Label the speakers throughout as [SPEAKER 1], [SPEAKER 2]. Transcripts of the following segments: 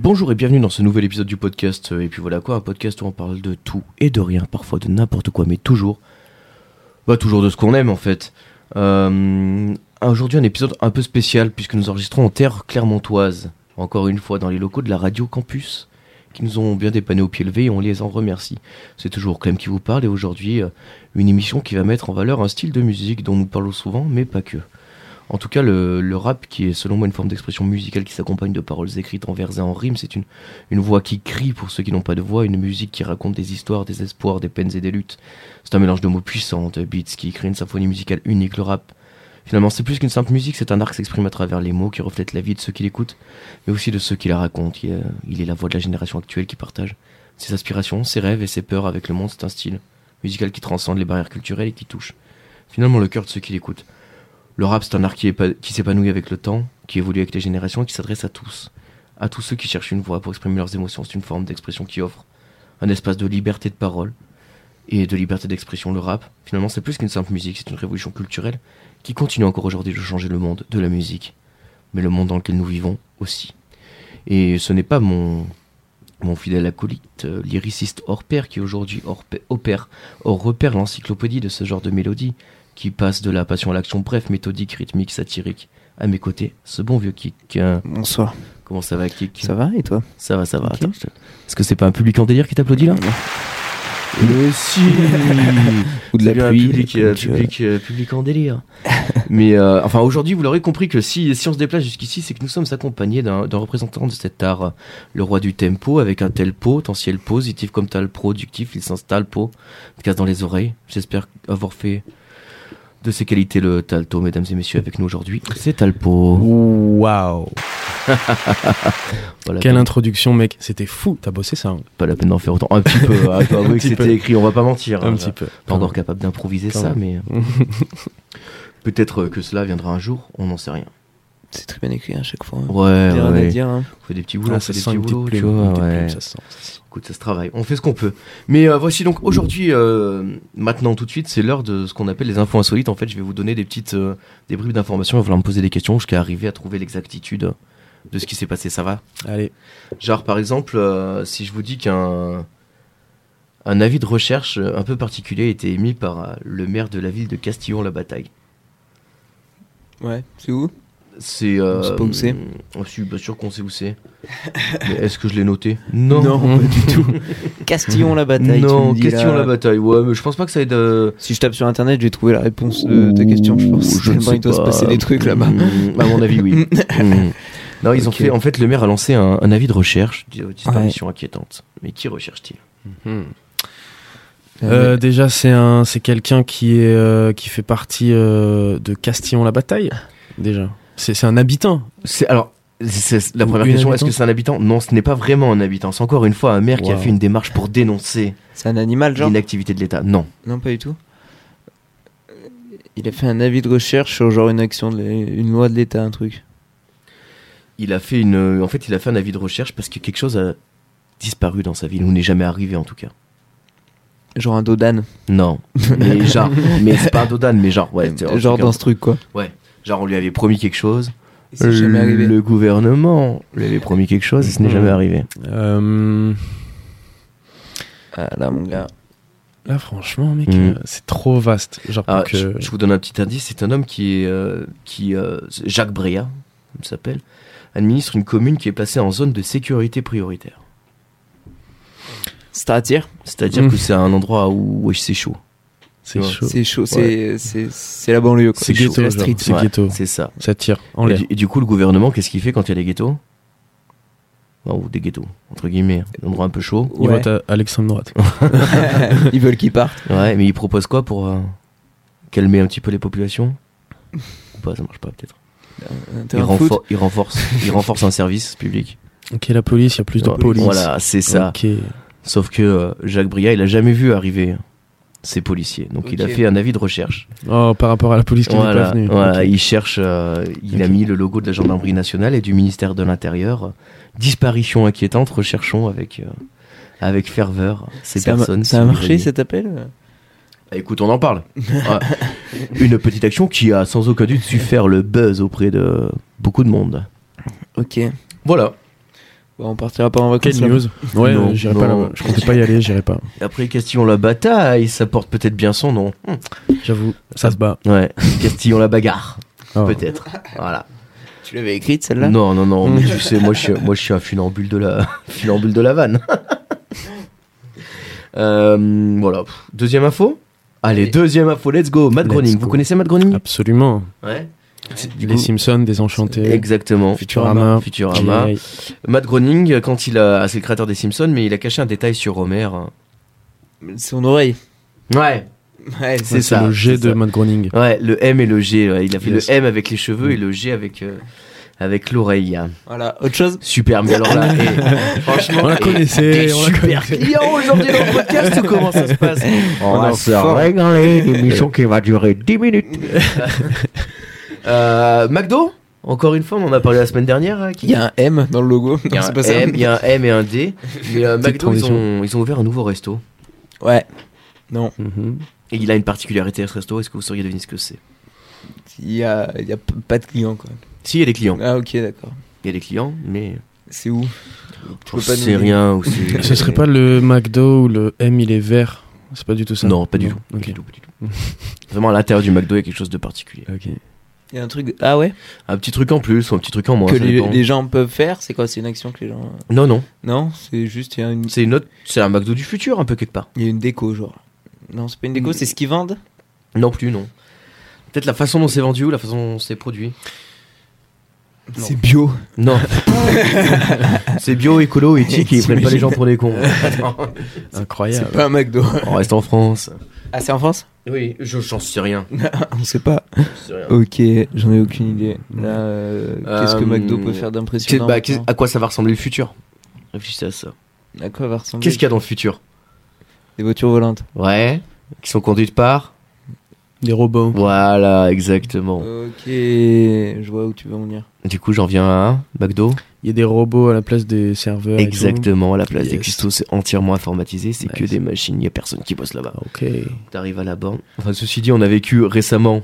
[SPEAKER 1] Bonjour et bienvenue dans ce nouvel épisode du podcast. euh, Et puis voilà quoi, un podcast où on parle de tout et de rien, parfois de n'importe quoi, mais toujours, bah toujours de ce qu'on aime en fait. Euh, Aujourd'hui un épisode un peu spécial puisque nous enregistrons en terre clermontoise, encore une fois dans les locaux de la radio campus, qui nous ont bien dépanné au pied levé et on les en remercie. C'est toujours Clem qui vous parle et aujourd'hui euh, une émission qui va mettre en valeur un style de musique dont nous parlons souvent, mais pas que. En tout cas, le, le rap, qui est selon moi une forme d'expression musicale qui s'accompagne de paroles écrites en vers et en rimes, c'est une, une voix qui crie pour ceux qui n'ont pas de voix, une musique qui raconte des histoires, des espoirs, des peines et des luttes. C'est un mélange de mots puissants, de beats qui crée une symphonie musicale unique, le rap. Finalement, c'est plus qu'une simple musique, c'est un art qui s'exprime à travers les mots, qui reflète la vie de ceux qui l'écoutent, mais aussi de ceux qui la racontent. Il, est- euh, il est la voix de la génération actuelle qui partage ses aspirations, ses rêves et ses peurs avec le monde. C'est un style musical qui transcende les barrières culturelles et qui touche finalement le cœur de ceux qui l'écoutent. Le rap, c'est un art qui, épa- qui s'épanouit avec le temps, qui évolue avec les générations et qui s'adresse à tous. À tous ceux qui cherchent une voix pour exprimer leurs émotions. C'est une forme d'expression qui offre un espace de liberté de parole et de liberté d'expression. Le rap, finalement, c'est plus qu'une simple musique, c'est une révolution culturelle qui continue encore aujourd'hui de changer le monde de la musique, mais le monde dans lequel nous vivons aussi. Et ce n'est pas mon, mon fidèle acolyte, euh, lyriciste hors pair, qui aujourd'hui hors pa- opère, hors repère l'encyclopédie de ce genre de mélodie qui passe de la passion à l'action, bref, méthodique, rythmique, satirique. À mes côtés, ce bon vieux Kik. Euh,
[SPEAKER 2] Bonsoir.
[SPEAKER 1] Comment ça va, Kik
[SPEAKER 2] Ça va et toi
[SPEAKER 1] Ça va, ça va.
[SPEAKER 2] Ok.
[SPEAKER 1] Attends, je te- Est-ce que c'est pas un public en délire qui t'applaudit là
[SPEAKER 2] Mais si Ou de
[SPEAKER 1] C'est
[SPEAKER 2] la
[SPEAKER 1] bien un
[SPEAKER 2] pluie.
[SPEAKER 1] public,
[SPEAKER 2] comme
[SPEAKER 1] euh,
[SPEAKER 2] tu veux.
[SPEAKER 1] public, euh, public en délire. Mais euh, enfin, aujourd'hui, vous l'aurez compris que si, si on se déplace jusqu'ici, c'est que nous sommes accompagnés d'un d'un représentant de cet art, le roi du tempo, avec un tel pot, potentiel positif comme tal productif, il s'installe pot, il casse dans les oreilles. J'espère avoir fait de ses qualités le talto, mesdames et messieurs, avec nous aujourd'hui. C'est talpo.
[SPEAKER 3] Waouh
[SPEAKER 1] Voilà,
[SPEAKER 3] Quelle introduction, mec. C'était fou. T'as bossé ça hein
[SPEAKER 1] pas la peine d'en faire autant. Un petit peu, hein, faut avouer que
[SPEAKER 3] petit
[SPEAKER 1] c'était
[SPEAKER 3] peu.
[SPEAKER 1] écrit, on va pas mentir.
[SPEAKER 3] un
[SPEAKER 1] hein,
[SPEAKER 3] petit peu.
[SPEAKER 1] pas encore capable d'improviser
[SPEAKER 3] Quand
[SPEAKER 1] ça, mais euh, peut-être euh, que cela viendra un jour, on n'en sait rien.
[SPEAKER 2] C'est très bien écrit à chaque fois. hein.
[SPEAKER 1] Ouais,
[SPEAKER 2] J'ai rien à
[SPEAKER 1] euh, Ah ouais.
[SPEAKER 2] dire. hein.
[SPEAKER 1] on fait des petits boulots,
[SPEAKER 3] Ah,
[SPEAKER 1] on
[SPEAKER 3] ça
[SPEAKER 1] fait des
[SPEAKER 3] sent
[SPEAKER 1] petits
[SPEAKER 3] une
[SPEAKER 1] boulots,
[SPEAKER 3] petite
[SPEAKER 1] tu
[SPEAKER 3] plume,
[SPEAKER 1] vois.
[SPEAKER 3] une petite
[SPEAKER 1] ouais.
[SPEAKER 3] plume, ça se sent, ça se sent.
[SPEAKER 1] Écoute, ça se travaille, on fait ce qu'on peut. Mais euh, voici donc aujourd'hui, euh, maintenant tout de suite, c'est l'heure de ce qu'on appelle les infos insolites. En fait, je vais vous donner des petites, euh, des bribes d'informations, il va falloir me poser des questions jusqu'à arriver à trouver l'exactitude de ce qui s'est passé. Ça va
[SPEAKER 3] Allez,
[SPEAKER 1] Genre, par exemple, euh, si je vous dis qu'un un avis de recherche euh, un peu particulier a été émis par euh, le maire de la ville de Castillon-la-Bataille.
[SPEAKER 2] Ouais, c'est où
[SPEAKER 1] C'est. euh,
[SPEAKER 2] On sait pas où c'est.
[SPEAKER 1] Je suis pas sûr qu'on sait où c'est. Mais est-ce que je l'ai noté Non.
[SPEAKER 2] pas du tout. Castillon la bataille.
[SPEAKER 1] non,
[SPEAKER 2] tu me dis, là.
[SPEAKER 1] Castillon-la-Bataille. Ouais, mais je pense pas que ça aide. euh,
[SPEAKER 2] Si je tape sur internet, je vais trouver la réponse de ta question, je pense.
[SPEAKER 1] Ouh, je ne
[SPEAKER 2] Tellement
[SPEAKER 1] sais
[SPEAKER 2] il doit se
[SPEAKER 1] pas.
[SPEAKER 2] passer des trucs là-bas.
[SPEAKER 1] Mm, À mon avis, oui. Mm. Non, ils ont
[SPEAKER 2] Ok.
[SPEAKER 1] fait. En fait, le maire a lancé un, un avis de recherche. dis- Disparition inquiétante. Mais qui recherche-t-il Hmm. Ah
[SPEAKER 2] Ah
[SPEAKER 3] Euh, déjà c'est un, c'est quelqu'un qui est euh, qui fait partie euh, de Castillon-la-Bataille. Déjà, c'est c'est un habitant.
[SPEAKER 1] C'est alors c'est- c'est la
[SPEAKER 3] Ou
[SPEAKER 1] première
[SPEAKER 3] une
[SPEAKER 1] question. Est-ce que
[SPEAKER 3] habitante
[SPEAKER 1] c'est un habitant Non, ce n'est pas vraiment un habitant. C'est encore une fois un maire qui a
[SPEAKER 3] Wow.
[SPEAKER 1] fait une démarche pour dénoncer
[SPEAKER 2] C'est un animal, genre
[SPEAKER 1] l'inactivité de l'État. Non,
[SPEAKER 2] Non, pas du tout. Euh, Il a fait un avis de recherche sur genre une action, de l'é- une loi de l'État, un truc.
[SPEAKER 1] il a fait une. En fait, il a fait un avis de recherche parce que quelque chose a disparu dans sa ville ou n'est jamais arrivé en tout cas.
[SPEAKER 2] Genre un dodan.
[SPEAKER 1] Non, mais genre, mais c'est pas un hein. Euh, dodan, mais genre ouais, c'est- en
[SPEAKER 2] genre
[SPEAKER 1] tout cas,
[SPEAKER 2] dans ce truc, quoi.
[SPEAKER 1] genre on lui avait promis quelque chose. Euh,
[SPEAKER 2] C'est jamais arrivé.
[SPEAKER 1] Le gouvernement lui avait promis quelque chose et ce n'est
[SPEAKER 3] Mhm.
[SPEAKER 1] jamais arrivé.
[SPEAKER 3] Euh,
[SPEAKER 2] Ah là, mon gars.
[SPEAKER 3] là, franchement, mec,
[SPEAKER 1] Mm.
[SPEAKER 3] euh, c'est trop vaste. Genre
[SPEAKER 1] Ah,
[SPEAKER 3] pour
[SPEAKER 1] je,
[SPEAKER 2] euh,
[SPEAKER 3] que-
[SPEAKER 1] je vous donne un petit indice, c'est un homme qui est euh, qui euh, Jacques Bréa, il s'appelle, administre une commune qui est placée en zone de sécurité prioritaire.
[SPEAKER 2] C'est à dire
[SPEAKER 1] C'est-à-dire
[SPEAKER 2] Hmm.
[SPEAKER 3] Mhm.
[SPEAKER 1] que c'est un endroit où, où c'est chaud.
[SPEAKER 3] c'est
[SPEAKER 1] ouais.
[SPEAKER 3] chaud.
[SPEAKER 2] C'est chaud, c'est- c'est c'est la banlieue, quoi.
[SPEAKER 3] C'est
[SPEAKER 2] chaud,
[SPEAKER 3] ghetto,
[SPEAKER 2] la
[SPEAKER 3] genre.
[SPEAKER 2] street.
[SPEAKER 3] C'est
[SPEAKER 1] Ouais,
[SPEAKER 3] ghetto.
[SPEAKER 1] C'est ça.
[SPEAKER 3] Ça tire en
[SPEAKER 1] Et
[SPEAKER 3] l'air.
[SPEAKER 1] du, et du coup, le gouvernement, qu'est-ce qu'il fait quand il y a des ghettos Enfin, Ou des ghettos, entre guillemets, des endroits un peu chauds.
[SPEAKER 3] Il
[SPEAKER 2] Ouais.
[SPEAKER 3] vote à, à l'extrême droite.
[SPEAKER 2] Ils veulent qu'ils partent.
[SPEAKER 1] Ouais, mais il propose quoi pour euh, calmer un petit peu les populations Ou pas, ça marche pas peut-être.
[SPEAKER 2] Euh, Un
[SPEAKER 1] Il,
[SPEAKER 2] terrain de foot.
[SPEAKER 1] renfor- il renforce, il renforce un service public.
[SPEAKER 3] Ok, la police, il y a plus de police.
[SPEAKER 1] Voilà, c'est ça.
[SPEAKER 3] Ok.
[SPEAKER 1] Sauf que euh, Jacques Bria, il a jamais vu arriver ces policiers. Donc il a
[SPEAKER 2] Ok.
[SPEAKER 1] fait un avis de recherche.
[SPEAKER 3] Oh, par rapport à la police qui n'est
[SPEAKER 1] Voilà,
[SPEAKER 3] pas venue.
[SPEAKER 1] voilà,
[SPEAKER 3] Ok.
[SPEAKER 1] il cherche, euh, il a
[SPEAKER 3] Ok.
[SPEAKER 1] mis le logo de la gendarmerie nationale et du ministère de l'Intérieur. Euh, Disparition inquiétante, recherchons avec, euh, avec ferveur ces
[SPEAKER 2] Ça a-
[SPEAKER 1] personnes.
[SPEAKER 2] Ça a
[SPEAKER 1] si vous
[SPEAKER 2] marché
[SPEAKER 1] voyez.
[SPEAKER 2] cet appel
[SPEAKER 1] Bah, écoute, on en parle. Ouais. Une petite action qui a sans aucun doute su faire le buzz auprès de beaucoup de monde.
[SPEAKER 2] Ok.
[SPEAKER 1] Voilà.
[SPEAKER 2] Bah, on partira pas en vacances. hein.
[SPEAKER 3] Quelle
[SPEAKER 2] là.
[SPEAKER 3] news Ouais,
[SPEAKER 1] Non,
[SPEAKER 3] euh, j'irai pas
[SPEAKER 1] non.
[SPEAKER 3] là-bas. Je comptais pas y aller, j'irai pas.
[SPEAKER 1] Après, Castillon la bataille, ça porte peut-être bien son nom. Hmm.
[SPEAKER 3] J'avoue, ça se bat.
[SPEAKER 1] Ouais, Castillon la bagarre,
[SPEAKER 3] Ah.
[SPEAKER 1] peut-être. Voilà.
[SPEAKER 2] Tu l'avais écrite celle-là
[SPEAKER 1] Non, non, non, mais tu sais, moi je suis, moi, je suis un funambule de la, funambule de la vanne. Euh, voilà. Pff, Deuxième info Allez,
[SPEAKER 2] Allez.
[SPEAKER 1] deuxième info, let's go. Matt
[SPEAKER 3] Let's
[SPEAKER 1] Groening, vous
[SPEAKER 3] go.
[SPEAKER 1] connaissez Matt Groening
[SPEAKER 3] Absolument.
[SPEAKER 1] Ouais. Du
[SPEAKER 3] Les
[SPEAKER 1] coup,
[SPEAKER 3] Simpsons, Désenchantés.
[SPEAKER 1] Exactement.
[SPEAKER 3] Futurama.
[SPEAKER 1] Futurama.
[SPEAKER 3] Aïe, aïe.
[SPEAKER 1] Matt Groening, euh, quand il a, ah, c'est le créateur des Simpsons, mais il a caché un détail sur Homer. hein.
[SPEAKER 2] Son oreille.
[SPEAKER 1] Ouais.
[SPEAKER 2] Ouais,
[SPEAKER 1] C'est
[SPEAKER 3] Ouais,
[SPEAKER 1] ça,
[SPEAKER 3] le G
[SPEAKER 1] c'est
[SPEAKER 3] de
[SPEAKER 1] ça.
[SPEAKER 3] Matt Groening.
[SPEAKER 1] Ouais, le M et le G. ouais. Il a fait
[SPEAKER 3] Yes.
[SPEAKER 1] le M avec les cheveux et le G avec, euh, avec l'oreille.
[SPEAKER 2] Voilà, autre chose
[SPEAKER 1] Super, mais alors là, eh, franchement,
[SPEAKER 3] On la
[SPEAKER 1] eh,
[SPEAKER 3] connaissait,
[SPEAKER 1] des
[SPEAKER 3] on la
[SPEAKER 1] super clients aujourd'hui dans le podcast ou comment ça se passe
[SPEAKER 4] On va se régaler, une émission qui va durer 10 minutes.
[SPEAKER 1] Euh, McDo, encore une fois, on en a parlé la semaine dernière. euh, qui
[SPEAKER 2] Il y a un M dans le logo.
[SPEAKER 1] Il y a
[SPEAKER 2] Non,
[SPEAKER 1] un
[SPEAKER 2] c'est pas ça.
[SPEAKER 1] M, il y a un M et un D. Mais euh, McDo,
[SPEAKER 3] Petite
[SPEAKER 1] ils
[SPEAKER 3] transition.
[SPEAKER 1] ont, ils ont ouvert un nouveau resto.
[SPEAKER 2] Ouais. Non,
[SPEAKER 3] Mhm.
[SPEAKER 1] Et il a une particularité à ce resto, est-ce que vous sauriez deviner ce que c'est
[SPEAKER 2] il y a, il y a p- pas de clients quoi.
[SPEAKER 1] Si, il y a des clients.
[SPEAKER 2] Ah ok, d'accord.
[SPEAKER 1] Il y a des clients, mais
[SPEAKER 2] C'est où Tu peux pas nous
[SPEAKER 1] c'est
[SPEAKER 2] dire.
[SPEAKER 1] rien. Ou c'est-
[SPEAKER 3] Ce serait pas le McDo où le M il est vert C'est pas du tout ça
[SPEAKER 1] Non, pas du tout.
[SPEAKER 3] Ok.
[SPEAKER 1] Pas du tout, pas du tout. Vraiment, à l'intérieur du McDo, il y a quelque chose de particulier.
[SPEAKER 3] Ok.
[SPEAKER 2] Il y a un truc. Ah ouais
[SPEAKER 1] Un petit truc en plus ou un petit truc en moins.
[SPEAKER 2] Que
[SPEAKER 1] ça
[SPEAKER 2] les,
[SPEAKER 1] dépend.
[SPEAKER 2] les gens peuvent faire C'est quoi C'est une action que les gens.
[SPEAKER 1] Non, non.
[SPEAKER 2] Non, c'est juste. Il y, a une...
[SPEAKER 1] C'est une autre... c'est un McDo du futur, un peu quelque part.
[SPEAKER 2] il y a une déco genre. Non, c'est pas
[SPEAKER 1] Mm.
[SPEAKER 2] une déco, c'est ce qu'ils vendent
[SPEAKER 1] Non plus, non. Peut-être la façon dont c'est vendu ou la façon dont c'est produit.
[SPEAKER 2] C'est bio.
[SPEAKER 1] Non. c'est bio, écolo, éthique, et ils prennent pas les gens pour des cons. Attends.
[SPEAKER 3] Incroyable.
[SPEAKER 2] C'est pas un McDo.
[SPEAKER 1] On reste en France.
[SPEAKER 2] Ah, c'est en France
[SPEAKER 1] Oui, je j'en sais rien.
[SPEAKER 2] Ah, On sait pas. Ok, j'en ai aucune idée. Là, euh, bah, qu'est-ce que
[SPEAKER 1] Euh,
[SPEAKER 2] McDo peut faire d'impressionnant maintenant
[SPEAKER 1] à quoi ça va ressembler le futur Réfléchissez à ça.
[SPEAKER 2] À quoi va ressembler
[SPEAKER 1] Qu'est-ce qu'il y a dans le futur
[SPEAKER 2] Des voitures volantes.
[SPEAKER 1] Ouais. Qui sont conduites par
[SPEAKER 3] Des robots.
[SPEAKER 1] Voilà, exactement.
[SPEAKER 2] Ok, je vois où tu veux en venir.
[SPEAKER 1] Du coup, j'en viens à McDo.
[SPEAKER 3] Il y a des robots à la place des serveurs. et tout.
[SPEAKER 1] Exactement, à la place des
[SPEAKER 3] Yes.
[SPEAKER 1] cuistots, c'est entièrement informatisé, c'est que
[SPEAKER 3] Nice.
[SPEAKER 1] des machines, il n'y a personne qui bosse là-bas.
[SPEAKER 3] Ah, Ok.
[SPEAKER 1] T'arrives à la borne. Enfin, ceci dit, on a vécu récemment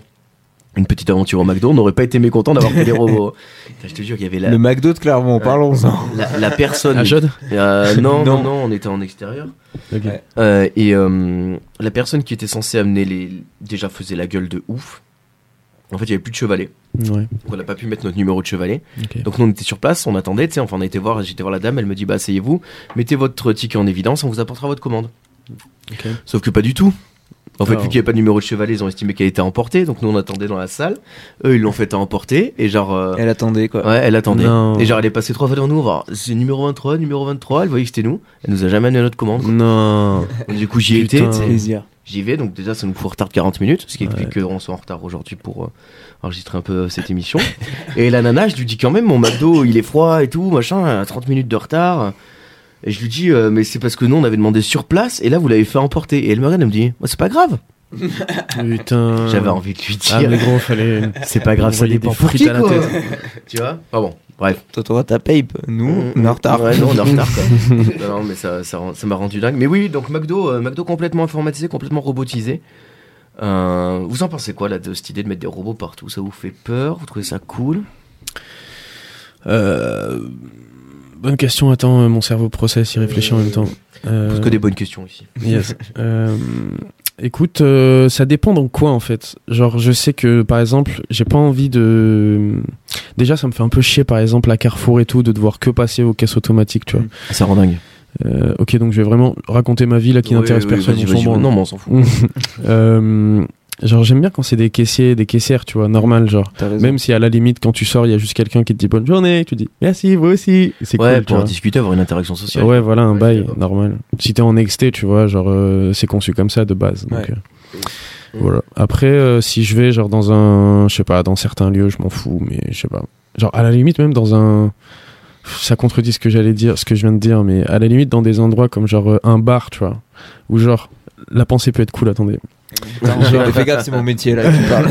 [SPEAKER 1] une petite aventure au McDo, on n'aurait pas été mécontent d'avoir fait des robots. Putain, je te jure, il y avait la,
[SPEAKER 2] Le McDo de Clermont, parlons-en.
[SPEAKER 1] la, la personne.
[SPEAKER 3] Ah, Jod
[SPEAKER 1] Euh, non, non,
[SPEAKER 2] Non.
[SPEAKER 1] non, on était en extérieur.
[SPEAKER 3] Ok.
[SPEAKER 2] Ouais.
[SPEAKER 1] Euh, et euh, la personne qui était censée amener les. déjà faisait la gueule de ouf. En fait, il n'y avait plus de chevalet.
[SPEAKER 3] Ouais.
[SPEAKER 1] Donc, on n'a pas pu mettre notre numéro de chevalet.
[SPEAKER 3] Ok.
[SPEAKER 1] Donc, nous, on était sur place, on attendait, tu sais. Enfin, on a été voir, j'étais voir la dame, elle me dit, bah, asseyez-vous, mettez votre ticket en évidence, on vous apportera votre commande.
[SPEAKER 3] Ok.
[SPEAKER 1] Sauf que pas du tout. En fait,
[SPEAKER 3] Ah.
[SPEAKER 1] vu qu'il n'y avait pas de numéro de chevalet, ils ont estimé qu'elle était emportée. Donc, nous, on attendait dans la salle. Eux, ils l'ont fait à emporter. Et genre. euh,
[SPEAKER 2] Elle attendait quoi.
[SPEAKER 1] Ouais, elle attendait.
[SPEAKER 3] Non.
[SPEAKER 1] Et genre, elle est passée trois fois devant nous. voir, C'est numéro 23, numéro 23. Elle voyait que c'était nous. Elle nous a jamais amené notre commande.
[SPEAKER 3] Non.
[SPEAKER 1] Donc, du coup, j'y étais.
[SPEAKER 3] Putain.
[SPEAKER 1] tu sais.
[SPEAKER 2] Plaisir.
[SPEAKER 1] J'y vais. Donc, déjà, ça nous fout retarde 40 minutes. Ce qui
[SPEAKER 3] Ouais.
[SPEAKER 1] explique qu'on soit en retard aujourd'hui pour euh, enregistrer un peu euh, cette émission. et la nana, je lui dis quand même, mon McDo, il est froid et tout, machin, à 30 minutes de retard. Et je lui dis, euh, mais c'est parce que nous, on avait demandé sur place. Et là, vous l'avez fait emporter. Et elle me regarde, elle me dit, Bah, c'est pas grave.
[SPEAKER 3] Putain.
[SPEAKER 1] J'avais envie de lui
[SPEAKER 3] Ah,
[SPEAKER 1] dire.
[SPEAKER 3] mais gros, fallait.
[SPEAKER 1] C'est pas grave, ça
[SPEAKER 3] Envoyer des
[SPEAKER 1] dépend pour
[SPEAKER 3] frites
[SPEAKER 1] qui,
[SPEAKER 3] à la
[SPEAKER 1] quoi.
[SPEAKER 3] tête.
[SPEAKER 1] tu vois Ah bon, bref.
[SPEAKER 2] Toi, t'auras ta paye. Nous, on
[SPEAKER 1] Mm,
[SPEAKER 2] est en retard.
[SPEAKER 1] Ouais, non, on est en retard. quoi. non, non, mais ça, ça rend- ça m'a rendu dingue. Mais oui, donc McDo, euh, McDo complètement informatisé, complètement robotisé. Euh, vous en pensez quoi là de cette idée de mettre des robots partout Ça vous fait peur Vous trouvez ça cool
[SPEAKER 3] Euh, Bonne question. Attends, euh, mon cerveau processe, il réfléchit en même temps. Euh,
[SPEAKER 1] Parce que des bonnes questions ici.
[SPEAKER 3] Yes. Euh, écoute, euh, ça dépend dans quoi en fait. Genre, je sais que par exemple, j'ai pas envie de. Déjà, ça me fait un peu chier par exemple à Carrefour et tout de devoir que passer aux caisses automatiques, tu vois.
[SPEAKER 1] Ça rend dingue.
[SPEAKER 3] Euh, ok, donc je vais vraiment raconter ma vie là qui n'intéresse personne. on s'en branle.
[SPEAKER 1] Non, mais on s'en fout.
[SPEAKER 3] Euh, genre, j'aime bien quand c'est des caissiers, des caissières, tu vois, normal, genre.
[SPEAKER 2] T'as raison.
[SPEAKER 3] Même si à la limite, quand tu sors, il y a juste quelqu'un qui te dit bonne journée, tu dis merci, vous aussi. C'est
[SPEAKER 1] Ouais,
[SPEAKER 3] cool, tu
[SPEAKER 1] pour
[SPEAKER 3] vois.
[SPEAKER 1] discuter, avoir une interaction sociale.
[SPEAKER 3] Ouais, voilà, un
[SPEAKER 1] Ouais, je
[SPEAKER 3] bail
[SPEAKER 1] suis d'accord.
[SPEAKER 3] normal. Si t'es en exté, tu vois, genre, euh, c'est conçu comme ça de base. Donc,
[SPEAKER 2] Ouais.
[SPEAKER 3] euh, voilà. Après, euh, si je vais, genre, dans un, je sais pas, dans certains lieux, je m'en fous, mais je sais pas. Genre, à la limite, même dans un. Ça contredit ce que j'allais dire, ce que je viens de dire, mais à la limite, dans des endroits comme, genre, euh, un bar, tu vois, où, genre, la pensée peut être cool, attendez.
[SPEAKER 2] Genre, fais gaffe, c'est mon métier là qui parle.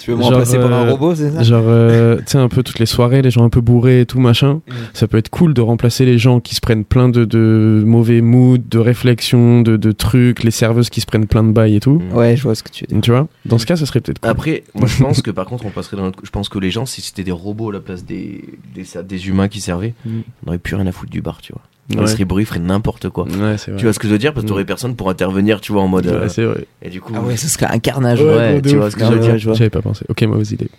[SPEAKER 2] tu veux me
[SPEAKER 3] Genre,
[SPEAKER 2] remplacer par un
[SPEAKER 3] euh,
[SPEAKER 2] robot, c'est ça
[SPEAKER 3] Genre, euh, tu sais, un peu toutes les soirées, les gens un peu bourrés et tout, machin.
[SPEAKER 2] Mm.
[SPEAKER 3] Ça peut être cool de remplacer les gens qui se prennent plein de, de mauvais moods, de réflexions, de, de trucs, les serveuses qui se prennent plein de bails et tout.
[SPEAKER 2] Ouais, je vois ce que tu dis.
[SPEAKER 3] Tu vois Dans ce cas, ça serait peut-être cool.
[SPEAKER 1] Mm. Après, moi je pense que par contre, on passerait dans notre... Je pense que les gens, si c'était des robots à la place des, des, des humains qui servaient,
[SPEAKER 3] Mm.
[SPEAKER 1] on n'aurait plus rien à foutre du bar, tu vois.
[SPEAKER 3] Ouais.
[SPEAKER 1] Ils seraient bourrés, ils feraient n'importe quoi.
[SPEAKER 3] Ouais, c'est vrai.
[SPEAKER 1] Tu vois ce que je veux dire Parce que
[SPEAKER 3] Mm.
[SPEAKER 1] t'aurais personne pour intervenir, tu vois, en mode. euh,
[SPEAKER 3] Ouais, c'est vrai.
[SPEAKER 1] Et du coup.
[SPEAKER 2] Ah ouais, ce serait un carnage.
[SPEAKER 1] Ouais,
[SPEAKER 2] Ouais,
[SPEAKER 1] gros, de
[SPEAKER 2] tu
[SPEAKER 1] ouf.
[SPEAKER 2] vois ce que je veux dire, je vois.
[SPEAKER 3] J'avais pas pensé. Ok, mauvaise idée.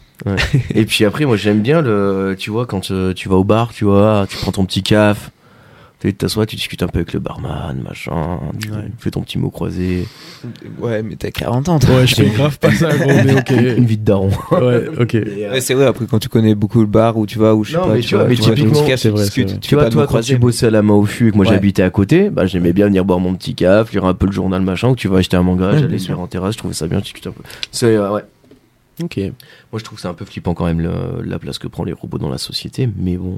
[SPEAKER 1] Et puis après, moi j'aime bien le. Tu vois, quand euh, tu vas au bar, tu vois, tu prends ton petit caf, tu t'assois, tu discutes un peu avec le barman, machin, tu
[SPEAKER 3] Ouais.
[SPEAKER 1] fais ton petit mot croisé.
[SPEAKER 2] Ouais, mais t'as 40 ans, toi.
[SPEAKER 3] Ouais, je fais grave pas ça, gros, mais
[SPEAKER 1] Une
[SPEAKER 3] ok.
[SPEAKER 1] vie de daron.
[SPEAKER 3] Ouais, ok.
[SPEAKER 1] Et, euh,
[SPEAKER 2] Ouais, c'est vrai, après quand tu connais beaucoup le bar ou tu vas, ou je sais
[SPEAKER 1] Non,
[SPEAKER 2] pas,
[SPEAKER 1] mais
[SPEAKER 2] tu
[SPEAKER 1] tu vois,
[SPEAKER 2] vois,
[SPEAKER 1] mais
[SPEAKER 2] tu vois,
[SPEAKER 1] typiquement,
[SPEAKER 2] tu discutes,
[SPEAKER 3] c'est
[SPEAKER 2] tu
[SPEAKER 3] vrai, c'est
[SPEAKER 2] discutes,
[SPEAKER 3] vrai.
[SPEAKER 1] Tu
[SPEAKER 2] fais
[SPEAKER 1] vois,
[SPEAKER 2] pas de
[SPEAKER 1] toi,
[SPEAKER 2] mots
[SPEAKER 1] quand j'ai
[SPEAKER 2] croisés.
[SPEAKER 1] bossé à la main au fût et que moi
[SPEAKER 2] Ouais.
[SPEAKER 1] j'habitais à côté, bah, j'aimais bien venir boire mon petit caf, lire un peu le journal machin, ou tu vas acheter un manga,
[SPEAKER 2] Ouais,
[SPEAKER 1] j'allais
[SPEAKER 2] bien
[SPEAKER 1] se
[SPEAKER 2] sûr.
[SPEAKER 1] faire en terrasse, je trouvais ça bien, je discutais un peu. C'est, euh, ouais.
[SPEAKER 3] Ok.
[SPEAKER 1] Moi je trouve que c'est un peu flippant quand même le- la place que prend les robots dans la société, mais bon.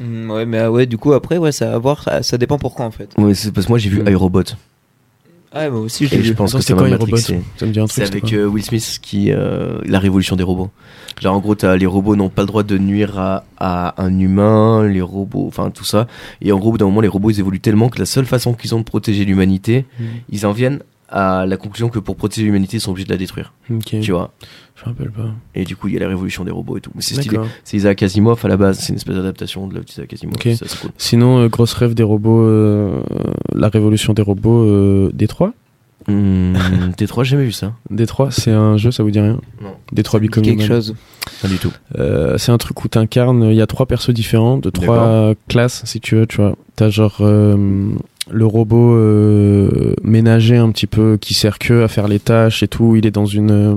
[SPEAKER 2] Mm, Ouais, mais ah ouais, du coup, après, ouais, ça va voir, ça- ça dépend pourquoi en fait.
[SPEAKER 1] Ouais, c'est parce que moi j'ai vu
[SPEAKER 3] Mm.
[SPEAKER 1] iRobot,
[SPEAKER 2] Ah, moi aussi, je
[SPEAKER 1] et
[SPEAKER 2] l'ai
[SPEAKER 1] je
[SPEAKER 2] vu.
[SPEAKER 1] pense
[SPEAKER 3] Attends,
[SPEAKER 1] que ça
[SPEAKER 3] c'était
[SPEAKER 1] m'a
[SPEAKER 3] quoi, iRobot
[SPEAKER 1] matrixé.
[SPEAKER 3] Ça me dit un truc.
[SPEAKER 1] C'est
[SPEAKER 3] c'était
[SPEAKER 1] avec
[SPEAKER 3] quoi
[SPEAKER 1] euh, Will Smith qui. euh, la révolution des robots. Genre, en gros, t'as- les robots n'ont pas le droit de nuire à, à un humain, les robots, enfin tout ça. Et en gros, au bout d'un moment, les robots ils évoluent tellement que la seule façon qu'ils ont de protéger l'humanité,
[SPEAKER 3] Mhm.
[SPEAKER 1] ils en viennent à la conclusion que pour protéger l'humanité, ils sont obligés de la détruire.
[SPEAKER 3] Ok.
[SPEAKER 1] Tu vois
[SPEAKER 3] Je me rappelle pas.
[SPEAKER 1] Et du coup, il y a la révolution des robots et tout. Mais c'est stylé.
[SPEAKER 3] D'accord.
[SPEAKER 1] C'est Isaac Asimov à la base, c'est une espèce d'adaptation de la petite Isaac Asimov.
[SPEAKER 3] Ok.
[SPEAKER 1] Ça, c'est cool.
[SPEAKER 3] Sinon, euh, grosse rêve des robots, euh, la révolution des robots, euh, Détroit.
[SPEAKER 1] Hum, T3, j'ai jamais vu ça.
[SPEAKER 3] Détroit, c'est un jeu, ça vous dit rien
[SPEAKER 1] Non.
[SPEAKER 3] Détroit
[SPEAKER 2] Dis
[SPEAKER 3] Become
[SPEAKER 2] quelque
[SPEAKER 3] Human.
[SPEAKER 2] chose.
[SPEAKER 1] Pas du tout.
[SPEAKER 3] Euh, c'est un truc où t'incarnes, il y a trois persos différents, de trois euh, classes, si tu veux, tu vois. T'as genre euh, le robot euh, ménager un petit peu, qui sert que à faire les tâches et tout. Il est dans une... euh,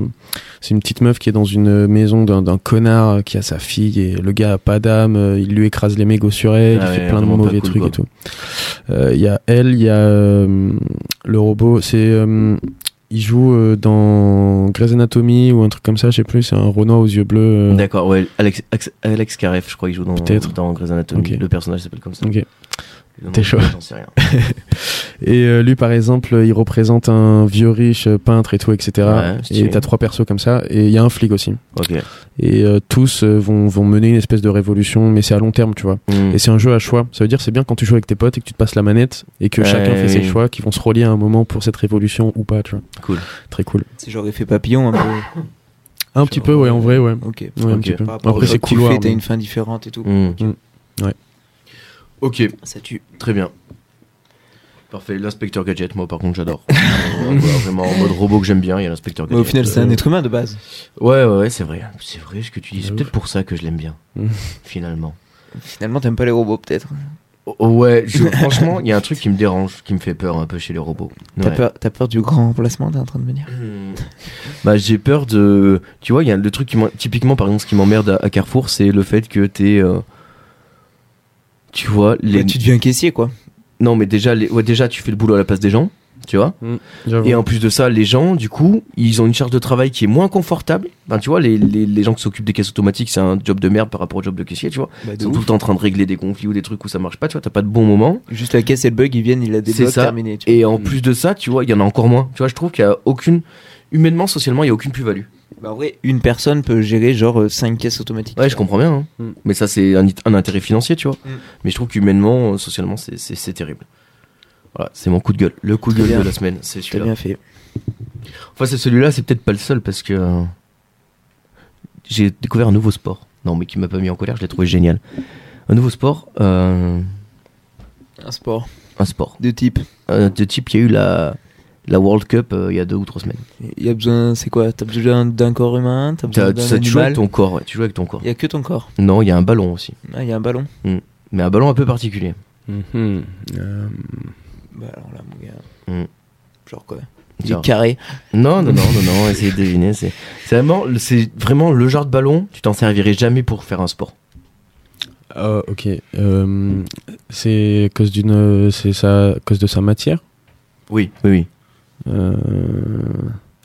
[SPEAKER 3] c'est une petite meuf qui est dans une maison d'un d'un connard euh, qui a sa fille et le gars a pas d'âme, euh, il lui écrase les mégots sur elle,
[SPEAKER 1] Ah
[SPEAKER 3] il
[SPEAKER 1] ouais,
[SPEAKER 3] fait plein de
[SPEAKER 1] vraiment pas
[SPEAKER 3] mauvais
[SPEAKER 1] cool,
[SPEAKER 3] trucs
[SPEAKER 1] quoi.
[SPEAKER 3] et tout. Euh, Il y a elle, il y a euh, le robot, c'est... euh, il joue euh, dans Grey's Anatomy ou un truc comme ça, je sais plus, c'est un Renoir aux yeux bleus. euh,
[SPEAKER 1] D'accord, ouais. Alex, Alex, Alex Karev, je crois, il joue dans,
[SPEAKER 3] Peut-être.
[SPEAKER 1] dans Grey's Anatomy.
[SPEAKER 3] Ok.
[SPEAKER 1] Le personnage s'appelle comme ça.
[SPEAKER 3] Ok.
[SPEAKER 1] Le nom,
[SPEAKER 3] T'es chaud.
[SPEAKER 1] J'en sais rien.
[SPEAKER 3] Et euh, lui, par exemple, euh, il représente un vieux riche euh, peintre et tout, etc.
[SPEAKER 1] Ouais, stylé.
[SPEAKER 3] et t'as trois persos comme ça. Et il y a un flic aussi.
[SPEAKER 1] Ok.
[SPEAKER 3] Et euh, tous euh, vont, vont mener une espèce de révolution, mais c'est à long terme, tu vois.
[SPEAKER 1] Mm.
[SPEAKER 3] Et c'est un jeu à choix. Ça veut dire c'est bien quand tu joues avec tes potes et que tu te passes la manette et que
[SPEAKER 1] Ouais,
[SPEAKER 3] chacun fait ses
[SPEAKER 1] oui.
[SPEAKER 3] choix qui vont se relier à un moment pour cette révolution ou pas, tu vois.
[SPEAKER 1] Cool.
[SPEAKER 3] Très cool.
[SPEAKER 2] C'est genre effet papillon un peu.
[SPEAKER 3] Un petit peu, ouais, en vrai, ouais.
[SPEAKER 2] Ok.
[SPEAKER 3] Ouais, un
[SPEAKER 1] Ok.
[SPEAKER 3] petit peu.
[SPEAKER 2] Par rapport
[SPEAKER 3] Après,
[SPEAKER 2] au
[SPEAKER 3] c'est
[SPEAKER 2] choix que tu
[SPEAKER 3] couloir.
[SPEAKER 2] fais, T'as
[SPEAKER 3] mais-
[SPEAKER 2] une fin différente et tout.
[SPEAKER 1] Mm.
[SPEAKER 3] hmm. Ouais.
[SPEAKER 1] Ok,
[SPEAKER 2] Ça tue.
[SPEAKER 1] très bien. Parfait, l'inspecteur gadget, moi par contre j'adore. Euh, voilà, vraiment en mode robot que j'aime bien, il y a l'inspecteur
[SPEAKER 2] Mais
[SPEAKER 1] gadget.
[SPEAKER 2] au final, c'est un être humain de base.
[SPEAKER 1] Ouais, ouais, ouais, c'est vrai. C'est vrai ce que tu dis. C'est
[SPEAKER 3] De
[SPEAKER 1] peut-être
[SPEAKER 3] Ah, ouf.
[SPEAKER 1] pour ça que je l'aime bien,
[SPEAKER 3] Mm.
[SPEAKER 1] finalement.
[SPEAKER 2] Finalement, t'aimes pas les robots, peut-être.
[SPEAKER 1] Oh, oh, ouais, je- franchement, il y a un truc qui me dérange, qui me fait peur un peu chez les robots.
[SPEAKER 2] T'as
[SPEAKER 1] Ouais.
[SPEAKER 2] peur, t'as peur du grand remplacement, t'es en train de me dire.
[SPEAKER 1] Hmm. Bah, j'ai peur de. Tu vois, il y a le truc qui m'en- Typiquement, par exemple, ce qui m'emmerde à, à Carrefour, c'est le fait que t'es. euh, Tu vois, les.
[SPEAKER 2] Ouais, Tu deviens caissier, quoi.
[SPEAKER 1] Non, mais déjà, les... ouais, déjà, tu fais le boulot à la place des gens, tu vois.
[SPEAKER 3] J'avoue.
[SPEAKER 2] Ah
[SPEAKER 1] Et en plus de ça, les gens, du coup, ils ont une charge de travail qui est moins confortable. Ben, tu vois, les, les, les gens qui s'occupent des caisses automatiques, c'est un job de merde par rapport au job de caissier, tu vois.
[SPEAKER 2] Bah, de
[SPEAKER 1] Ils sont tout
[SPEAKER 2] ouf.
[SPEAKER 1] le temps en train de régler des conflits ou des trucs où ça marche pas, tu vois, t'as pas de bon moment.
[SPEAKER 2] Juste la caisse et le bug, ils viennent, ils la débloquent,
[SPEAKER 1] ça.
[SPEAKER 2] terminé. tu
[SPEAKER 1] Et en
[SPEAKER 3] Mm.
[SPEAKER 1] plus de ça, tu vois, il y en a encore moins. Tu vois, je trouve qu'il y a aucune. Humainement, socialement, il y a aucune plus-value.
[SPEAKER 2] vois. Bah, en vrai, une personne peut gérer genre 5 caisses automatiques.
[SPEAKER 1] Ouais, je comprends bien. hein.
[SPEAKER 3] Mm.
[SPEAKER 1] Mais ça, c'est un, it- un intérêt financier, tu vois.
[SPEAKER 2] Mm.
[SPEAKER 1] Mais je trouve qu'humainement, euh, socialement, c'est- c'est c'est terrible. Voilà, c'est mon coup de gueule. Le coup de
[SPEAKER 2] Très
[SPEAKER 1] gueule
[SPEAKER 2] bien.
[SPEAKER 1] de la semaine, c'est
[SPEAKER 2] T'as
[SPEAKER 1] celui-là.
[SPEAKER 2] bien fait.
[SPEAKER 1] Enfin, c'est celui-là, c'est peut-être pas le seul parce que euh, j'ai découvert un nouveau sport. Non, mais qui m'a pas mis en colère, je l'ai trouvé génial. Un nouveau sport, euh,
[SPEAKER 2] Un sport
[SPEAKER 1] un sport.
[SPEAKER 2] de type.
[SPEAKER 1] Euh, de type, il y a eu la, la World Cup euh, il y a deux ou trois semaines.
[SPEAKER 2] Il y a besoin, c'est quoi T'as besoin d'un corps humain T'as besoin
[SPEAKER 1] T'as-
[SPEAKER 2] d'un
[SPEAKER 1] ça, tu joues avec
[SPEAKER 2] animal
[SPEAKER 1] ton corps, ouais, tu joues avec ton corps.
[SPEAKER 2] Il y a que ton corps.
[SPEAKER 1] Non, il y a un ballon aussi.
[SPEAKER 2] Ah, il y a un ballon.
[SPEAKER 1] Mais un ballon un peu particulier. Mm-hmm.
[SPEAKER 3] Mhm. Euh,
[SPEAKER 2] Bah alors là, mon gars.
[SPEAKER 1] Hmm.
[SPEAKER 2] Genre quoi Il
[SPEAKER 1] Tiens.
[SPEAKER 2] est carré.
[SPEAKER 1] Non, non, non, non, non, essayez de deviner. C'est c'est vraiment, c'est vraiment le genre de ballon, tu t'en servirais jamais pour faire un sport.
[SPEAKER 3] ah, ok. Euh, c'est à cause d'une, euh, c'est ça, à cause de sa matière.
[SPEAKER 1] Oui, oui, oui.
[SPEAKER 3] Euh...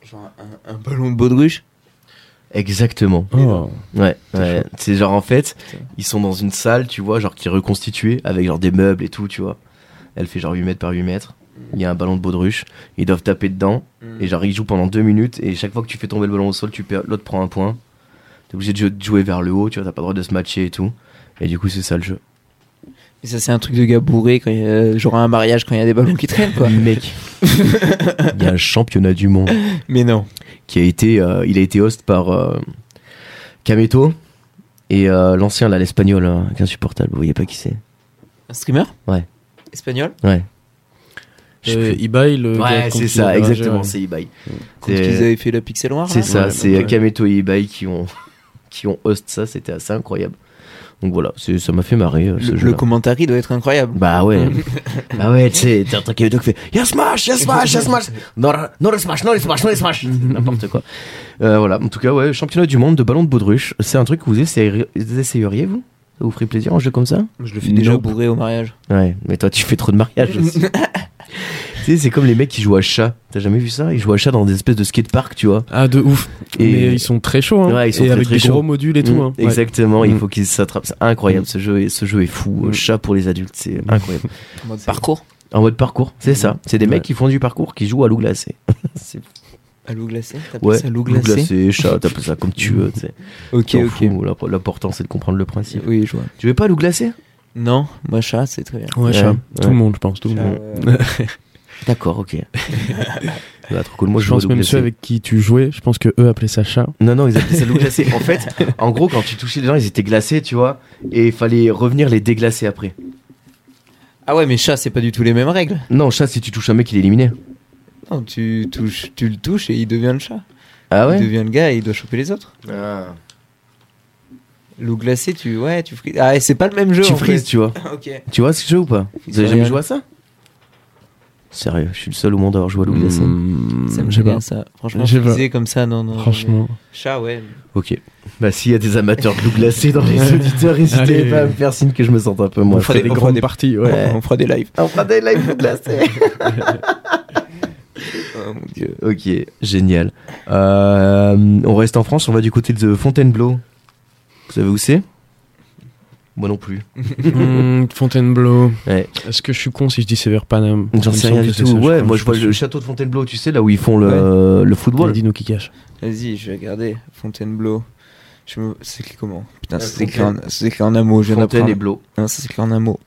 [SPEAKER 2] Genre un, un ballon de baudruche
[SPEAKER 1] Exactement.
[SPEAKER 3] Oh.
[SPEAKER 1] Ouais,
[SPEAKER 3] C'est
[SPEAKER 1] ouais. C'est genre, en fait,
[SPEAKER 2] Putain.
[SPEAKER 1] ils sont dans une salle, tu vois, genre qui est reconstituée avec genre des meubles et tout, tu vois. Elle fait genre 8 mètres par 8 mètres. il y a un ballon de baudruche, ils doivent taper dedans, et genre ils jouent pendant deux minutes, et chaque fois que tu fais tomber le ballon au sol, tu perds, l'autre prend un point. T'es obligé de jou- de jouer vers le haut, tu vois, t'as pas le droit de se matcher et tout. Et du coup, c'est ça le jeu.
[SPEAKER 2] Et ça, c'est un truc de gars bourré, quand il y a- euh, genre à un mariage, quand il y a des ballons qui traînent, quoi.
[SPEAKER 1] Mec, il y a un championnat du monde
[SPEAKER 2] Mais non.
[SPEAKER 1] qui a été, euh, il a été host par euh, Kameto et euh, l'ancien là, l'espagnol, hein, qui est insupportable, vous voyez pas qui c'est.
[SPEAKER 2] Un streamer
[SPEAKER 1] Ouais.
[SPEAKER 2] Espagnol
[SPEAKER 1] Ouais. Je sais
[SPEAKER 3] Euh,
[SPEAKER 1] plus.
[SPEAKER 3] Ibai, le. gars
[SPEAKER 1] ouais,
[SPEAKER 3] contre
[SPEAKER 1] c'est
[SPEAKER 3] qui
[SPEAKER 1] ça,
[SPEAKER 3] il a ragé,
[SPEAKER 1] exactement,
[SPEAKER 3] ouais.
[SPEAKER 1] c'est Ibai.
[SPEAKER 2] Quand
[SPEAKER 1] C'est-
[SPEAKER 2] ils avaient fait la pixel noire,
[SPEAKER 1] C'est
[SPEAKER 2] là
[SPEAKER 1] ça,
[SPEAKER 3] Ouais,
[SPEAKER 1] c'est euh,
[SPEAKER 3] donc, ouais.
[SPEAKER 1] Kameto et Ibai qui ont, qui ont host ça, c'était assez incroyable. Donc voilà, c'est- ça m'a fait marrer euh, ce
[SPEAKER 2] Le,
[SPEAKER 1] jeu.
[SPEAKER 2] le commentaire il doit être incroyable.
[SPEAKER 1] Bah ouais, bah ouais, tu sais, t'entends Kameto qui fait Y'a smash, y'a smash, y'a smash, non, non, le smash, non, le smash, non, le smash, Mm, n'importe quoi. Euh, voilà, en tout cas, ouais, championnat du monde de ballon de baudruche, c'est un truc que vous essayeriez, vous essayeriez, vous Ça vous ferait plaisir en jeu comme ça
[SPEAKER 2] Je le fais déjà
[SPEAKER 1] Nope.
[SPEAKER 2] bourré au mariage.
[SPEAKER 1] Ouais, mais toi, tu fais trop de mariages aussi. tu sais, c'est comme les mecs qui jouent à chat. T'as jamais vu ça Ils jouent à chat dans des espèces de skatepark, tu vois.
[SPEAKER 3] Ah, de ouf.
[SPEAKER 1] Et-
[SPEAKER 3] Mais ils sont très chauds, hein.
[SPEAKER 1] Ouais, ils sont
[SPEAKER 3] et
[SPEAKER 1] très,
[SPEAKER 3] avec
[SPEAKER 1] très
[SPEAKER 3] des
[SPEAKER 1] chauds.
[SPEAKER 3] gros modules et tout,
[SPEAKER 1] Mm,
[SPEAKER 3] hein. Ouais.
[SPEAKER 1] Exactement, il
[SPEAKER 3] Mm.
[SPEAKER 1] faut qu'ils s'attrapent. C'est incroyable, ce, jeu est, ce jeu est fou.
[SPEAKER 3] Mm.
[SPEAKER 1] Chat pour les adultes, c'est incroyable.
[SPEAKER 2] En mode parcours.
[SPEAKER 1] en mode parcours, c'est ça. C'est des
[SPEAKER 3] Ouais.
[SPEAKER 1] mecs qui font du parcours, qui jouent à l'eau glacée. c'est
[SPEAKER 2] À l'eau glacée T'appelles
[SPEAKER 1] ouais,
[SPEAKER 2] ça l'eau glacée
[SPEAKER 1] chat, t'appelles ça comme tu veux. tu sais.
[SPEAKER 2] Ok,
[SPEAKER 1] Tu t'en
[SPEAKER 2] ok.
[SPEAKER 1] fous, l'imp- L'important, c'est de comprendre le principe.
[SPEAKER 2] Oui, je vois.
[SPEAKER 1] Tu veux pas à l'eau glacée
[SPEAKER 2] Non, moi, chat, c'est très bien.
[SPEAKER 3] Ouais,
[SPEAKER 1] Ouais,
[SPEAKER 3] chat.
[SPEAKER 1] ouais.
[SPEAKER 3] Tout le monde, je pense, tout le
[SPEAKER 2] Chat, euh,
[SPEAKER 3] monde.
[SPEAKER 2] ouais.
[SPEAKER 1] D'accord, ok. Bah, trop cool. Moi,
[SPEAKER 3] je
[SPEAKER 1] je,
[SPEAKER 3] pense
[SPEAKER 1] joue à l'eau
[SPEAKER 3] même
[SPEAKER 1] glacée.
[SPEAKER 3] ceux avec qui tu jouais, je pense que eux appelaient ça chat.
[SPEAKER 1] Non, non, ils appelaient ça l'eau glacée. En fait, en gros, quand tu touchais les gens, ils étaient glacés, tu vois, et il fallait revenir les déglacer après.
[SPEAKER 2] Ah ouais, mais chat, c'est pas du tout les mêmes règles.
[SPEAKER 1] Non, chat, si tu touches un mec, il est éliminé.
[SPEAKER 2] Non, tu, touches, tu le touches et il devient le chat.
[SPEAKER 1] Ah
[SPEAKER 2] Il
[SPEAKER 1] ouais
[SPEAKER 2] devient le gars et il doit choper les autres.
[SPEAKER 1] Ah.
[SPEAKER 2] L'eau glacée, tu. Ouais, tu frises. Ah, et c'est pas le même jeu.
[SPEAKER 1] Tu
[SPEAKER 2] en fait. Ah,
[SPEAKER 1] frises, tu vois.
[SPEAKER 2] ok.
[SPEAKER 1] Tu vois ce jeu ou pas Vous avez jamais
[SPEAKER 2] Rien.
[SPEAKER 1] joué à ça Sérieux, je suis le seul au monde à avoir joué à Loup Glacé.
[SPEAKER 3] Mmh,
[SPEAKER 2] Ça me
[SPEAKER 3] j'ai
[SPEAKER 2] fait
[SPEAKER 3] pas.
[SPEAKER 2] bien ça. Franchement,
[SPEAKER 3] J'ai pas.
[SPEAKER 2] friser comme ça, non, non.
[SPEAKER 3] Franchement.
[SPEAKER 2] Chat, ouais.
[SPEAKER 1] Ok. Bah s'il y a des amateurs de Loup Glacé dans les auditeurs, n'hésitez
[SPEAKER 3] Allez.
[SPEAKER 1] pas à me faire signe que je me sente un peu moins.
[SPEAKER 3] On fera
[SPEAKER 1] seul.
[SPEAKER 3] des
[SPEAKER 2] on fera
[SPEAKER 3] grandes
[SPEAKER 2] des-
[SPEAKER 3] parties, ouais.
[SPEAKER 2] On fera des lives.
[SPEAKER 1] On fera des lives Loup Glacé.
[SPEAKER 2] Oh mon dieu.
[SPEAKER 1] ok, génial. Euh, on reste en France, on va du côté de Fontainebleau. Vous savez où c'est Moi non plus.
[SPEAKER 3] Mmh, Fontainebleau.
[SPEAKER 1] Ouais.
[SPEAKER 3] Est-ce que je suis con si je dis c'est vers Paname
[SPEAKER 1] J'en
[SPEAKER 3] Il me
[SPEAKER 1] sais
[SPEAKER 3] semble
[SPEAKER 1] rien
[SPEAKER 3] que
[SPEAKER 1] du
[SPEAKER 3] c'est
[SPEAKER 1] tout.
[SPEAKER 3] ça,
[SPEAKER 1] ouais,
[SPEAKER 3] crois,
[SPEAKER 1] moi
[SPEAKER 3] je
[SPEAKER 1] je vois
[SPEAKER 3] pense.
[SPEAKER 1] le château de Fontainebleau, tu sais, là où ils font le, euh, le football.
[SPEAKER 3] Dino qui cache.
[SPEAKER 2] Vas-y, je vais regarder. Fontainebleau. Je me... C'est écrit comment Putain,
[SPEAKER 1] Euh,
[SPEAKER 2] c'est écrit, en... c'est écrit en un mot. Je viens
[SPEAKER 1] Fontaine et
[SPEAKER 2] d'apprendre.
[SPEAKER 1] Blo.
[SPEAKER 2] Non, ça s'écrit en un mot.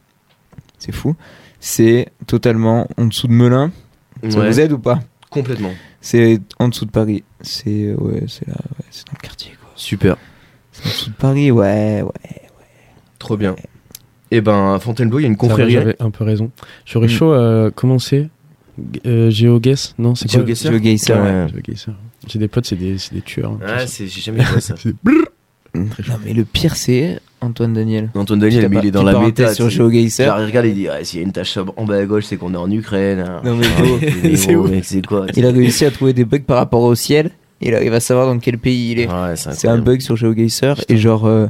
[SPEAKER 2] C'est fou. C'est totalement en dessous de Melun. Ça
[SPEAKER 1] Ouais,
[SPEAKER 2] vous aide ou pas
[SPEAKER 1] complètement.
[SPEAKER 2] C'est en dessous de Paris. C'est ouais, c'est là, ouais, c'est dans le quartier quoi.
[SPEAKER 1] Super.
[SPEAKER 2] C'est en dessous de Paris, ouais, ouais.
[SPEAKER 1] Trop bien. Et ben, à Fontainebleau, il y a une
[SPEAKER 3] Ça va,
[SPEAKER 1] confrérie.
[SPEAKER 3] J'avais un peu raison. J'aurais
[SPEAKER 2] Mm.
[SPEAKER 3] chaud à commencer. Euh, GeoGuess Non, c'est quoi
[SPEAKER 1] Geoguessr
[SPEAKER 2] Joe Geyser,
[SPEAKER 3] Ah
[SPEAKER 1] Ouais.
[SPEAKER 2] ouais.
[SPEAKER 3] GeoGuessr. J'ai des potes, c'est des, c'est des tueurs. hein,
[SPEAKER 1] Ouais, c'est-
[SPEAKER 3] c'est
[SPEAKER 1] j'ai jamais vu ça.
[SPEAKER 3] ça. C'est des brrr.
[SPEAKER 2] Non mais le pire c'est Antoine Daniel.
[SPEAKER 1] Antoine Daniel,
[SPEAKER 2] Petite
[SPEAKER 1] mais il est dans
[SPEAKER 2] petite
[SPEAKER 1] la
[SPEAKER 2] parenthèse
[SPEAKER 1] méta.
[SPEAKER 2] sur
[SPEAKER 1] tu sais.
[SPEAKER 2] GeoGuessr.
[SPEAKER 1] Genre, il regarde, il dit ouais, s'il y a une tâche en bas à gauche, c'est qu'on est en Ukraine. hein.
[SPEAKER 2] Non, mais
[SPEAKER 1] Ah,
[SPEAKER 2] gros,
[SPEAKER 1] mais
[SPEAKER 3] c'est
[SPEAKER 1] gros,
[SPEAKER 3] ouf.
[SPEAKER 1] mec, C'est quoi
[SPEAKER 2] Il a réussi à trouver des bugs par rapport au ciel. Il arrive à savoir dans quel pays il est.
[SPEAKER 1] Ouais, c'est
[SPEAKER 2] C'est un
[SPEAKER 1] incroyable.
[SPEAKER 2] bug sur GeoGuessr et genre euh,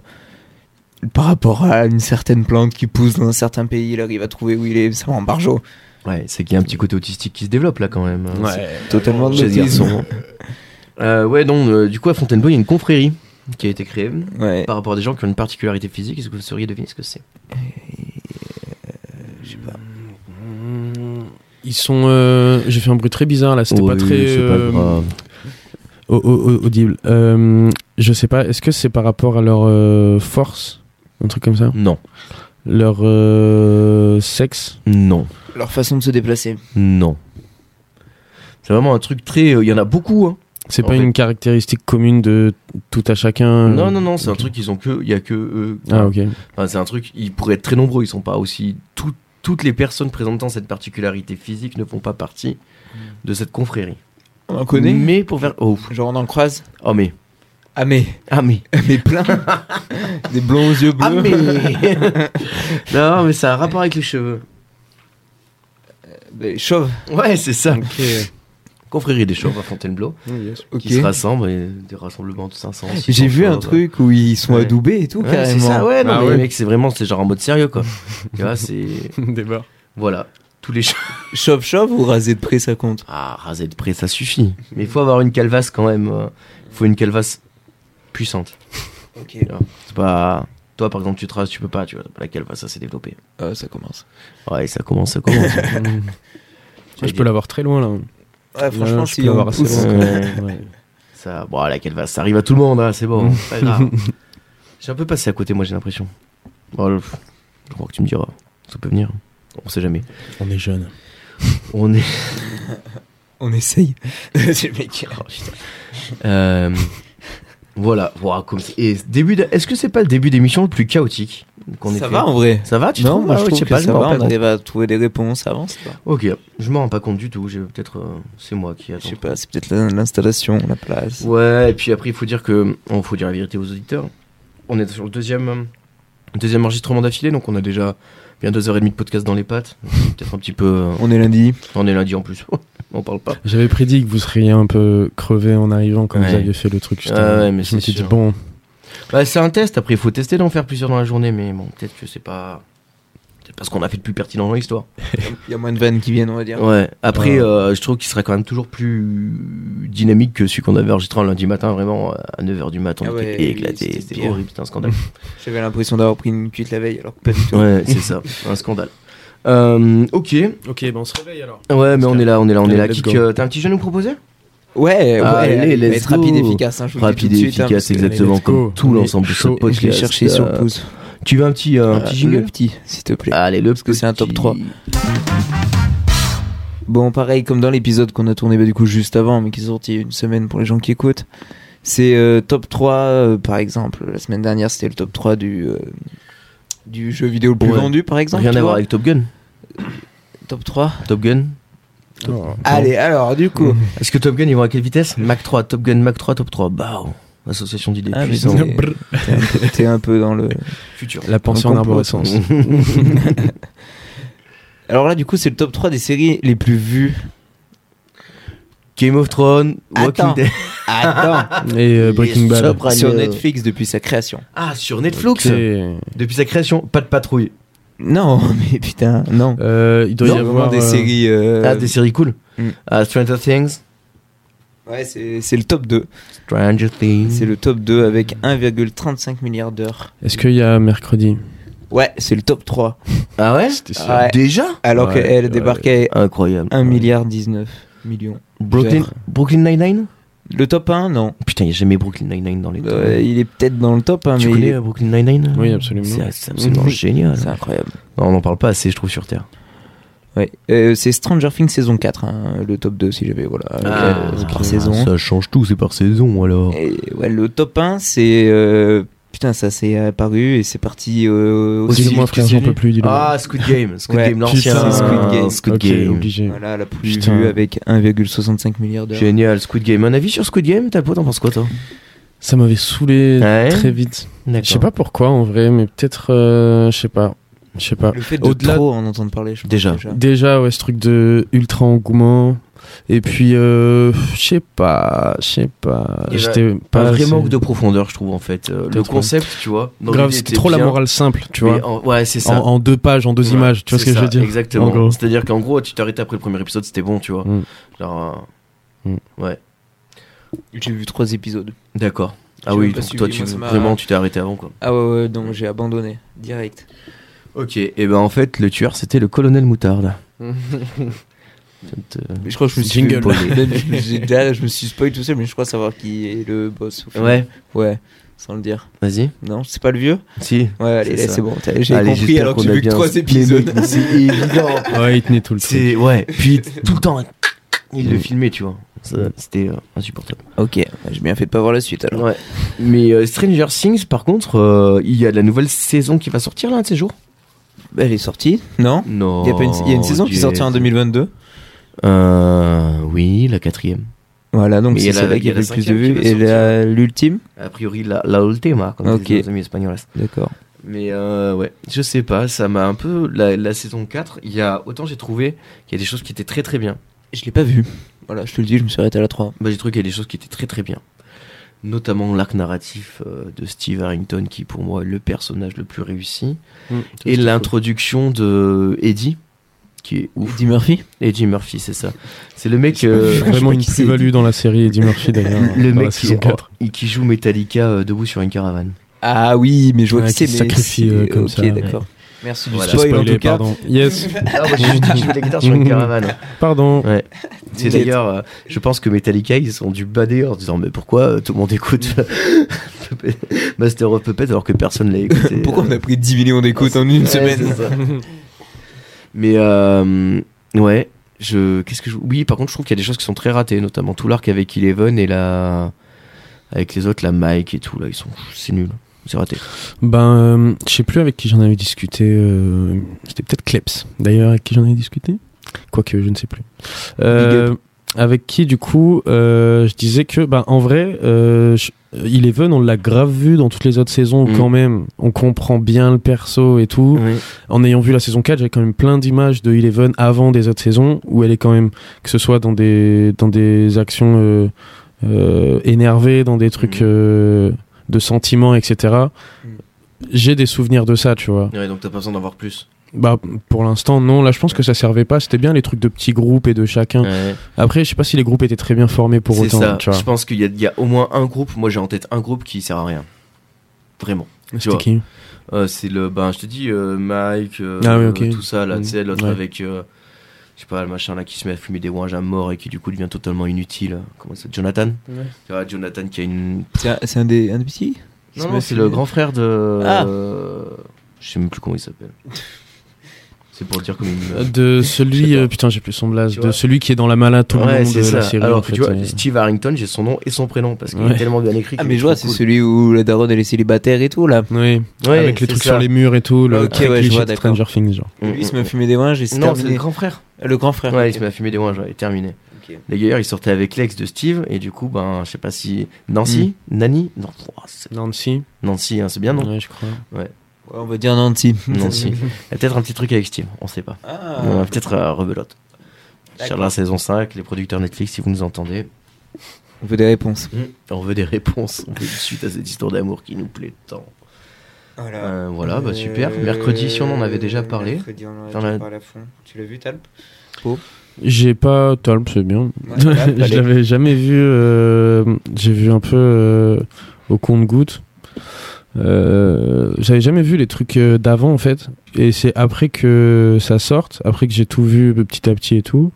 [SPEAKER 2] par rapport à une certaine plante qui pousse dans un certain pays, il arrive à trouver où il est. Ça rend barjo.
[SPEAKER 1] Ouais, c'est qu'il y a un petit côté autistique qui se développe là quand même. hein.
[SPEAKER 2] Totalement de
[SPEAKER 1] Chez les
[SPEAKER 2] l'autisme.
[SPEAKER 1] garçons. Euh, ouais, donc euh, du coup, à Fontainebleau, il y a une confrérie qui a été créée euh,
[SPEAKER 2] Ouais.
[SPEAKER 1] par rapport à des gens qui ont une particularité physique. Est-ce que vous sauriez deviner ce que c'est
[SPEAKER 3] Ils sont. euh, J'ai fait un bruit très bizarre là, c'était pas très euh, au- au- au- audible. Euh, je sais pas, est-ce que c'est par rapport à leur euh, force Un truc comme ça
[SPEAKER 1] Non,
[SPEAKER 3] Leur euh, sexe
[SPEAKER 1] non,
[SPEAKER 2] Leur façon de se déplacer.
[SPEAKER 1] non. C'est vraiment un truc très. euh, Il y en a beaucoup, hein.
[SPEAKER 3] C'est
[SPEAKER 1] En
[SPEAKER 3] pas
[SPEAKER 1] fait-
[SPEAKER 3] une caractéristique commune de tout à chacun
[SPEAKER 1] Non, non, non, c'est un
[SPEAKER 3] Hum. ok.
[SPEAKER 1] truc qu'ils ont que. Il y a que euh, eux.
[SPEAKER 3] Ah, ok.
[SPEAKER 1] Enfin, c'est un truc, ils pourraient être très nombreux, ils sont pas aussi. tout- toutes les personnes présentant cette particularité physique ne font pas partie
[SPEAKER 3] Mm.
[SPEAKER 1] de cette confrérie.
[SPEAKER 2] On en connaît
[SPEAKER 1] Mais pour faire. Oh,
[SPEAKER 2] Genre on en croise
[SPEAKER 1] oh mais.
[SPEAKER 2] Ah mais
[SPEAKER 1] Ah mais.
[SPEAKER 2] Mais plein Des blonds aux yeux bleus.
[SPEAKER 1] Ah mais Non, mais ça a un rapport avec les cheveux.
[SPEAKER 2] Des chauves.
[SPEAKER 1] Ouais, c'est ça. Confrérie des chauves à Fontainebleau,
[SPEAKER 2] Ok.
[SPEAKER 1] qui se rassemblent, et des rassemblements de 500. 600
[SPEAKER 2] J'ai vu un
[SPEAKER 1] choses.
[SPEAKER 2] truc où ils sont
[SPEAKER 1] Ouais.
[SPEAKER 2] adoubés et tout
[SPEAKER 1] Ouais, c'est
[SPEAKER 2] carrément.
[SPEAKER 1] ça, ouais, non,
[SPEAKER 3] Ah
[SPEAKER 1] mais
[SPEAKER 3] ouais.
[SPEAKER 1] mec, c'est vraiment, c'est genre en mode sérieux, quoi. tu vois, c'est.
[SPEAKER 3] Débat.
[SPEAKER 1] Voilà. Tous les
[SPEAKER 2] Chauve chauve ou rasé de près ça compte.
[SPEAKER 1] Ah, raser de près, ça suffit. Mais il faut avoir une calvasse quand même. euh, faut une calvasse puissante.
[SPEAKER 2] Ok.
[SPEAKER 1] tu vois. C'est pas. Toi, par exemple, tu traces, tu peux pas, tu vois. La calvasse, ça s'est développé.
[SPEAKER 2] Ah ça commence.
[SPEAKER 1] Ouais, ça commence, ça commence.
[SPEAKER 3] je peux l'avoir très loin là.
[SPEAKER 1] Ah,
[SPEAKER 2] Ouais, franchement,
[SPEAKER 3] Là, je
[SPEAKER 2] si
[SPEAKER 3] peux
[SPEAKER 2] on
[SPEAKER 3] l'avoir assez
[SPEAKER 2] pousse,
[SPEAKER 3] loin.
[SPEAKER 1] Ouais.
[SPEAKER 3] Ouais.
[SPEAKER 1] Ça, bon, la calvasse, ça arrive à tout le monde, hein, c'est bon.
[SPEAKER 2] Mm.
[SPEAKER 1] c'est pas grave. J'ai un peu passé à côté, moi, j'ai l'impression. Bon, le- je crois que tu me diras. Ça peut venir. On sait jamais.
[SPEAKER 3] On est jeune.
[SPEAKER 1] On est.
[SPEAKER 2] on essaye. C'est le mec.
[SPEAKER 1] Oh, putain. Euh, voilà. Voilà, comme c'est- et début. de- Est-ce que c'est pas le début d'émission le plus chaotique qu'on ait
[SPEAKER 2] Ça
[SPEAKER 1] fait
[SPEAKER 2] va en vrai.
[SPEAKER 1] Ça va, tu
[SPEAKER 2] non,
[SPEAKER 1] trouves
[SPEAKER 2] moi
[SPEAKER 1] Ah
[SPEAKER 2] je
[SPEAKER 1] ouais,
[SPEAKER 2] trouve
[SPEAKER 1] sais
[SPEAKER 2] que
[SPEAKER 1] pas, je
[SPEAKER 2] ça
[SPEAKER 1] m'en
[SPEAKER 2] va,
[SPEAKER 1] rappelle
[SPEAKER 2] on
[SPEAKER 1] pas.
[SPEAKER 2] arrive à trouver des réponses avant, c'est pas.
[SPEAKER 1] Ok, je m'en rends pas compte du tout. J'ai peut-être, euh, c'est moi qui
[SPEAKER 2] Je
[SPEAKER 1] attends.
[SPEAKER 2] sais pas, c'est peut-être la- l'installation, la place.
[SPEAKER 1] Ouais, et puis après, il faut dire que. On faut dire la vérité aux auditeurs. On est sur le deuxième, euh, deuxième enregistrement d'affilée, donc on a déjà bien deux heures et demie de podcast dans les pattes. C'est Peut-être un petit peu. euh,
[SPEAKER 2] On est lundi.
[SPEAKER 1] on est lundi en plus. on parle pas.
[SPEAKER 3] J'avais prédit que vous seriez un peu crevé en arrivant quand
[SPEAKER 1] Ouais.
[SPEAKER 3] vous aviez fait le truc. putain.
[SPEAKER 1] Ah ouais, mais
[SPEAKER 3] je me
[SPEAKER 1] c'est
[SPEAKER 3] suis dit,
[SPEAKER 1] sûr.
[SPEAKER 3] bon,
[SPEAKER 1] Bah, c'est un test, après, il faut tester d'en faire plusieurs dans la journée, mais bon, peut-être que c'est pas. Peut-être pas ce qu'on a fait de plus pertinent dans l'histoire.
[SPEAKER 2] Il y a moins de vannes qui viennent, on va dire.
[SPEAKER 1] Ouais, après,
[SPEAKER 3] Ouais.
[SPEAKER 1] euh, je trouve qu'il serait quand même toujours plus dynamique que celui qu'on avait enregistré un lundi matin, vraiment, à 9h du matin.
[SPEAKER 2] Ah
[SPEAKER 1] on
[SPEAKER 2] ouais,
[SPEAKER 1] était
[SPEAKER 2] oui,
[SPEAKER 1] éclaté,
[SPEAKER 2] c'était
[SPEAKER 1] c'était
[SPEAKER 2] pire.
[SPEAKER 1] horrible, c'était un scandale.
[SPEAKER 2] J'avais l'impression d'avoir pris une cuite la veille, alors que pas du tout.
[SPEAKER 1] Ouais, c'est ça, un scandale. Euh, ok, ouais,
[SPEAKER 3] ok, ben on se réveille alors.
[SPEAKER 1] mais on est là, on est là, on est là.
[SPEAKER 3] Let's
[SPEAKER 1] Kik,
[SPEAKER 3] go.
[SPEAKER 1] euh, t'as un petit jeu à nous proposer
[SPEAKER 2] Ouais,
[SPEAKER 1] Ah,
[SPEAKER 2] ouais,
[SPEAKER 1] allez,
[SPEAKER 2] mais
[SPEAKER 1] let's
[SPEAKER 2] être rapide et
[SPEAKER 1] go.
[SPEAKER 2] efficace, hein, je vous le dis tout
[SPEAKER 1] Rapide
[SPEAKER 2] de
[SPEAKER 1] et
[SPEAKER 2] suite, hein,
[SPEAKER 1] efficace,
[SPEAKER 2] parce que-
[SPEAKER 1] exactement
[SPEAKER 3] let's
[SPEAKER 1] comme
[SPEAKER 3] go.
[SPEAKER 1] tout
[SPEAKER 3] On est
[SPEAKER 1] l'ensemble de ce
[SPEAKER 3] chaud.
[SPEAKER 1] podcast.
[SPEAKER 2] Je l'ai cherché sur
[SPEAKER 1] Euh,
[SPEAKER 2] pause. Ah,
[SPEAKER 1] Tu veux un petit, euh, un petit jingle Ah.
[SPEAKER 2] Le petit, s'il te plaît.
[SPEAKER 1] Allez, le Parce
[SPEAKER 2] que c'est un top 3. Bon, pareil, comme dans l'épisode qu'on a tourné bah, du coup juste avant, mais qui est sorti il y a une semaine pour les gens qui écoutent, c'est euh, top 3, euh, par exemple. La semaine dernière, c'était le top 3 du, euh, du jeu vidéo le plus
[SPEAKER 1] Ouais.
[SPEAKER 2] vendu, par exemple.
[SPEAKER 1] Rien
[SPEAKER 2] tu
[SPEAKER 1] à voir
[SPEAKER 2] vois.
[SPEAKER 1] avec Top Gun.
[SPEAKER 2] Top 3.
[SPEAKER 1] Top Gun.
[SPEAKER 2] Allez, alors, du coup.
[SPEAKER 1] Est-ce que Top Gun, ils vont à quelle vitesse Mac 3, Top Gun, Mac 3, Top 3. Bah, oh. association d'idées
[SPEAKER 2] Ah, mais
[SPEAKER 1] puissantes.
[SPEAKER 2] c'est- T'es un peu- T'es un peu dans le.
[SPEAKER 1] Futur.
[SPEAKER 3] La pensée
[SPEAKER 2] Un
[SPEAKER 3] en
[SPEAKER 2] complot,
[SPEAKER 3] arborescence.
[SPEAKER 2] Alors là, du coup, c'est le top 3 des séries les plus vues.
[SPEAKER 1] Game of Thrones, Walking
[SPEAKER 2] Attends.
[SPEAKER 1] Dead.
[SPEAKER 2] Attends,
[SPEAKER 3] Et euh, Breaking
[SPEAKER 1] Les
[SPEAKER 3] Bad.
[SPEAKER 1] sobres
[SPEAKER 2] sur
[SPEAKER 1] agneaux.
[SPEAKER 2] Netflix depuis sa création.
[SPEAKER 1] Ah, sur Netflix
[SPEAKER 3] Ok. Euh,
[SPEAKER 1] Depuis sa création, pas de patrouille.
[SPEAKER 2] Non, mais putain, non.
[SPEAKER 3] Euh, il doit
[SPEAKER 2] Non,
[SPEAKER 3] y
[SPEAKER 2] vraiment
[SPEAKER 3] avoir
[SPEAKER 2] des
[SPEAKER 3] euh,
[SPEAKER 2] séries. euh,
[SPEAKER 1] Ah, des séries cool.
[SPEAKER 2] Mm.
[SPEAKER 1] Ah, Stranger Things.
[SPEAKER 2] Ouais, c'est c'est le top 2.
[SPEAKER 1] Stranger
[SPEAKER 3] Mhm.
[SPEAKER 1] Things.
[SPEAKER 2] C'est le top 2 avec 1,35 milliard d'heures.
[SPEAKER 3] Est-ce qu'il y a mercredi
[SPEAKER 2] Ouais, c'est le top 3.
[SPEAKER 1] Ah ouais
[SPEAKER 3] C'était
[SPEAKER 2] sûr. Ouais.
[SPEAKER 1] Déjà
[SPEAKER 2] Alors
[SPEAKER 3] Ouais,
[SPEAKER 2] qu'elle
[SPEAKER 3] ouais.
[SPEAKER 2] débarquait
[SPEAKER 1] Incroyable.
[SPEAKER 2] à 1 milliard 19 millions.
[SPEAKER 1] Brooklyn,
[SPEAKER 2] euh,
[SPEAKER 1] Brooklyn Nine-Nine
[SPEAKER 2] Le top 1, non.
[SPEAKER 1] Putain, il n'y a jamais Brooklyn Nine-Nine dans les tops.
[SPEAKER 2] Euh, il est peut-être dans le top 1,
[SPEAKER 1] tu
[SPEAKER 2] mais il
[SPEAKER 1] connais
[SPEAKER 2] est-
[SPEAKER 1] euh, Brooklyn Nine-Nine
[SPEAKER 3] Oui, absolument.
[SPEAKER 1] C'est c'est absolument
[SPEAKER 2] Mhm.
[SPEAKER 1] génial.
[SPEAKER 2] c'est incroyable.
[SPEAKER 1] Non, on n'en parle pas assez, je trouve, sur Terre.
[SPEAKER 2] Ouais. Euh, c'est Stranger Things saison 4, hein, le top 2 si j'avais, voilà,
[SPEAKER 1] Ah,
[SPEAKER 2] euh,
[SPEAKER 1] ok.
[SPEAKER 2] par saison.
[SPEAKER 1] Ça change tout, c'est par saison alors.
[SPEAKER 2] Et, ouais, le top 1, c'est... euh, putain, ça s'est apparu et c'est parti euh, aussi
[SPEAKER 3] Aussi,
[SPEAKER 2] vite
[SPEAKER 3] moi
[SPEAKER 2] que
[SPEAKER 3] frère,
[SPEAKER 2] c'est
[SPEAKER 3] j'en
[SPEAKER 2] venu.
[SPEAKER 3] peux plus. dis-le.
[SPEAKER 1] Ah, Squid Game, Squid
[SPEAKER 2] Ouais,
[SPEAKER 1] Game,
[SPEAKER 3] Putain,
[SPEAKER 1] l'ancien.
[SPEAKER 2] c'est Squid Game.
[SPEAKER 1] Squid
[SPEAKER 3] Ok,
[SPEAKER 1] Game.
[SPEAKER 3] obligé.
[SPEAKER 2] Voilà, la plus
[SPEAKER 3] Putain.
[SPEAKER 2] vue avec 1,65 milliard d'heures.
[SPEAKER 1] Génial, Squid Game. Un avis sur Squid Game T'as le pot, t'en penses quoi toi
[SPEAKER 3] Ça m'avait saoulé
[SPEAKER 1] Ouais.
[SPEAKER 3] très vite.
[SPEAKER 1] D'accord.
[SPEAKER 3] Je sais pas pourquoi en vrai, mais peut-être, euh, je sais pas, je sais pas.
[SPEAKER 2] Le fait de
[SPEAKER 3] Au-delà-
[SPEAKER 2] trop en entendre parler, je pense
[SPEAKER 1] Déjà.
[SPEAKER 3] Déjà, ouais, ce truc de ultra engouement. Et puis, euh, je sais pas, je sais pas.
[SPEAKER 1] Il y avait
[SPEAKER 3] J'étais
[SPEAKER 1] Un
[SPEAKER 3] pas
[SPEAKER 1] vrai
[SPEAKER 3] assez-
[SPEAKER 1] manque de profondeur, je trouve, en fait. Euh, le
[SPEAKER 3] Peut-être,
[SPEAKER 1] concept, tu vois. dans
[SPEAKER 3] Grave,
[SPEAKER 1] l'idée,
[SPEAKER 3] c'était trop la
[SPEAKER 1] bien,
[SPEAKER 3] morale simple, tu
[SPEAKER 1] mais
[SPEAKER 3] vois.
[SPEAKER 1] en- Ouais, c'est
[SPEAKER 3] En,
[SPEAKER 1] ça.
[SPEAKER 3] en deux pages, en deux
[SPEAKER 1] Ouais,
[SPEAKER 3] images, tu vois
[SPEAKER 1] c'est
[SPEAKER 3] ce que
[SPEAKER 1] ça,
[SPEAKER 3] je veux dire En
[SPEAKER 1] Exactement.
[SPEAKER 3] gros.
[SPEAKER 1] C'est-à-dire qu'en gros, tu t'arrêtais après le premier épisode, c'était bon, tu vois.
[SPEAKER 3] Mm.
[SPEAKER 1] Genre, euh,
[SPEAKER 3] Mm.
[SPEAKER 1] ouais,
[SPEAKER 2] J'ai vu trois épisodes.
[SPEAKER 1] d'accord. Ah
[SPEAKER 2] J'ai
[SPEAKER 1] oui,
[SPEAKER 2] même pas
[SPEAKER 1] donc
[SPEAKER 2] suivi,
[SPEAKER 1] toi, tu,
[SPEAKER 2] moi, ça m'a-
[SPEAKER 1] vraiment, tu t'es arrêté avant, quoi.
[SPEAKER 2] Ah ouais, ouais, donc j'ai abandonné direct.
[SPEAKER 1] Ok, et ben en fait, le tueur, c'était le colonel Moutarde. Peut-être, euh,
[SPEAKER 2] Je crois que je me suis
[SPEAKER 1] Jingle.
[SPEAKER 2] fait spoiler. Même, j'ai- là, je me suis spoilé tout seul, mais je crois savoir qui est le boss. au final.
[SPEAKER 1] Ouais,
[SPEAKER 2] Ouais, sans le dire.
[SPEAKER 1] vas-y.
[SPEAKER 2] Non, c'est pas le vieux
[SPEAKER 1] Si.
[SPEAKER 2] Ouais, allez,
[SPEAKER 1] C'est
[SPEAKER 2] là,
[SPEAKER 1] ça.
[SPEAKER 2] c'est bon. t'as- J'ai
[SPEAKER 1] Allez,
[SPEAKER 2] compris
[SPEAKER 1] j'espère
[SPEAKER 2] alors que
[SPEAKER 1] qu'on
[SPEAKER 2] j'ai
[SPEAKER 1] a
[SPEAKER 2] vu que
[SPEAKER 1] bien-
[SPEAKER 2] trois
[SPEAKER 1] Mais
[SPEAKER 2] épisodes.
[SPEAKER 1] mec, mais C'est évident.
[SPEAKER 3] Ouais, il tenait tout le truc.
[SPEAKER 1] C'est, ouais, Mm. puis tout le temps, il le filmait, tu vois. Ça, C'était euh, insupportable.
[SPEAKER 2] ok,
[SPEAKER 1] bah,
[SPEAKER 2] j'ai bien fait de pas voir la suite alors.
[SPEAKER 1] Ouais. Mais euh, Stranger Things, par contre, euh, il y a de la nouvelle saison qui va sortir là, un de ces jours
[SPEAKER 2] Bah, elle est sortie, non
[SPEAKER 1] Non.
[SPEAKER 2] Il y a, pas une, il y a une saison qui est sortie en 2022.
[SPEAKER 1] Euh, oui, la quatrième.
[SPEAKER 2] Voilà, donc
[SPEAKER 1] Mais il y
[SPEAKER 2] c'est
[SPEAKER 1] a la-
[SPEAKER 2] celle-là
[SPEAKER 1] il y
[SPEAKER 2] qui
[SPEAKER 1] a
[SPEAKER 2] avait
[SPEAKER 1] la
[SPEAKER 2] le plus de
[SPEAKER 1] cinquième qui
[SPEAKER 2] vues.
[SPEAKER 1] va
[SPEAKER 2] Et la- l'ultime
[SPEAKER 1] A priori, la, la ultima, comme
[SPEAKER 2] Ok.
[SPEAKER 1] disent nos amis espagnols.
[SPEAKER 2] D'accord.
[SPEAKER 1] Mais euh, ouais, je sais pas, ça m'a un peu. La, la saison 4, il y a, autant j'ai trouvé qu'il y a des choses qui étaient très très bien.
[SPEAKER 2] Je l'ai pas vue. Voilà, je te le dis, je me suis arrêté à la 3.
[SPEAKER 1] Bah, j'ai trouvé qu'il y a des choses qui étaient très très bien. Notamment l'arc narratif euh, de Steve Harrington, qui pour moi est le personnage le plus réussi.
[SPEAKER 3] Mm.
[SPEAKER 1] Et l'introduction de Eddie, qui est ouf.
[SPEAKER 2] Eddie Murphy
[SPEAKER 1] Eddie Murphy, c'est ça. C'est le mec.
[SPEAKER 3] C'est
[SPEAKER 1] euh,
[SPEAKER 3] Vraiment
[SPEAKER 2] pas
[SPEAKER 3] une
[SPEAKER 2] qui c'est.
[SPEAKER 3] plus-value dans la série Eddie Murphy d'ailleurs.
[SPEAKER 1] le
[SPEAKER 3] dans la
[SPEAKER 1] mec qui,
[SPEAKER 3] saison
[SPEAKER 1] est-
[SPEAKER 3] 4.
[SPEAKER 1] oh, qui joue Metallica euh, debout sur une caravane.
[SPEAKER 2] Ah oui, mais je vois
[SPEAKER 3] Ouais,
[SPEAKER 2] qui c'est.
[SPEAKER 3] qui se
[SPEAKER 2] mais
[SPEAKER 3] sacrifie,
[SPEAKER 2] c'est-
[SPEAKER 3] euh, comme
[SPEAKER 2] ok,
[SPEAKER 3] ça,
[SPEAKER 2] d'accord. Merci du
[SPEAKER 1] Voilà.
[SPEAKER 3] J'ai
[SPEAKER 2] spoil en
[SPEAKER 3] spoilé,
[SPEAKER 2] tout cas.
[SPEAKER 3] pardon. Yes,
[SPEAKER 1] Ah, moi, je, je joue de la guitare sur une caravane.
[SPEAKER 3] pardon.
[SPEAKER 1] Ouais. C'est d'ailleurs, euh, je pense que Metallica, ils se sont dû bader en se disant Mais pourquoi euh, tout le monde écoute Master of Puppets alors que personne l'a écouté euh.
[SPEAKER 2] Pourquoi on a pris 10 millions d'écoutes en une
[SPEAKER 1] Ouais,
[SPEAKER 2] semaine
[SPEAKER 1] c'est ça. Mais euh, ouais, je. Qu'est-ce que je. Oui, par contre, je trouve qu'il y a des choses qui sont très ratées, notamment tout l'arc avec Eleven et la. Avec les autres, la Mike et tout, là, ils sont. C'est nul. C'est raté.
[SPEAKER 3] Ben, euh, je sais plus avec qui j'en avais discuté. euh, C'était peut-être Kleps, d'ailleurs, avec qui j'en avais discuté. Quoique, je ne sais plus. Euh, avec qui, du coup, euh, je disais que, ben, en vrai, euh, je- Eleven, on l'a grave vu dans toutes les autres saisons, où
[SPEAKER 1] Mm.
[SPEAKER 3] quand même, on comprend bien le perso et tout.
[SPEAKER 1] Oui.
[SPEAKER 3] En ayant vu la saison 4, j'avais quand même plein d'images de Eleven avant des autres saisons, où elle est quand même, que ce soit dans des, dans des actions euh, euh, énervées, dans des trucs
[SPEAKER 1] Mhm.
[SPEAKER 3] euh, de sentiments, etc.
[SPEAKER 1] Mm.
[SPEAKER 3] J'ai des souvenirs de ça, tu vois.
[SPEAKER 1] Ouais, donc t'as pas besoin d'en voir plus.
[SPEAKER 3] Bah, pour l'instant, non. Là, je pense que ça servait pas. C'était bien les trucs de petits groupes et de chacun.
[SPEAKER 1] Ouais.
[SPEAKER 3] Après, je sais pas si les groupes étaient très bien formés pour
[SPEAKER 1] C'est
[SPEAKER 3] autant,
[SPEAKER 1] ça.
[SPEAKER 3] tu vois.
[SPEAKER 1] Je pense qu'il y, a- il y a au moins un groupe, moi j'ai en tête un groupe qui sert à rien. Vraiment. tu
[SPEAKER 3] C'était
[SPEAKER 1] vois.
[SPEAKER 3] qui
[SPEAKER 1] Euh, c'est le. Ben, je te dis, euh, Mike, euh,
[SPEAKER 3] Ah oui, ok.
[SPEAKER 1] tout ça, là,
[SPEAKER 3] Mhm.
[SPEAKER 1] tu sais, l'autre
[SPEAKER 3] Ouais.
[SPEAKER 1] avec. euh, je sais pas, le machin là qui se met à fumer des oranges à mort et qui du coup devient totalement inutile. Comment ça Jonathan Tu vois, Jonathan qui a une.
[SPEAKER 2] C'est un- C'est un des, un des petits Qui
[SPEAKER 1] Non,
[SPEAKER 2] se met
[SPEAKER 1] non,
[SPEAKER 2] à
[SPEAKER 1] c'est
[SPEAKER 2] fumer.
[SPEAKER 1] le grand frère de.
[SPEAKER 2] Ah.
[SPEAKER 1] euh, Je sais même plus comment il s'appelle. C'est pour dire comme il me.
[SPEAKER 3] De
[SPEAKER 1] Je sais
[SPEAKER 3] celui,
[SPEAKER 1] pas.
[SPEAKER 3] euh, putain, j'ai plus son blaze,
[SPEAKER 1] Tu
[SPEAKER 3] de
[SPEAKER 1] vois.
[SPEAKER 3] celui qui est dans la malade tout le
[SPEAKER 1] ouais,
[SPEAKER 3] long
[SPEAKER 1] c'est
[SPEAKER 3] de
[SPEAKER 1] ça.
[SPEAKER 3] la série. en
[SPEAKER 1] Alors que
[SPEAKER 3] fait,
[SPEAKER 1] tu vois,
[SPEAKER 3] euh.
[SPEAKER 1] Steve Harrington, j'ai son nom et son prénom parce qu'il
[SPEAKER 3] Ouais.
[SPEAKER 1] est tellement bien écrit.
[SPEAKER 2] Ah,
[SPEAKER 1] qu'il
[SPEAKER 2] mais
[SPEAKER 1] est
[SPEAKER 2] je vois,
[SPEAKER 1] trop
[SPEAKER 2] c'est
[SPEAKER 1] cool.
[SPEAKER 2] celui où la daronne elle est célibataire et tout là.
[SPEAKER 3] Oui.
[SPEAKER 1] Ouais,
[SPEAKER 3] avec les
[SPEAKER 1] c'est
[SPEAKER 3] trucs
[SPEAKER 1] ça.
[SPEAKER 3] sur les murs et tout, le
[SPEAKER 2] Ah, ok,
[SPEAKER 3] très
[SPEAKER 2] ouais, je
[SPEAKER 3] cliché
[SPEAKER 2] vois,
[SPEAKER 3] de
[SPEAKER 2] d'accord.
[SPEAKER 3] Stranger Things, genre.
[SPEAKER 1] Mm,
[SPEAKER 2] Lui il se
[SPEAKER 1] mm,
[SPEAKER 2] met à
[SPEAKER 1] mm.
[SPEAKER 2] fumer des mains, j'ai
[SPEAKER 1] Non, c'est
[SPEAKER 2] terminé.
[SPEAKER 1] le grand frère.
[SPEAKER 2] Ah, Le grand frère.
[SPEAKER 1] Ouais, il
[SPEAKER 2] ok.
[SPEAKER 1] se met à fumer des oranges, ouais, terminé.
[SPEAKER 2] Ok.
[SPEAKER 1] Les gars, ils sortaient avec l'ex de Steve, et du coup, ben, je sais pas si. Nancy
[SPEAKER 2] Hmm.
[SPEAKER 1] Nani Non, oh, c'est-
[SPEAKER 3] Nancy.
[SPEAKER 1] Nancy, hein, c'est bien, non
[SPEAKER 3] Ouais, je crois.
[SPEAKER 2] Ouais, on va dire Nancy.
[SPEAKER 1] Nancy. Il y a peut-être un petit truc avec Steve, on sait pas.
[SPEAKER 2] Ah.
[SPEAKER 1] On va peut-être euh, rebelote.
[SPEAKER 2] D'accord.
[SPEAKER 1] Sur la saison 5, les producteurs Netflix, si vous nous entendez,
[SPEAKER 2] On veut des réponses.
[SPEAKER 1] on veut des réponses on veut suite à cette histoire d'amour qui nous plaît tant.
[SPEAKER 2] Oh Ah.
[SPEAKER 1] Euh, voilà, bah super. Mercredi, si on en avait déjà parlé.
[SPEAKER 2] Mercredi, on en avait
[SPEAKER 1] Dans
[SPEAKER 2] déjà
[SPEAKER 1] la-
[SPEAKER 2] parlé à fond. Tu l'as vu, Talp
[SPEAKER 3] J'ai pas Talp, c'est bien.
[SPEAKER 2] Ouais, Talp,
[SPEAKER 3] je
[SPEAKER 2] allez.
[SPEAKER 3] l'avais jamais vu. euh, J'ai vu un peu euh, au compte-goutte. Euh, J'avais jamais vu les trucs euh, d'avant en fait, et c'est après que ça sorte, après que j'ai tout vu euh, petit à petit et tout,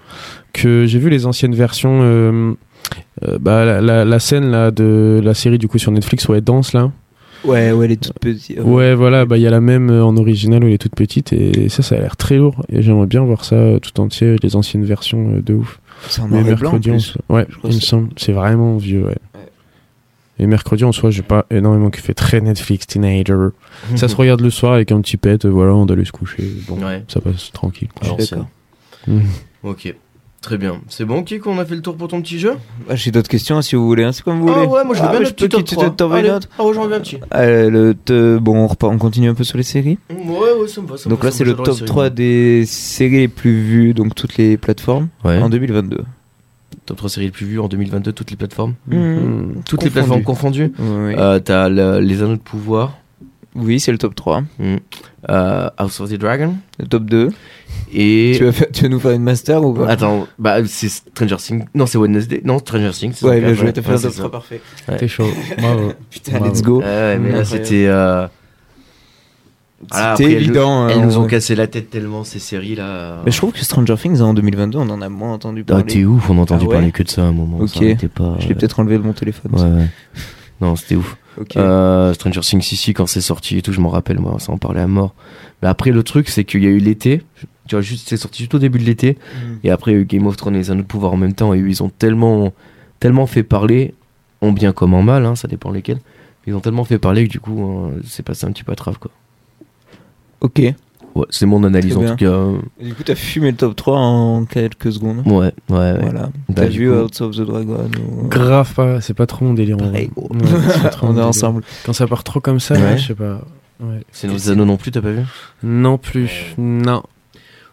[SPEAKER 3] que j'ai vu les anciennes versions. euh, euh, bah, la, la- la scène là de la série du coup sur Netflix où elle danse là.
[SPEAKER 2] Ouais, ouais, elle est toute petite.
[SPEAKER 3] Ouais, voilà, bah il y a la même euh, en original où elle est toute petite et ça, ça a l'air très lourd. Et j'aimerais bien voir ça euh, tout entier, les anciennes versions euh, de ouf.
[SPEAKER 2] C'est en noir
[SPEAKER 3] Mais
[SPEAKER 2] et blanc. en
[SPEAKER 3] mercredi, en
[SPEAKER 2] plus.
[SPEAKER 3] soi- ouais,
[SPEAKER 2] Je crois
[SPEAKER 3] il me
[SPEAKER 2] que c'est-
[SPEAKER 3] semble, c'est vraiment vieux, ouais.
[SPEAKER 2] Ouais.
[SPEAKER 3] Et mercredi en soi, j'ai pas énormément kiffé. Très Netflix, teenager. Ça se regarde le soir avec un petit pet, euh, voilà, on doit aller se coucher. Bon,
[SPEAKER 1] Ouais.
[SPEAKER 3] ça passe tranquille. quoi.
[SPEAKER 1] Alors,
[SPEAKER 2] Je Hmm. suis d'accord.
[SPEAKER 1] c'est- Ok, très bien. C'est bon, Kiko, on a fait le tour pour ton petit jeu
[SPEAKER 2] Ah, J'ai d'autres questions si vous voulez, hein, c'est comme vous
[SPEAKER 1] Ah
[SPEAKER 2] voulez.
[SPEAKER 1] ouais, moi je veux
[SPEAKER 2] Ah,
[SPEAKER 1] bien
[SPEAKER 2] mais
[SPEAKER 1] notre
[SPEAKER 2] peux-
[SPEAKER 1] petit top
[SPEAKER 2] tu- tu-
[SPEAKER 1] 3.
[SPEAKER 2] t'en veux une
[SPEAKER 1] Allez.
[SPEAKER 2] autre
[SPEAKER 1] Ah ouais, j'en veux bien un petit.
[SPEAKER 2] Euh, le te- Bon, on, repart- on continue un peu sur les séries.
[SPEAKER 1] Ouais, ouais, ça me va. ça me
[SPEAKER 2] Donc
[SPEAKER 1] va,
[SPEAKER 2] là,
[SPEAKER 1] ça me
[SPEAKER 2] c'est
[SPEAKER 1] va,
[SPEAKER 2] le
[SPEAKER 1] j'adore les
[SPEAKER 2] top
[SPEAKER 1] séries.
[SPEAKER 2] 3 des séries les plus vues, donc toutes les plateformes,
[SPEAKER 1] Ouais.
[SPEAKER 2] en 2022.
[SPEAKER 1] Top 3 séries les plus vues en 2022, toutes les plateformes.
[SPEAKER 3] Mhm.
[SPEAKER 1] Toutes les plateformes confondues.
[SPEAKER 2] Oui,
[SPEAKER 1] Euh, T'as le- Les Anneaux de Pouvoir,
[SPEAKER 2] Oui, c'est le top 3.
[SPEAKER 1] euh, House of the Dragon,
[SPEAKER 2] Le top 2.
[SPEAKER 1] et.
[SPEAKER 2] Tu, vas faire- tu vas nous faire une master ou pas
[SPEAKER 1] Attends, bah c'est Stranger Things. Non, c'est Wednesday. Non, Stranger Things. c'est
[SPEAKER 2] Ouais,
[SPEAKER 1] saison
[SPEAKER 2] bien
[SPEAKER 1] quatre,
[SPEAKER 2] joué, t'as fait
[SPEAKER 1] ouais,
[SPEAKER 2] un
[SPEAKER 1] c'est
[SPEAKER 2] top
[SPEAKER 1] ça.
[SPEAKER 2] 3 parfait.
[SPEAKER 3] T'es chaud. Bravo.
[SPEAKER 2] Putain,
[SPEAKER 3] Bravo.
[SPEAKER 2] let's go.
[SPEAKER 1] Ouais, ouais, mais là,
[SPEAKER 2] Incroyable.
[SPEAKER 1] c'était. euh, voilà,
[SPEAKER 2] C'était
[SPEAKER 1] après, elles-
[SPEAKER 2] évident. hein,
[SPEAKER 1] Elles nous
[SPEAKER 2] on-
[SPEAKER 1] ont cassé la tête tellement ces séries là.
[SPEAKER 2] Mais je trouve que Stranger Things hein, en 2022, on en a moins entendu
[SPEAKER 1] Ah,
[SPEAKER 2] parler.
[SPEAKER 1] t'es ouf, on a entendu
[SPEAKER 2] Ah ouais
[SPEAKER 1] parler que de ça à un moment.
[SPEAKER 2] Ok.
[SPEAKER 1] ça arrêtait pas.
[SPEAKER 2] Je l'ai peut-être enlevé de mon téléphone.
[SPEAKER 1] Ouais,
[SPEAKER 2] ça.
[SPEAKER 1] ouais. Non, c'était ouf.
[SPEAKER 2] Ok.
[SPEAKER 1] Euh, Stranger Things ici quand c'est sorti et tout, je m'en rappelle moi, ça en parlait à mort. Mais après le truc c'est qu'il y a eu l'été, tu vois juste c'est sorti juste au début de l'été
[SPEAKER 2] Mm.
[SPEAKER 1] et après il y a eu Game of Thrones et les Anneaux de Pouvoir en même temps et ils ont tellement tellement fait parler, en bien comme en mal, hein, ça dépend lesquels. Ils ont tellement fait parler que du coup euh, c'est passé un petit peu à trave quoi.
[SPEAKER 2] Ok.
[SPEAKER 1] Ouais, c'est mon analyse
[SPEAKER 2] Très
[SPEAKER 1] en
[SPEAKER 2] bien.
[SPEAKER 1] tout cas. euh,
[SPEAKER 2] Du coup, t'as fumé le top 3 en quelques secondes.
[SPEAKER 1] Ouais, ouais, ouais.
[SPEAKER 2] Voilà.
[SPEAKER 1] Bah,
[SPEAKER 2] T'as
[SPEAKER 1] du
[SPEAKER 2] vu
[SPEAKER 1] coup-
[SPEAKER 2] House of the Dragon ou- euh,
[SPEAKER 3] Grave pas, c'est pas trop mon délire. en vrai.
[SPEAKER 1] Pareil, gros.
[SPEAKER 3] Ouais, c'est pas trop mon
[SPEAKER 2] On est
[SPEAKER 3] délire.
[SPEAKER 2] ensemble.
[SPEAKER 3] Quand ça part trop comme ça,
[SPEAKER 1] Ouais.
[SPEAKER 3] je sais pas. Ouais.
[SPEAKER 1] C'est nos anneaux non plus, t'as pas vu
[SPEAKER 3] Non plus, non.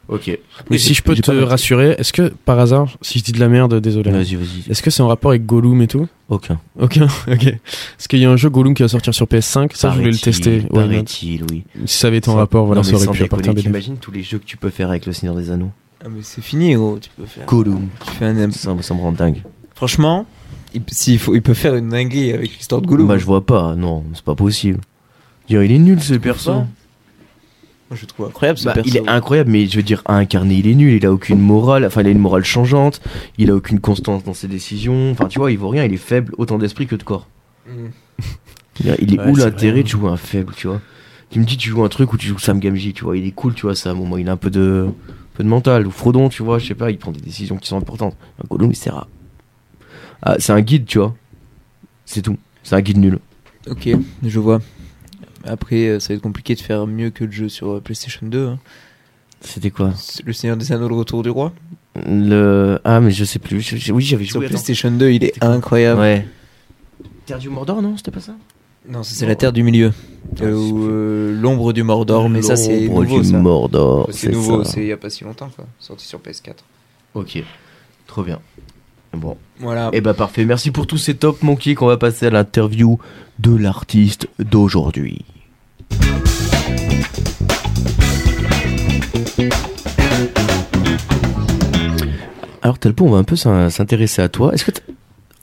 [SPEAKER 1] Ok.
[SPEAKER 3] Mais si je peux
[SPEAKER 2] j'ai
[SPEAKER 3] te
[SPEAKER 2] pas noté.
[SPEAKER 3] rassurer, est-ce que par hasard, si je dis de la merde, désolé. hein.
[SPEAKER 1] Vas-y, vas-y.
[SPEAKER 3] Est-ce que c'est en rapport avec Gollum et tout
[SPEAKER 1] Aucun.
[SPEAKER 3] Ok, ok. Parce qu'il y a un jeu Gollum qui va sortir sur PS5, ça je voulais le tester. Ouais,
[SPEAKER 1] paraît oui.
[SPEAKER 3] non. si ça avait été en rapport, voilà,
[SPEAKER 1] non,
[SPEAKER 3] ça
[SPEAKER 1] mais
[SPEAKER 3] aurait
[SPEAKER 1] sans
[SPEAKER 3] pu apporter un
[SPEAKER 1] déconner,
[SPEAKER 3] bénéfice.
[SPEAKER 1] t'imagines tous les jeux que tu peux faire avec le Seigneur des Anneaux
[SPEAKER 2] Ah, mais c'est fini, gros. Tu peux faire.
[SPEAKER 1] Gollum.
[SPEAKER 2] Tu fais un-
[SPEAKER 1] Ça, me- ça me rend dingue.
[SPEAKER 2] Franchement, il, s'il faut, il peut faire une dinguerie avec l'histoire de Gollum.
[SPEAKER 1] Bah, je vois pas, non, c'est pas possible. Dire, il est nul ce perso.
[SPEAKER 2] Moi, je trouve incroyable ce
[SPEAKER 1] Bah,
[SPEAKER 2] perso.
[SPEAKER 1] il est incroyable, mais je veux dire, à incarner, il est nul, il a aucune morale, enfin, il a une morale changeante, il a aucune constance dans ses décisions, enfin, tu vois, il vaut rien, il est faible autant d'esprit que de corps.
[SPEAKER 2] Mm.
[SPEAKER 1] Il est- Il est
[SPEAKER 3] Ouais,
[SPEAKER 1] où
[SPEAKER 3] c'est
[SPEAKER 1] l'intérêt
[SPEAKER 3] vrai.
[SPEAKER 1] de jouer un faible, tu vois Tu me dis, tu joues un truc où tu joues Sam Gamji, tu vois, il est cool, tu vois, Sam, au moins, il a un peu de, un peu de mental, ou Frodon, tu vois, je sais pas, il prend des décisions qui sont importantes. Un Gollum, il sert à. à- c'est un guide, tu vois. C'est tout. C'est un guide nul.
[SPEAKER 2] Ok, je vois. Après, euh, ça va être compliqué de faire mieux que le jeu sur euh, PlayStation 2. hein.
[SPEAKER 1] C'était quoi
[SPEAKER 2] C'est Le Seigneur des Anneaux, le Retour du Roi.
[SPEAKER 1] Le. Ah, mais je sais plus. je- je- Oui, j'avais
[SPEAKER 2] Sur
[SPEAKER 1] joué. attends.
[SPEAKER 2] PlayStation 2, il est
[SPEAKER 1] C'était quoi
[SPEAKER 2] incroyable.
[SPEAKER 1] Ouais. Euh, Terre du Mordor, non C'était pas ça
[SPEAKER 2] Non, ça, c'est la Terre du Milieu.
[SPEAKER 1] Ouais,
[SPEAKER 2] Euh, ou,
[SPEAKER 1] c'est plus-
[SPEAKER 2] euh, L'ombre du Mordor, mais ça c'est
[SPEAKER 1] L'ombre
[SPEAKER 2] nouveau.
[SPEAKER 1] du
[SPEAKER 2] ça.
[SPEAKER 1] Mordor.
[SPEAKER 2] C'est nouveau,
[SPEAKER 1] ça.
[SPEAKER 2] c'est il y a pas si longtemps, quoi. sorti sur PS4.
[SPEAKER 1] Ok. Trop bien. Bon.
[SPEAKER 2] Voilà.
[SPEAKER 1] Et bah parfait. Merci pour tous ces top monkey qu'on va passer à l'interview de l'artiste d'aujourd'hui. Alors Telpo, on va un peu s'in- s'intéresser à toi. Est-ce que t'as-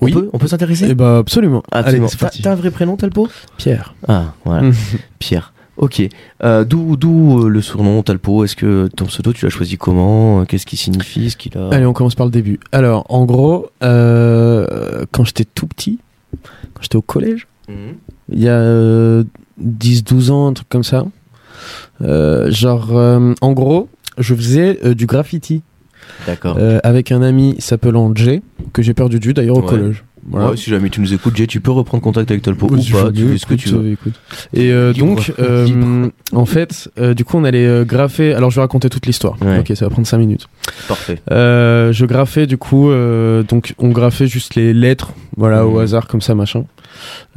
[SPEAKER 1] on
[SPEAKER 3] Oui.
[SPEAKER 1] peut on peut s'intéresser Ah,
[SPEAKER 3] Et bah, absolument.
[SPEAKER 1] Absolument.
[SPEAKER 3] Allez, c'est
[SPEAKER 1] T'as-
[SPEAKER 3] parti.
[SPEAKER 1] T'as un vrai prénom Telpo
[SPEAKER 3] Pierre. Hum.
[SPEAKER 1] Ah voilà, Pierre. Ok. Euh, d'où d'où euh, le surnom Talpo Est-ce que ton pseudo tu l'as choisi comment Qu'est-ce qu'il signifie Ce qu'il a
[SPEAKER 3] Allez, on commence par le début. Alors, en gros, euh, quand j'étais tout petit, quand j'étais au collège,
[SPEAKER 1] Mhm.
[SPEAKER 3] il y a euh, 10-12 ans, un truc comme ça, euh, genre, euh, en gros, je faisais euh, du graffiti
[SPEAKER 1] D'accord.
[SPEAKER 3] euh, avec un ami s'appelant Jay, que j'ai perdu du d'ailleurs au
[SPEAKER 1] Ouais.
[SPEAKER 3] collège. Voilà.
[SPEAKER 1] Ouais, si jamais tu nous écoutes, Jay, tu peux reprendre contact avec Talpo
[SPEAKER 3] Ou
[SPEAKER 1] ou
[SPEAKER 3] si
[SPEAKER 1] pas.
[SPEAKER 3] je
[SPEAKER 1] Tu
[SPEAKER 3] veux,
[SPEAKER 1] fais ce que tu
[SPEAKER 3] écoute,
[SPEAKER 1] veux.
[SPEAKER 3] euh, écoute. Et euh,
[SPEAKER 1] Libre.
[SPEAKER 3] donc, euh,
[SPEAKER 1] Libre.
[SPEAKER 3] en fait, euh, du coup, on allait euh, graffer. Alors, je vais raconter toute l'histoire.
[SPEAKER 1] Ouais.
[SPEAKER 3] Ok, ça va prendre 5 minutes.
[SPEAKER 1] Parfait.
[SPEAKER 3] Euh, je graffais du coup, euh, donc on graffait juste les lettres, voilà,
[SPEAKER 1] Mhm.
[SPEAKER 3] au hasard comme ça, machin.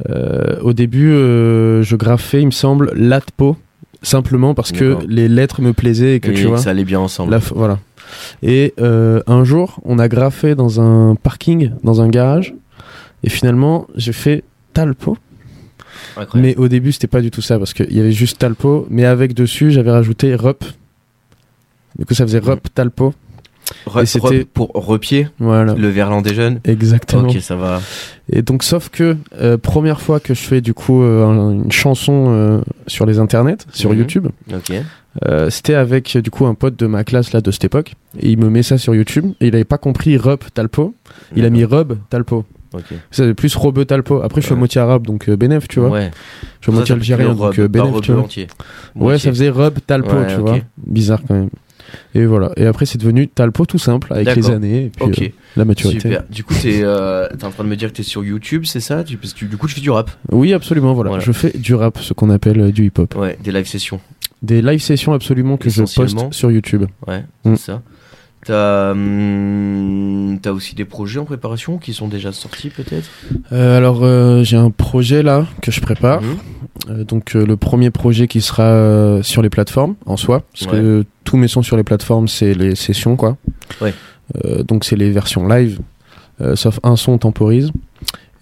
[SPEAKER 3] Euh, au début, euh, je graffais, il me semble, l'atpo, simplement parce que
[SPEAKER 1] D'accord.
[SPEAKER 3] les lettres me plaisaient et que
[SPEAKER 1] Et
[SPEAKER 3] tu vois.
[SPEAKER 1] ça allait bien ensemble.
[SPEAKER 3] la f- voilà. Et euh, un jour, on a graffé dans un parking, dans un garage, et finalement, j'ai fait talpo.
[SPEAKER 1] Incroyable.
[SPEAKER 3] Mais au début, c'était pas du tout ça parce qu'il y avait juste talpo, mais avec dessus, j'avais rajouté rup. Du coup, ça faisait rup talpo.
[SPEAKER 1] Re-
[SPEAKER 3] et c'était- Ah.
[SPEAKER 1] re- pour repied,
[SPEAKER 3] Voilà.
[SPEAKER 1] le Verlandais jeune.
[SPEAKER 3] Exactement.
[SPEAKER 1] Ok, ça va.
[SPEAKER 3] Et donc, sauf que euh, première fois que je fais du coup euh, un- une chanson euh, sur les internets, sur
[SPEAKER 1] Mhm.
[SPEAKER 3] YouTube,
[SPEAKER 1] Ok.
[SPEAKER 3] euh, c'était avec euh, du coup un pote de ma classe là de cette époque. Et il me met ça sur YouTube. Et il avait pas compris Rub Talpo. Il a mis Rub Talpo.
[SPEAKER 1] Ok.
[SPEAKER 3] C'est plus Robe Talpo. Après, je suis à
[SPEAKER 1] Ouais.
[SPEAKER 3] moitié arabe donc euh, bénef, tu vois.
[SPEAKER 1] Ouais.
[SPEAKER 3] Je suis à
[SPEAKER 1] Pour
[SPEAKER 3] moitié
[SPEAKER 1] ça, t'as
[SPEAKER 3] algérien
[SPEAKER 1] pris le
[SPEAKER 3] donc
[SPEAKER 1] rub,
[SPEAKER 3] euh,
[SPEAKER 1] pas
[SPEAKER 3] bénef,
[SPEAKER 1] rub
[SPEAKER 3] tu vois.
[SPEAKER 1] entier.
[SPEAKER 3] Ouais,
[SPEAKER 1] Moitié.
[SPEAKER 3] ça faisait Rub Talpo,
[SPEAKER 1] Ouais,
[SPEAKER 3] tu
[SPEAKER 1] ok.
[SPEAKER 3] vois. Bizarre quand même. Et voilà. Et après, c'est devenu Talpo tout simple avec les
[SPEAKER 1] D'accord.
[SPEAKER 3] années et puis
[SPEAKER 1] Ok.
[SPEAKER 3] euh, la maturité.
[SPEAKER 1] Super. Du coup, t'es euh, t'es en train de me dire que t'es sur YouTube, c'est ça Tu- Parce que du coup, tu fais du rap.
[SPEAKER 3] Oui, absolument. Voilà.
[SPEAKER 1] Voilà.
[SPEAKER 3] Je fais du rap, ce qu'on appelle euh, du hip hop.
[SPEAKER 1] Ouais, des live sessions.
[SPEAKER 3] Des live sessions absolument que je
[SPEAKER 1] Essentiellement.
[SPEAKER 3] poste sur YouTube.
[SPEAKER 1] Ouais,
[SPEAKER 3] Mm.
[SPEAKER 1] c'est ça. T'as hum, t'as aussi des projets en préparation qui sont déjà sortis peut-être
[SPEAKER 3] Euh, alors euh, j'ai un projet là que je
[SPEAKER 2] Ah,
[SPEAKER 3] prépare.
[SPEAKER 1] Mhm.
[SPEAKER 3] Euh, donc euh, le premier projet qui sera euh, sur les plateformes en soi, parce
[SPEAKER 1] Ouais.
[SPEAKER 3] que tous mes sons sur les plateformes c'est les sessions quoi.
[SPEAKER 1] Ouais.
[SPEAKER 3] Euh, donc c'est les versions live, euh, sauf un son on temporise.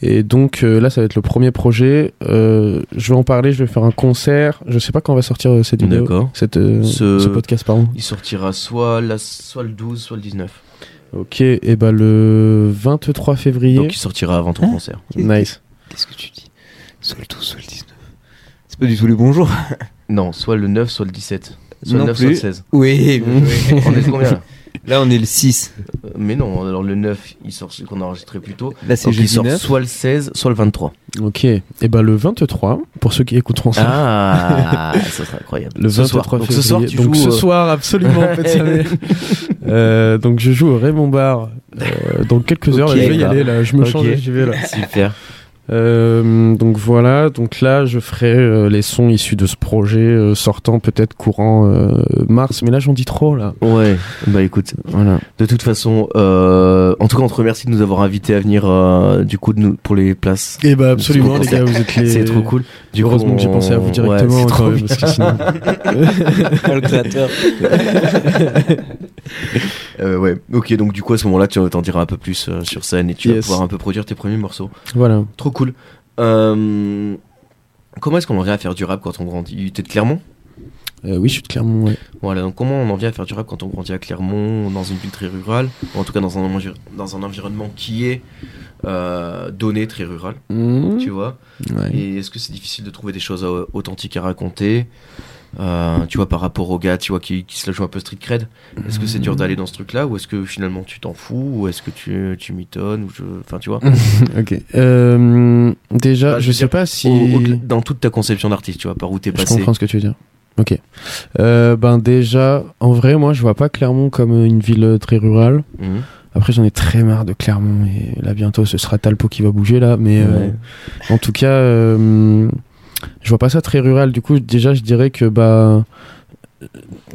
[SPEAKER 3] Et donc euh, là ça va être le premier projet. Euh, je vais en parler, je vais faire un concert. Je sais pas quand va sortir euh, cette vidéo,
[SPEAKER 1] D'accord.
[SPEAKER 3] cette, euh,
[SPEAKER 1] Ce-
[SPEAKER 3] ce... podcast pardon.
[SPEAKER 1] Il sortira soit, la, soit le 12, soit le 19.
[SPEAKER 3] Ok, et ben le 23 février.
[SPEAKER 1] Donc il sortira avant ton
[SPEAKER 2] Hein
[SPEAKER 1] concert.
[SPEAKER 3] Nice.
[SPEAKER 2] Qu'est-ce que tu dis Soit le 12, soit le 19. C'est pas du tout les bons jours.
[SPEAKER 1] Non, soit le 9, soit le 17. Soit
[SPEAKER 2] Non
[SPEAKER 1] le 9,
[SPEAKER 2] plus.
[SPEAKER 1] soit le 16.
[SPEAKER 2] Oui,
[SPEAKER 1] On est le combien là
[SPEAKER 2] là on est le 6.
[SPEAKER 1] Euh, Mais non, alors le 9, il sort celui qu'on a enregistré plus tôt.
[SPEAKER 2] Là c'est
[SPEAKER 1] Donc il
[SPEAKER 2] jeudi
[SPEAKER 1] sort
[SPEAKER 2] 9.
[SPEAKER 1] soit le 16, soit le 23.
[SPEAKER 3] Ok, et ben le 23 pour ceux qui écouteront ça.
[SPEAKER 1] Ah, ça sera incroyable.
[SPEAKER 3] Le
[SPEAKER 1] Ce
[SPEAKER 3] 23
[SPEAKER 1] soir. Donc ce soir, tu
[SPEAKER 3] février. Donc
[SPEAKER 1] joues.
[SPEAKER 3] ce
[SPEAKER 1] euh,
[SPEAKER 3] soir, absolument. en fait, ça m'est- Euh, donc je joue au Raymond Bar euh, dans quelques heures.
[SPEAKER 2] Ok.
[SPEAKER 3] là, je vais y aller. Là, je me
[SPEAKER 1] bah. Ok.
[SPEAKER 3] change. et J'y vais là.
[SPEAKER 1] Super.
[SPEAKER 3] Euh, donc voilà. Donc là, je ferai euh, les sons issus de ce projet euh, sortant peut-être courant euh, mars. Mais là, j'en dis trop là.
[SPEAKER 1] Ouais, bah écoute,
[SPEAKER 3] Voilà.
[SPEAKER 1] De toute façon, euh, en tout cas, on te remercie de nous avoir invités à venir euh, du coup de nous, pour les places.
[SPEAKER 3] Et bah
[SPEAKER 1] absolument,
[SPEAKER 3] absolument,
[SPEAKER 1] les
[SPEAKER 3] les
[SPEAKER 1] gars,
[SPEAKER 3] gars, vous êtes les.
[SPEAKER 1] C'est trop cool. Du coup,
[SPEAKER 3] Heureusement que j'ai
[SPEAKER 1] on-
[SPEAKER 3] pensé à vous
[SPEAKER 1] ouais,
[SPEAKER 3] directement
[SPEAKER 1] c'est trop
[SPEAKER 3] quand même,
[SPEAKER 1] bien.
[SPEAKER 3] parce que sinon-
[SPEAKER 2] le créateur.
[SPEAKER 1] Euh, ouais. Ok, donc du coup, à ce moment-là, tu t'en diras un peu plus euh, sur scène et tu vas
[SPEAKER 3] Yes.
[SPEAKER 1] pouvoir un peu produire tes premiers morceaux.
[SPEAKER 3] Voilà.
[SPEAKER 1] Trop cool. Euh, comment est-ce qu'on en vient à faire du rap quand on grandit T'es de Clermont
[SPEAKER 3] Euh, oui, je suis de Clermont. ouais.
[SPEAKER 1] Voilà, donc comment on en vient à faire du rap quand on grandit à Clermont, dans une ville très rurale, ou en tout cas dans un, envi- dans un environnement qui est euh, donné, très rural,
[SPEAKER 3] Hmm.
[SPEAKER 1] tu vois. Et est-ce que c'est difficile de trouver des choses euh, authentiques à raconter Euh, Tu vois, par rapport aux gars, tu vois, qui, qui se la jouent un peu street cred. Est-ce que c'est dur d'aller dans ce truc-là ou est-ce que finalement tu t'en fous ou est-ce que tu, tu mitonnes ou je... Enfin, tu vois.
[SPEAKER 3] Ok. Euh, déjà,
[SPEAKER 1] Bah, je
[SPEAKER 3] je,
[SPEAKER 1] veux
[SPEAKER 3] sais
[SPEAKER 1] dire,
[SPEAKER 3] pas si.
[SPEAKER 1] Au- au- dans toute ta conception d'artiste, tu vois, par où t'es
[SPEAKER 3] Je
[SPEAKER 1] passé.
[SPEAKER 3] comprends ce que tu veux dire. Ok. Euh, ben déjà, en vrai, moi, je vois pas Clermont comme euh, une ville très rurale.
[SPEAKER 1] Mhm.
[SPEAKER 3] Après, j'en ai très marre de Clermont et là bientôt, ce sera Talpo qui va bouger là. Mais euh,
[SPEAKER 1] Ouais.
[SPEAKER 3] en tout cas, euh, je vois pas ça très rural. Du coup, déjà, je dirais que bah, euh,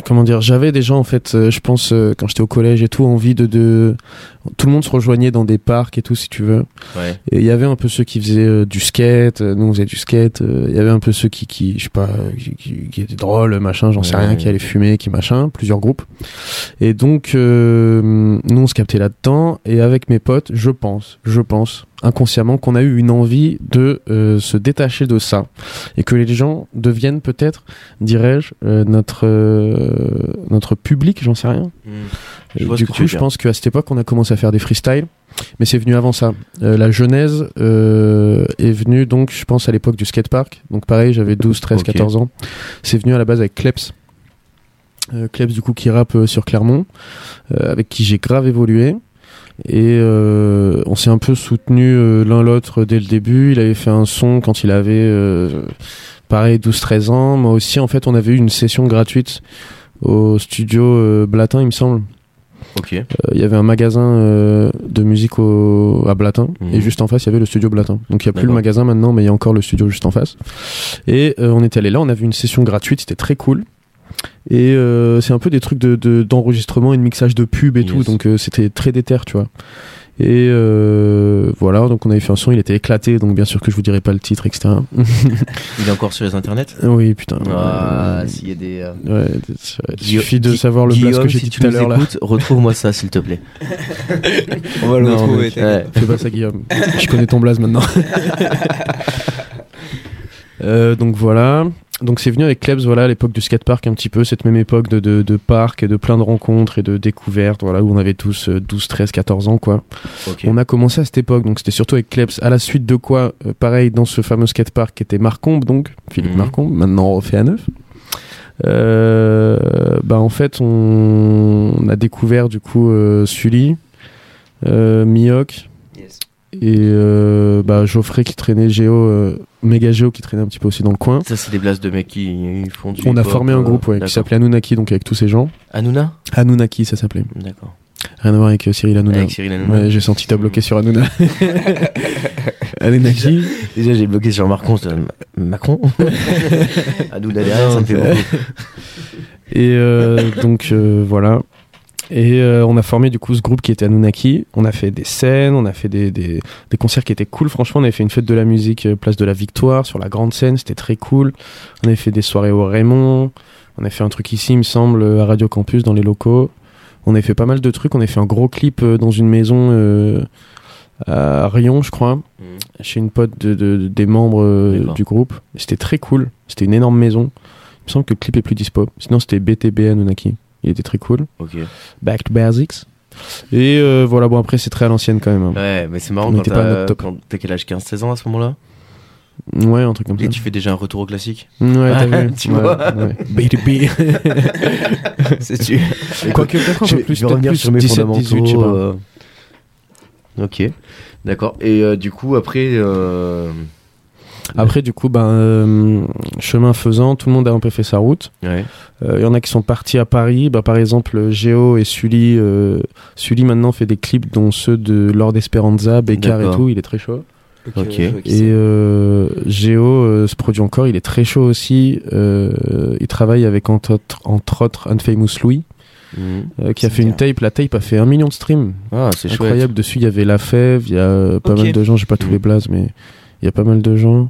[SPEAKER 3] comment dire, j'avais déjà en fait, euh, je pense euh, quand j'étais au collège et tout, envie de, de, tout le monde se rejoignait dans des parcs et tout, si tu veux.
[SPEAKER 1] Ouais.
[SPEAKER 3] Et il y avait un peu ceux qui faisaient euh, du skate, euh, nous on faisait du skate, euh, il y avait un peu ceux qui, qui je sais pas, euh, qui, qui- qui étaient drôles, machin, j'en sais
[SPEAKER 1] Ouais.
[SPEAKER 3] rien, qui allaient fumer, qui machin, plusieurs groupes. Et donc, euh, nous on se captait là-dedans, et avec mes potes, je pense, je pense, inconsciemment, qu'on a eu une envie de euh, se détacher de ça, et que les gens deviennent peut-être, dirais-je, euh, notre, euh, notre public, j'en sais rien.
[SPEAKER 1] Mhm. Je
[SPEAKER 3] Et
[SPEAKER 1] vois ce
[SPEAKER 3] du
[SPEAKER 1] que tu
[SPEAKER 3] coup,
[SPEAKER 1] veux
[SPEAKER 3] je
[SPEAKER 1] dire.
[SPEAKER 3] pense qu'à cette époque, on a commencé à faire des freestyles, mais c'est venu avant ça. Euh, la genèse euh, est venue, donc, je pense, à l'époque du skatepark. Donc, pareil, j'avais 12, 13,
[SPEAKER 1] Ok.
[SPEAKER 3] 14 ans. C'est venu à la base avec Kleps. Euh, Kleps, du coup, qui rappe euh, sur Clermont, euh, avec qui j'ai grave évolué. Et euh, on s'est un peu soutenu l'un l'autre euh, dès le début. Il avait fait un son quand il avait, euh, pareil, 12-13 ans. Moi aussi, en fait, on avait eu une session gratuite au studio euh, Blatin, il me semble.
[SPEAKER 1] Ok.
[SPEAKER 3] Euh, il y avait un magasin euh, de musique au, à Blatin
[SPEAKER 1] Mhm.
[SPEAKER 3] et juste en face il y avait le studio Blatin donc il n'y a plus le
[SPEAKER 1] D'accord.
[SPEAKER 3] magasin maintenant mais il y a encore le studio juste en face et euh, on était allé là on avait une session gratuite c'était très cool et euh, c'est un peu des trucs de- de- d'enregistrement de, et de mixage de pub et
[SPEAKER 1] Yes.
[SPEAKER 3] tout donc euh, c'était très déter tu vois et euh, voilà donc on avait fait un son il était éclaté donc bien sûr que je vous dirai pas le titre etc
[SPEAKER 1] Il est encore sur les internets
[SPEAKER 3] oui putain
[SPEAKER 1] Ah, s'il y a des. euh,
[SPEAKER 3] Ouais, il
[SPEAKER 1] Guilla-
[SPEAKER 3] suffit de
[SPEAKER 1] Gui-
[SPEAKER 3] savoir le blast
[SPEAKER 1] Guillaume,
[SPEAKER 3] que j'ai
[SPEAKER 1] si
[SPEAKER 3] dit
[SPEAKER 1] tu
[SPEAKER 3] tout à
[SPEAKER 1] nous
[SPEAKER 3] l'heure là
[SPEAKER 1] écoutes, retrouve-moi ça, s'il te plaît.
[SPEAKER 2] On va le
[SPEAKER 3] Non,
[SPEAKER 2] retrouver.
[SPEAKER 3] mec.
[SPEAKER 2] t'inquiète.
[SPEAKER 3] Fais pas ça, Guillaume. Je connais ton blaze maintenant. Euh, donc voilà. Donc c'est venu avec Klebs, voilà, à l'époque du skatepark un petit peu, cette même époque de, de, de parc et de plein de rencontres et de découvertes, voilà, où on avait tous euh, 12, 13, 14 ans, quoi.
[SPEAKER 1] Ok.
[SPEAKER 3] On a commencé à cette époque, donc c'était surtout avec Klebs, à la suite de quoi, euh, pareil, dans ce fameux skatepark qui était Marcombe, donc, Philippe
[SPEAKER 1] Mhm.
[SPEAKER 3] Marcombe, maintenant refait à neuf. Euh, bah en fait, on, on a découvert du coup euh, Sully, euh, Mioc, et euh, bah, Geoffrey qui traînait Géo, euh, méga Géo qui traînait un petit peu aussi dans le coin.
[SPEAKER 1] Ça, c'est des blasts de mecs qui ils font du.
[SPEAKER 3] On a
[SPEAKER 1] hip-hop,
[SPEAKER 3] formé un
[SPEAKER 1] euh,
[SPEAKER 3] groupe ouais, qui
[SPEAKER 1] d'accord.
[SPEAKER 3] s'appelait Anunnaki, donc avec tous ces gens.
[SPEAKER 1] Hanouna
[SPEAKER 3] Anunnaki, ça s'appelait.
[SPEAKER 1] D'accord.
[SPEAKER 3] Rien à voir avec euh, Cyril Hanouna.
[SPEAKER 1] Avec Cyril Hanouna. Mm.
[SPEAKER 3] Ouais, j'ai senti t'as bloqué sur Hanouna. Anunnaki.
[SPEAKER 1] Déjà, j'ai bloqué sur Macron. c'est- Macron Hanouna derrière, ça me fait beaucoup.
[SPEAKER 3] Et euh, donc euh, voilà. Et euh, on a formé du coup ce groupe qui était Anunnaki. On a fait des scènes, on a fait des, des, des concerts qui étaient cool. Franchement, on avait fait une fête de la musique euh, place de la Victoire sur la grande scène, c'était très cool. On avait fait des soirées au Raymond. On a fait un truc ici, il me semble, euh, à Radio Campus dans les locaux. On a fait pas mal de trucs. On a fait un gros clip euh, dans une maison euh, à Rion, je crois
[SPEAKER 1] Mhm.
[SPEAKER 3] chez une pote de, de- de- des membres euh,
[SPEAKER 1] D'accord.
[SPEAKER 3] du groupe. C'était très cool. C'était une énorme maison. Il me semble que le clip est plus dispo. Sinon, c'était BTB Anunnaki. Il était très cool.
[SPEAKER 1] Ok.
[SPEAKER 3] Back to Basics. Et euh, voilà, bon, après, c'est très à l'ancienne quand même. hein.
[SPEAKER 1] Ouais, mais c'est marrant
[SPEAKER 3] On
[SPEAKER 1] quand
[SPEAKER 3] était pas à notre
[SPEAKER 1] t'as
[SPEAKER 3] top.
[SPEAKER 1] quand t'as quel âge 15-16 ans à ce moment-là
[SPEAKER 3] Ouais. Ah, un truc comme ça.
[SPEAKER 1] Et tu fais déjà un retour au classique
[SPEAKER 3] Ouais, t'as vu.
[SPEAKER 1] Tu
[SPEAKER 3] Ouais,
[SPEAKER 1] vois.
[SPEAKER 3] ouais. BTB.
[SPEAKER 2] C'est tu.
[SPEAKER 3] Quoique, peut-être un
[SPEAKER 1] Je
[SPEAKER 3] peu
[SPEAKER 1] vais,
[SPEAKER 3] plus.
[SPEAKER 1] je vais
[SPEAKER 3] peut-être
[SPEAKER 1] revenir
[SPEAKER 3] plus
[SPEAKER 1] sur mes
[SPEAKER 3] 17,
[SPEAKER 1] fondamentaux.
[SPEAKER 3] 18, je sais pas.
[SPEAKER 1] euh, Ok, d'accord. Et euh, du coup, après, euh,
[SPEAKER 3] Après, du coup, ben, euh, chemin faisant, tout le monde a un peu fait sa route.
[SPEAKER 1] ouais.
[SPEAKER 3] Euh, Il y en a qui sont partis à Paris. Bah, par exemple, euh, Géo et Sully. euh, Sully maintenant fait des clips, dont ceux de Lord Esperanza, Bécard et
[SPEAKER 1] D'accord.
[SPEAKER 3] tout. Il est très chaud.
[SPEAKER 1] Ok.
[SPEAKER 3] Et euh, Géo euh, se produit encore. Il est très chaud aussi. Euh, il travaille avec entre autres, entre autres Unfamous Louis,
[SPEAKER 1] Mhm.
[SPEAKER 3] euh, qui a
[SPEAKER 2] C'est
[SPEAKER 3] fait une
[SPEAKER 2] bien.
[SPEAKER 3] tape. La tape a fait un million de streams.
[SPEAKER 1] Ah, c'est chouette.
[SPEAKER 3] Incroyable. Dessus, il y avait La Fève. Il y a euh, pas
[SPEAKER 2] Ok.
[SPEAKER 3] mal de gens. J'ai pas tous
[SPEAKER 1] Mhm.
[SPEAKER 3] les blazes, mais il y a pas mal de gens.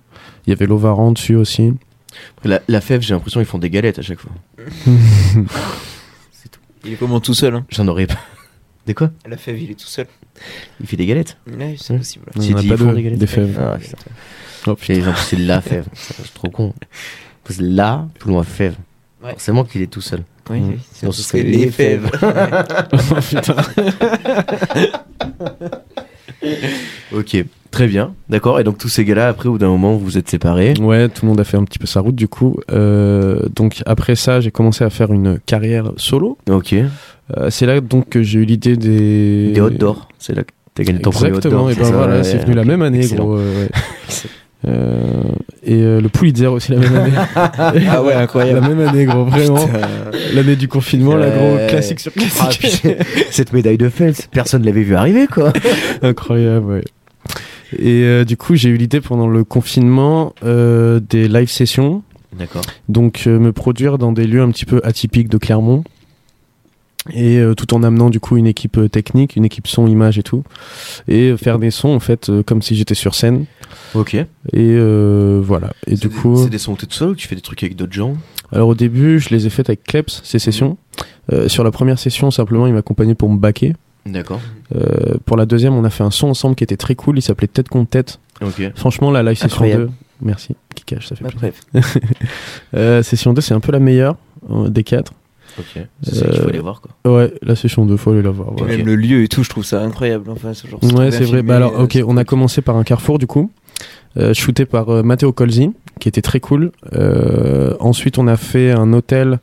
[SPEAKER 3] Il y avait Lovaran dessus aussi.
[SPEAKER 1] La, la fève, j'ai l'impression qu'ils font des galettes à chaque fois.
[SPEAKER 2] Il est comment tout seul hein
[SPEAKER 1] J'en aurais pas. Des quoi
[SPEAKER 2] La fève, il est tout seul.
[SPEAKER 1] Il fait des galettes
[SPEAKER 2] Ouais, c'est
[SPEAKER 1] Ouais.
[SPEAKER 2] possible.
[SPEAKER 3] On
[SPEAKER 1] C'est
[SPEAKER 3] en a
[SPEAKER 1] dit,
[SPEAKER 3] pas
[SPEAKER 1] ils font
[SPEAKER 3] deux,
[SPEAKER 1] des galettes
[SPEAKER 3] des fèves.
[SPEAKER 1] Ah, putain.
[SPEAKER 3] Oh, putain.
[SPEAKER 1] J'ai les gens, c'est la fève. Je suis trop con. Parce que là, tout le monde fève.
[SPEAKER 2] Ouais.
[SPEAKER 1] Forcément qu'il est tout seul.
[SPEAKER 2] Oui,
[SPEAKER 1] Mmh.
[SPEAKER 2] oui, c'est-
[SPEAKER 1] Sinon, ce serait les
[SPEAKER 2] les fèves.
[SPEAKER 3] Oh, putain.
[SPEAKER 1] Ok, très bien, d'accord. Et donc tous ces gars-là, après, au bout d'un moment, vous vous êtes séparés.
[SPEAKER 3] Ouais, tout le monde a fait un petit peu sa route du coup. Euh, donc après ça, j'ai commencé à faire une carrière solo.
[SPEAKER 1] Ok.
[SPEAKER 3] Euh, c'est là donc que j'ai eu l'idée des.
[SPEAKER 1] Des hot d'or, c'est là que t'as gagné ton premier hot
[SPEAKER 3] Exactement,
[SPEAKER 1] d'or.
[SPEAKER 3] et ben voilà, c'est venu la même année,
[SPEAKER 1] Excellent.
[SPEAKER 3] gros. euh, ouais. Euh, et euh, le Pulitzer aussi la même année.
[SPEAKER 2] Ah ouais,
[SPEAKER 3] la
[SPEAKER 2] incroyable.
[SPEAKER 3] même année, gros, vraiment. L'année du confinement, là, gros,
[SPEAKER 1] Ouais.
[SPEAKER 3] classique sur classique.
[SPEAKER 1] Ah, putain, cette médaille de Phelps, personne l'avait vu arriver, quoi.
[SPEAKER 3] Incroyable, ouais. Et euh, du coup, j'ai eu l'idée pendant le confinement euh, des live sessions.
[SPEAKER 1] D'accord.
[SPEAKER 3] Donc, euh, me produire dans des lieux un petit peu atypiques de Clermont. Et euh, tout en amenant, du coup, une équipe euh, technique, une équipe son, image et tout. Et euh, faire des sons, en fait, euh, comme si j'étais sur scène.
[SPEAKER 1] Ok.
[SPEAKER 3] Et euh, voilà. Et
[SPEAKER 1] C'est
[SPEAKER 3] du
[SPEAKER 1] des-
[SPEAKER 3] coup.
[SPEAKER 1] c'est des sons que t'es tout seul ou tu fais des trucs avec d'autres gens
[SPEAKER 3] Alors au début, je les ai faites avec Kleps, ces sessions.
[SPEAKER 1] Mhm.
[SPEAKER 3] Euh, sur la première session, simplement, il m'accompagnait pour me baquer.
[SPEAKER 1] D'accord.
[SPEAKER 3] Euh, pour la deuxième, on a fait un son ensemble qui était très cool, il s'appelait Tête contre Tête.
[SPEAKER 1] Ok.
[SPEAKER 3] Franchement, la live session
[SPEAKER 2] Incroyable.
[SPEAKER 3] 2, merci, qui cache, ça fait plaisir.
[SPEAKER 2] Bref.
[SPEAKER 3] Euh, session 2, c'est un peu la meilleure euh, des quatre.
[SPEAKER 1] Ok. C'est ça qu'il faut
[SPEAKER 3] Euh,
[SPEAKER 1] aller voir, quoi.
[SPEAKER 3] Ouais, la session 2, faut aller la voir.
[SPEAKER 2] Puis
[SPEAKER 3] voilà.
[SPEAKER 1] Ok.
[SPEAKER 2] Même le lieu et tout, je trouve ça incroyable. Enfin, ce genre,
[SPEAKER 3] Ouais,
[SPEAKER 2] bien
[SPEAKER 3] c'est vrai.
[SPEAKER 2] filmé,
[SPEAKER 3] Bah alors, ok,
[SPEAKER 2] euh, c'est-
[SPEAKER 3] on a commencé par un carrefour du coup, euh, shooté par euh, Matteo Colzi, qui était très cool. Euh, ensuite, on a fait un hôtel.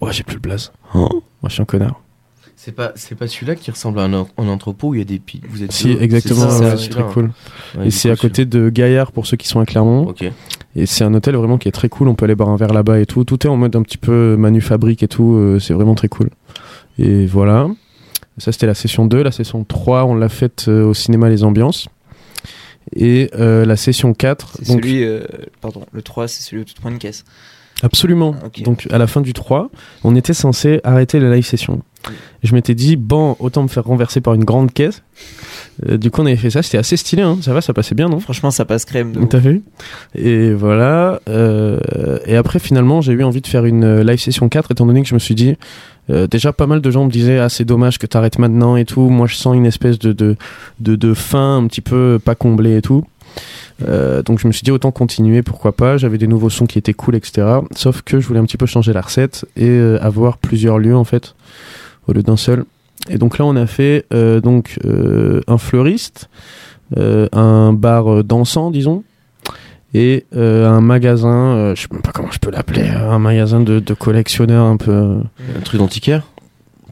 [SPEAKER 3] Oh, j'ai plus le blaze. Moi, je suis un connard.
[SPEAKER 1] C'est pas, c'est pas celui-là qui ressemble à un, en- un entrepôt où il y a des pi- Vous êtes
[SPEAKER 3] Si,
[SPEAKER 1] deux,
[SPEAKER 3] exactement,
[SPEAKER 1] ça,
[SPEAKER 3] ouais,
[SPEAKER 1] celui-là,
[SPEAKER 3] c'est très
[SPEAKER 1] hein.
[SPEAKER 3] cool.
[SPEAKER 1] Ouais,
[SPEAKER 3] Et
[SPEAKER 1] du
[SPEAKER 3] c'est
[SPEAKER 1] coup,
[SPEAKER 3] à côté de Gaillard pour ceux qui sont à Clermont.
[SPEAKER 1] Ok.
[SPEAKER 3] Et c'est un hôtel vraiment qui est très cool. On peut aller boire un verre là-bas et tout. Tout est en mode un petit peu manu fabrique et tout. euh, c'est vraiment très cool. Et voilà. Ça, c'était la session 2. La session 3, on l'a faite euh, au cinéma Les Ambiances. Et euh, la session 4.
[SPEAKER 2] C'est
[SPEAKER 3] donc-
[SPEAKER 2] celui, euh, pardon, le 3, c'est celui où tu te prends une caisse.
[SPEAKER 3] Absolument.
[SPEAKER 2] Ah, ok.
[SPEAKER 3] Donc à la fin du 3, on était censé arrêter la live session.
[SPEAKER 2] Mm.
[SPEAKER 3] Je m'étais dit, bon, autant me faire renverser par une grande caisse. Euh, du coup, on avait fait ça. C'était assez stylé. hein. Ça va, ça passait bien, non
[SPEAKER 2] Franchement, ça passe crème. de ouf.
[SPEAKER 3] T'as vu Et voilà. euh, et après, finalement, j'ai eu envie de faire une euh, live session 4, étant donné que je me suis dit, euh, déjà pas mal de gens me disaient, ah, c'est dommage que t'arrêtes maintenant et tout. Moi, je sens une espèce de, de, de, de fin un petit peu pas comblée et tout. Euh, donc je me suis dit autant continuer, pourquoi pas. J'avais des nouveaux sons qui étaient cool, etc. Sauf que je voulais un petit peu changer la recette et euh, avoir plusieurs lieux en fait au lieu d'un seul. Et donc là on a fait euh, donc euh, un fleuriste, euh, un bar euh, dansant disons, et euh, un magasin, euh, je sais même pas comment je peux l'appeler, euh, un magasin de, de collectionneurs un peu, euh,
[SPEAKER 1] Un truc d'antiquaire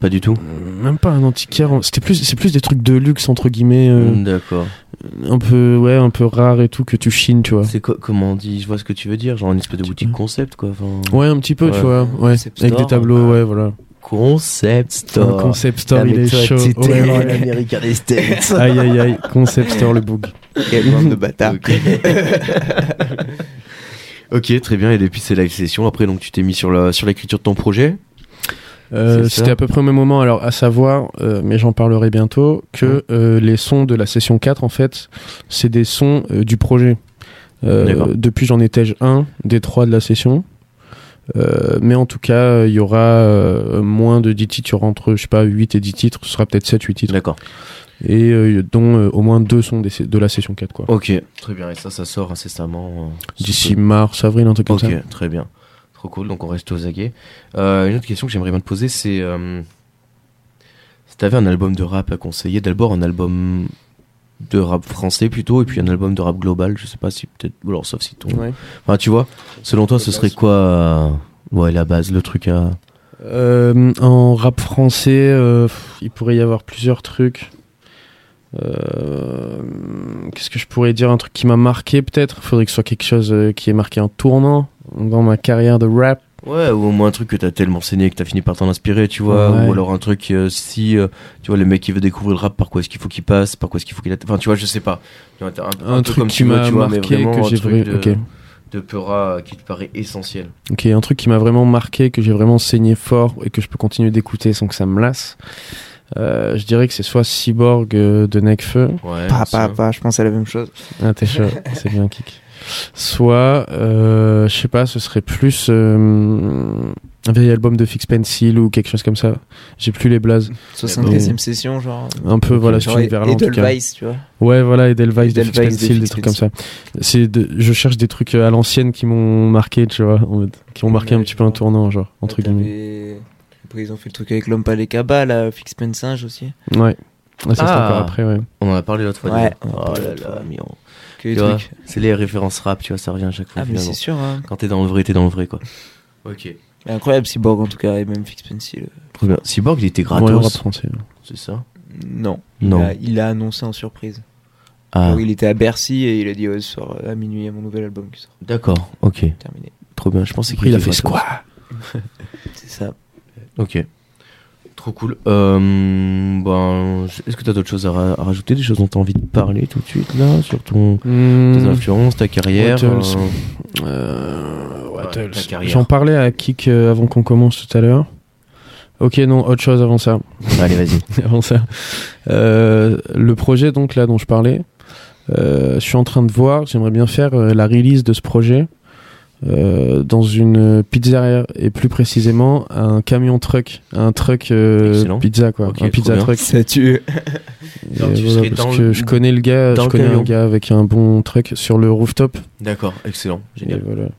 [SPEAKER 1] Pas du tout.
[SPEAKER 3] même pas un antiquaire. C'était plus, c'est plus des trucs de luxe entre guillemets, euh,
[SPEAKER 1] D'accord. Mm.
[SPEAKER 3] un peu ouais, un peu rare et tout que tu chines, tu vois.
[SPEAKER 1] C'est quoi, comment on dit Je vois ce que tu veux dire, genre une espèce de boutique concept, quoi. enfin,
[SPEAKER 3] Ouais, un petit peu,
[SPEAKER 1] Ouais.
[SPEAKER 3] tu vois. Ouais.
[SPEAKER 2] Concept
[SPEAKER 3] Avec
[SPEAKER 1] store,
[SPEAKER 3] des tableaux, ouais, voilà.
[SPEAKER 1] Concept
[SPEAKER 3] Un
[SPEAKER 1] store.
[SPEAKER 3] concept store, il est chaud. Ouais, ouais.
[SPEAKER 1] l'américain des States.
[SPEAKER 3] Aïe, aïe, aïe. Concept store, le bug.
[SPEAKER 2] Quel bande de bâtards.
[SPEAKER 1] Ok. ok, très bien. Et depuis ces live sessions, après, donc tu t'es mis sur la sur l'écriture de ton projet. C'est
[SPEAKER 3] Euh,
[SPEAKER 1] ça.
[SPEAKER 3] C'était à peu près au même moment, alors à savoir, euh, mais j'en parlerai bientôt, que euh, les sons de la session 4, en fait, c'est des sons euh, du projet. Euh,
[SPEAKER 1] D'accord.
[SPEAKER 3] depuis, j'en étais un des trois de la session. Euh, mais en tout cas, il y aura euh, moins de 10 titres, il y aura entre, je sais pas, 8 et 10 titres, ce sera peut-être 7-8 titres,
[SPEAKER 1] D'accord.
[SPEAKER 3] et euh, dont euh, au moins deux sons des- de la session 4, quoi.
[SPEAKER 1] Ok, très bien. Et ça, ça sort incessamment. euh, sous
[SPEAKER 3] D'ici mars, avril, un truc
[SPEAKER 1] peu.
[SPEAKER 3] comme
[SPEAKER 1] Ok, très bien. Trop cool. Donc on reste aux aguets. Euh, une autre question que j'aimerais bien te poser, c'est euh, si t'avais un album de rap à conseiller, d'abord un album de rap français plutôt, et puis un album de rap global. Je sais pas si peut-être, ou alors sauf si ton.
[SPEAKER 3] ça. Ouais.
[SPEAKER 1] Enfin, tu vois. Selon toi, ce serait quoi euh, Ouais, la base, le truc à.
[SPEAKER 3] Euh, en rap français, euh, pff, il pourrait y avoir plusieurs trucs. Euh, Qu'est-ce que je pourrais dire Un truc qui m'a marqué peut-être Faudrait que ce soit quelque chose euh, qui ait marqué un tournant dans ma carrière de rap.
[SPEAKER 1] Ouais, ou au moins un truc que t'as tellement saigné que t'as fini par t'en inspirer, tu vois.
[SPEAKER 3] Ouais.
[SPEAKER 1] Ou alors un truc, euh, si, euh, tu vois, le mec qui veut découvrir le rap, par quoi est-ce qu'il faut qu'il passe, par quoi est-ce qu'il faut qu'il atte- Enfin, tu vois, je sais pas. Tu vois, t'as
[SPEAKER 3] Un,
[SPEAKER 1] peu
[SPEAKER 3] truc
[SPEAKER 1] comme
[SPEAKER 3] qui
[SPEAKER 1] tu veux,
[SPEAKER 3] m'a
[SPEAKER 1] tu vois, mais
[SPEAKER 3] marqué,
[SPEAKER 1] vraiment
[SPEAKER 3] que
[SPEAKER 1] un
[SPEAKER 3] j'ai
[SPEAKER 1] truc
[SPEAKER 3] vrai-
[SPEAKER 1] de,
[SPEAKER 3] ok.
[SPEAKER 1] de Peura qui te paraît essentiel.
[SPEAKER 3] Ok, un truc qui m'a vraiment marqué, que j'ai vraiment saigné fort et que je peux continuer d'écouter sans que ça me lasse. Euh, je dirais que c'est soit Cyborg euh, de Nekfeu.
[SPEAKER 1] Ouais.
[SPEAKER 2] Pas,
[SPEAKER 1] ça.
[SPEAKER 2] pas, pas, je pense à la même chose.
[SPEAKER 3] Ah, t'es chaud, c'est bien kick. Soit, euh, je sais pas, ce serait plus euh, un vieil album de Fix Pencil ou quelque chose comme ça. J'ai plus les blazes.
[SPEAKER 2] 75 e session, genre.
[SPEAKER 3] Un peu, voilà,
[SPEAKER 2] genre,
[SPEAKER 3] cet univers-là en tout cas.
[SPEAKER 2] Edelweiss, tu vois.
[SPEAKER 3] Ouais, voilà, Edelweiss de Fix
[SPEAKER 2] Edelweiss de
[SPEAKER 3] Pencil, des
[SPEAKER 2] Fix
[SPEAKER 3] trucs comme ça. C'est de- je cherche des trucs euh, à l'ancienne qui m'ont marqué, tu vois, en mode- qui ont marqué un
[SPEAKER 2] Ouais,
[SPEAKER 3] petit
[SPEAKER 2] je
[SPEAKER 3] peu un
[SPEAKER 2] vois.
[SPEAKER 3] tournant, genre, entre
[SPEAKER 2] Là, t'avais-
[SPEAKER 3] guillemets.
[SPEAKER 2] Après, ils ont fait le truc avec l'homme palais cabas, là, Fix Singe aussi.
[SPEAKER 3] Ouais. Ah, ça, c'est
[SPEAKER 1] Ah.
[SPEAKER 3] encore après, ouais.
[SPEAKER 1] On en a parlé l'autre fois.
[SPEAKER 2] Ouais,
[SPEAKER 1] déjà.
[SPEAKER 2] on en a
[SPEAKER 1] Oh
[SPEAKER 2] parlé
[SPEAKER 1] là
[SPEAKER 2] l'autre
[SPEAKER 1] là,
[SPEAKER 2] fois.
[SPEAKER 1] mais on-
[SPEAKER 2] Que les
[SPEAKER 1] Tu vois,
[SPEAKER 2] trucs.
[SPEAKER 1] C'est les références rap, tu vois, ça revient à chaque fois.
[SPEAKER 2] Ah, mais
[SPEAKER 1] finalement.
[SPEAKER 2] c'est sûr. hein.
[SPEAKER 1] Quand t'es dans le vrai, t'es dans le vrai, quoi. Ok.
[SPEAKER 2] Mais Incroyable Cyborg en tout cas, et même Fix Pencil. euh,
[SPEAKER 1] Trop bien. Cyborg, il était
[SPEAKER 3] Ouais, rap
[SPEAKER 1] gratos.
[SPEAKER 3] français.
[SPEAKER 1] c'est ça
[SPEAKER 2] Non.
[SPEAKER 1] Non.
[SPEAKER 2] Il, a, il a annoncé en surprise.
[SPEAKER 1] Ah,
[SPEAKER 2] Alors, il était à Bercy et il a dit ouais, ce soir à minuit, il y a mon nouvel album qui sort.
[SPEAKER 1] d'accord. Ok.
[SPEAKER 2] Terminé.
[SPEAKER 1] Trop bien. Je pensais qu'il
[SPEAKER 3] Il a
[SPEAKER 1] était
[SPEAKER 3] fait
[SPEAKER 1] gratos.
[SPEAKER 3] quoi
[SPEAKER 2] C'est ça.
[SPEAKER 1] Ok. Trop cool. Euh, ben, est-ce que t'as d'autres choses à, ra- à rajouter Des choses dont t'as envie de parler tout de suite, là Sur ton,
[SPEAKER 2] Hmm.
[SPEAKER 1] tes influences, ta carrière
[SPEAKER 3] Hotels.
[SPEAKER 1] euh,
[SPEAKER 3] Hmm, Euh,
[SPEAKER 1] Ouais,
[SPEAKER 3] Wattles.
[SPEAKER 1] ta carrière.
[SPEAKER 3] J'en parlais à Kik euh, avant qu'on commence tout à l'heure. Ok, non, autre chose avant ça.
[SPEAKER 1] Allez, vas-y.
[SPEAKER 3] avant ça. Euh, le projet donc là dont je parlais, euh, je suis en train de voir, j'aimerais bien faire euh, la release de ce projet euh, dans une pizzeria et plus précisément un camion truck, un truck euh,
[SPEAKER 1] Excellent.
[SPEAKER 3] pizza quoi,
[SPEAKER 1] Ok,
[SPEAKER 3] un
[SPEAKER 1] trop
[SPEAKER 3] pizza
[SPEAKER 1] bien.
[SPEAKER 3] truck.
[SPEAKER 2] Ça tue.
[SPEAKER 3] Et
[SPEAKER 1] Alors, tu
[SPEAKER 3] voilà,
[SPEAKER 1] serais dans
[SPEAKER 3] parce que
[SPEAKER 1] le-
[SPEAKER 3] je connais le gars,
[SPEAKER 1] dans
[SPEAKER 3] je
[SPEAKER 1] le
[SPEAKER 3] connais
[SPEAKER 1] camion.
[SPEAKER 3] un gars avec un bon truck sur le rooftop.
[SPEAKER 1] D'accord. Excellent.
[SPEAKER 3] Et
[SPEAKER 1] Génial.
[SPEAKER 3] voilà.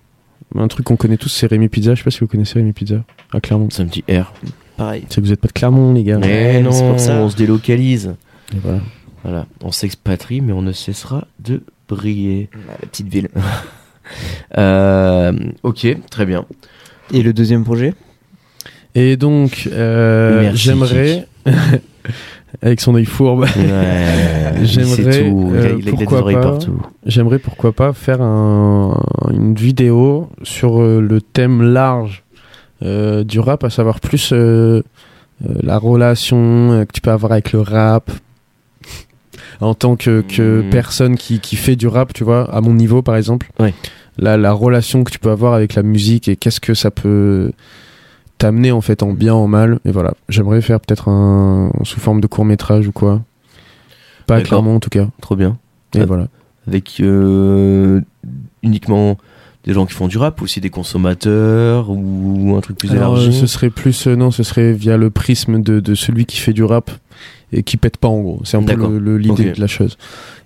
[SPEAKER 3] Un truc qu'on connaît tous, c'est Rémi Pizza. Je sais pas si vous connaissez Rémi Pizza Ah, à Clermont.
[SPEAKER 1] C'est un petit R.
[SPEAKER 2] Pareil.
[SPEAKER 3] C'est que vous êtes pas de Clermont, les gars.
[SPEAKER 1] Mais non,
[SPEAKER 2] c'est pour ça.
[SPEAKER 1] on se délocalise.
[SPEAKER 3] Et voilà.
[SPEAKER 1] Voilà. On s'expatrie, mais on ne cessera de briller.
[SPEAKER 2] Ah, la petite ville.
[SPEAKER 1] Euh, ok, très bien.
[SPEAKER 2] Et le deuxième projet
[SPEAKER 3] Et donc, euh,
[SPEAKER 1] Merci,
[SPEAKER 3] j'aimerais, avec son œil fourbe,
[SPEAKER 1] Ouais,
[SPEAKER 3] J'aimerais,
[SPEAKER 1] c'est tout. Il a-
[SPEAKER 3] euh,
[SPEAKER 1] il a, des
[SPEAKER 3] pourquoi
[SPEAKER 1] oreilles
[SPEAKER 3] pas,
[SPEAKER 1] partout.
[SPEAKER 3] j'aimerais pourquoi pas faire un- une vidéo sur euh, le thème large euh, du rap, à savoir plus euh, euh, la relation euh, que tu peux avoir avec le rap. En tant que, que
[SPEAKER 1] Mhm.
[SPEAKER 3] personne qui, qui fait du rap, tu vois, à mon niveau par exemple,
[SPEAKER 1] Ouais.
[SPEAKER 3] la, la relation que tu peux avoir avec la musique et qu'est-ce que ça peut t'amener en fait en bien, en mal. Et voilà, j'aimerais faire peut-être un sous forme de court métrage ou quoi. Pas
[SPEAKER 1] D'accord.
[SPEAKER 3] clairement en tout cas.
[SPEAKER 1] Trop bien.
[SPEAKER 3] Et
[SPEAKER 1] Ah.
[SPEAKER 3] voilà.
[SPEAKER 1] Avec euh, uniquement des gens qui font du rap, ou aussi des consommateurs, ou un truc plus
[SPEAKER 3] Alors, euh,
[SPEAKER 1] élargi.
[SPEAKER 3] ce serait plus euh, non, ce serait via le prisme de, de celui qui fait du rap et qui pète pas en gros. C'est un peu
[SPEAKER 1] D'accord.
[SPEAKER 3] le- le- l'idée
[SPEAKER 1] Ok.
[SPEAKER 3] de la chose.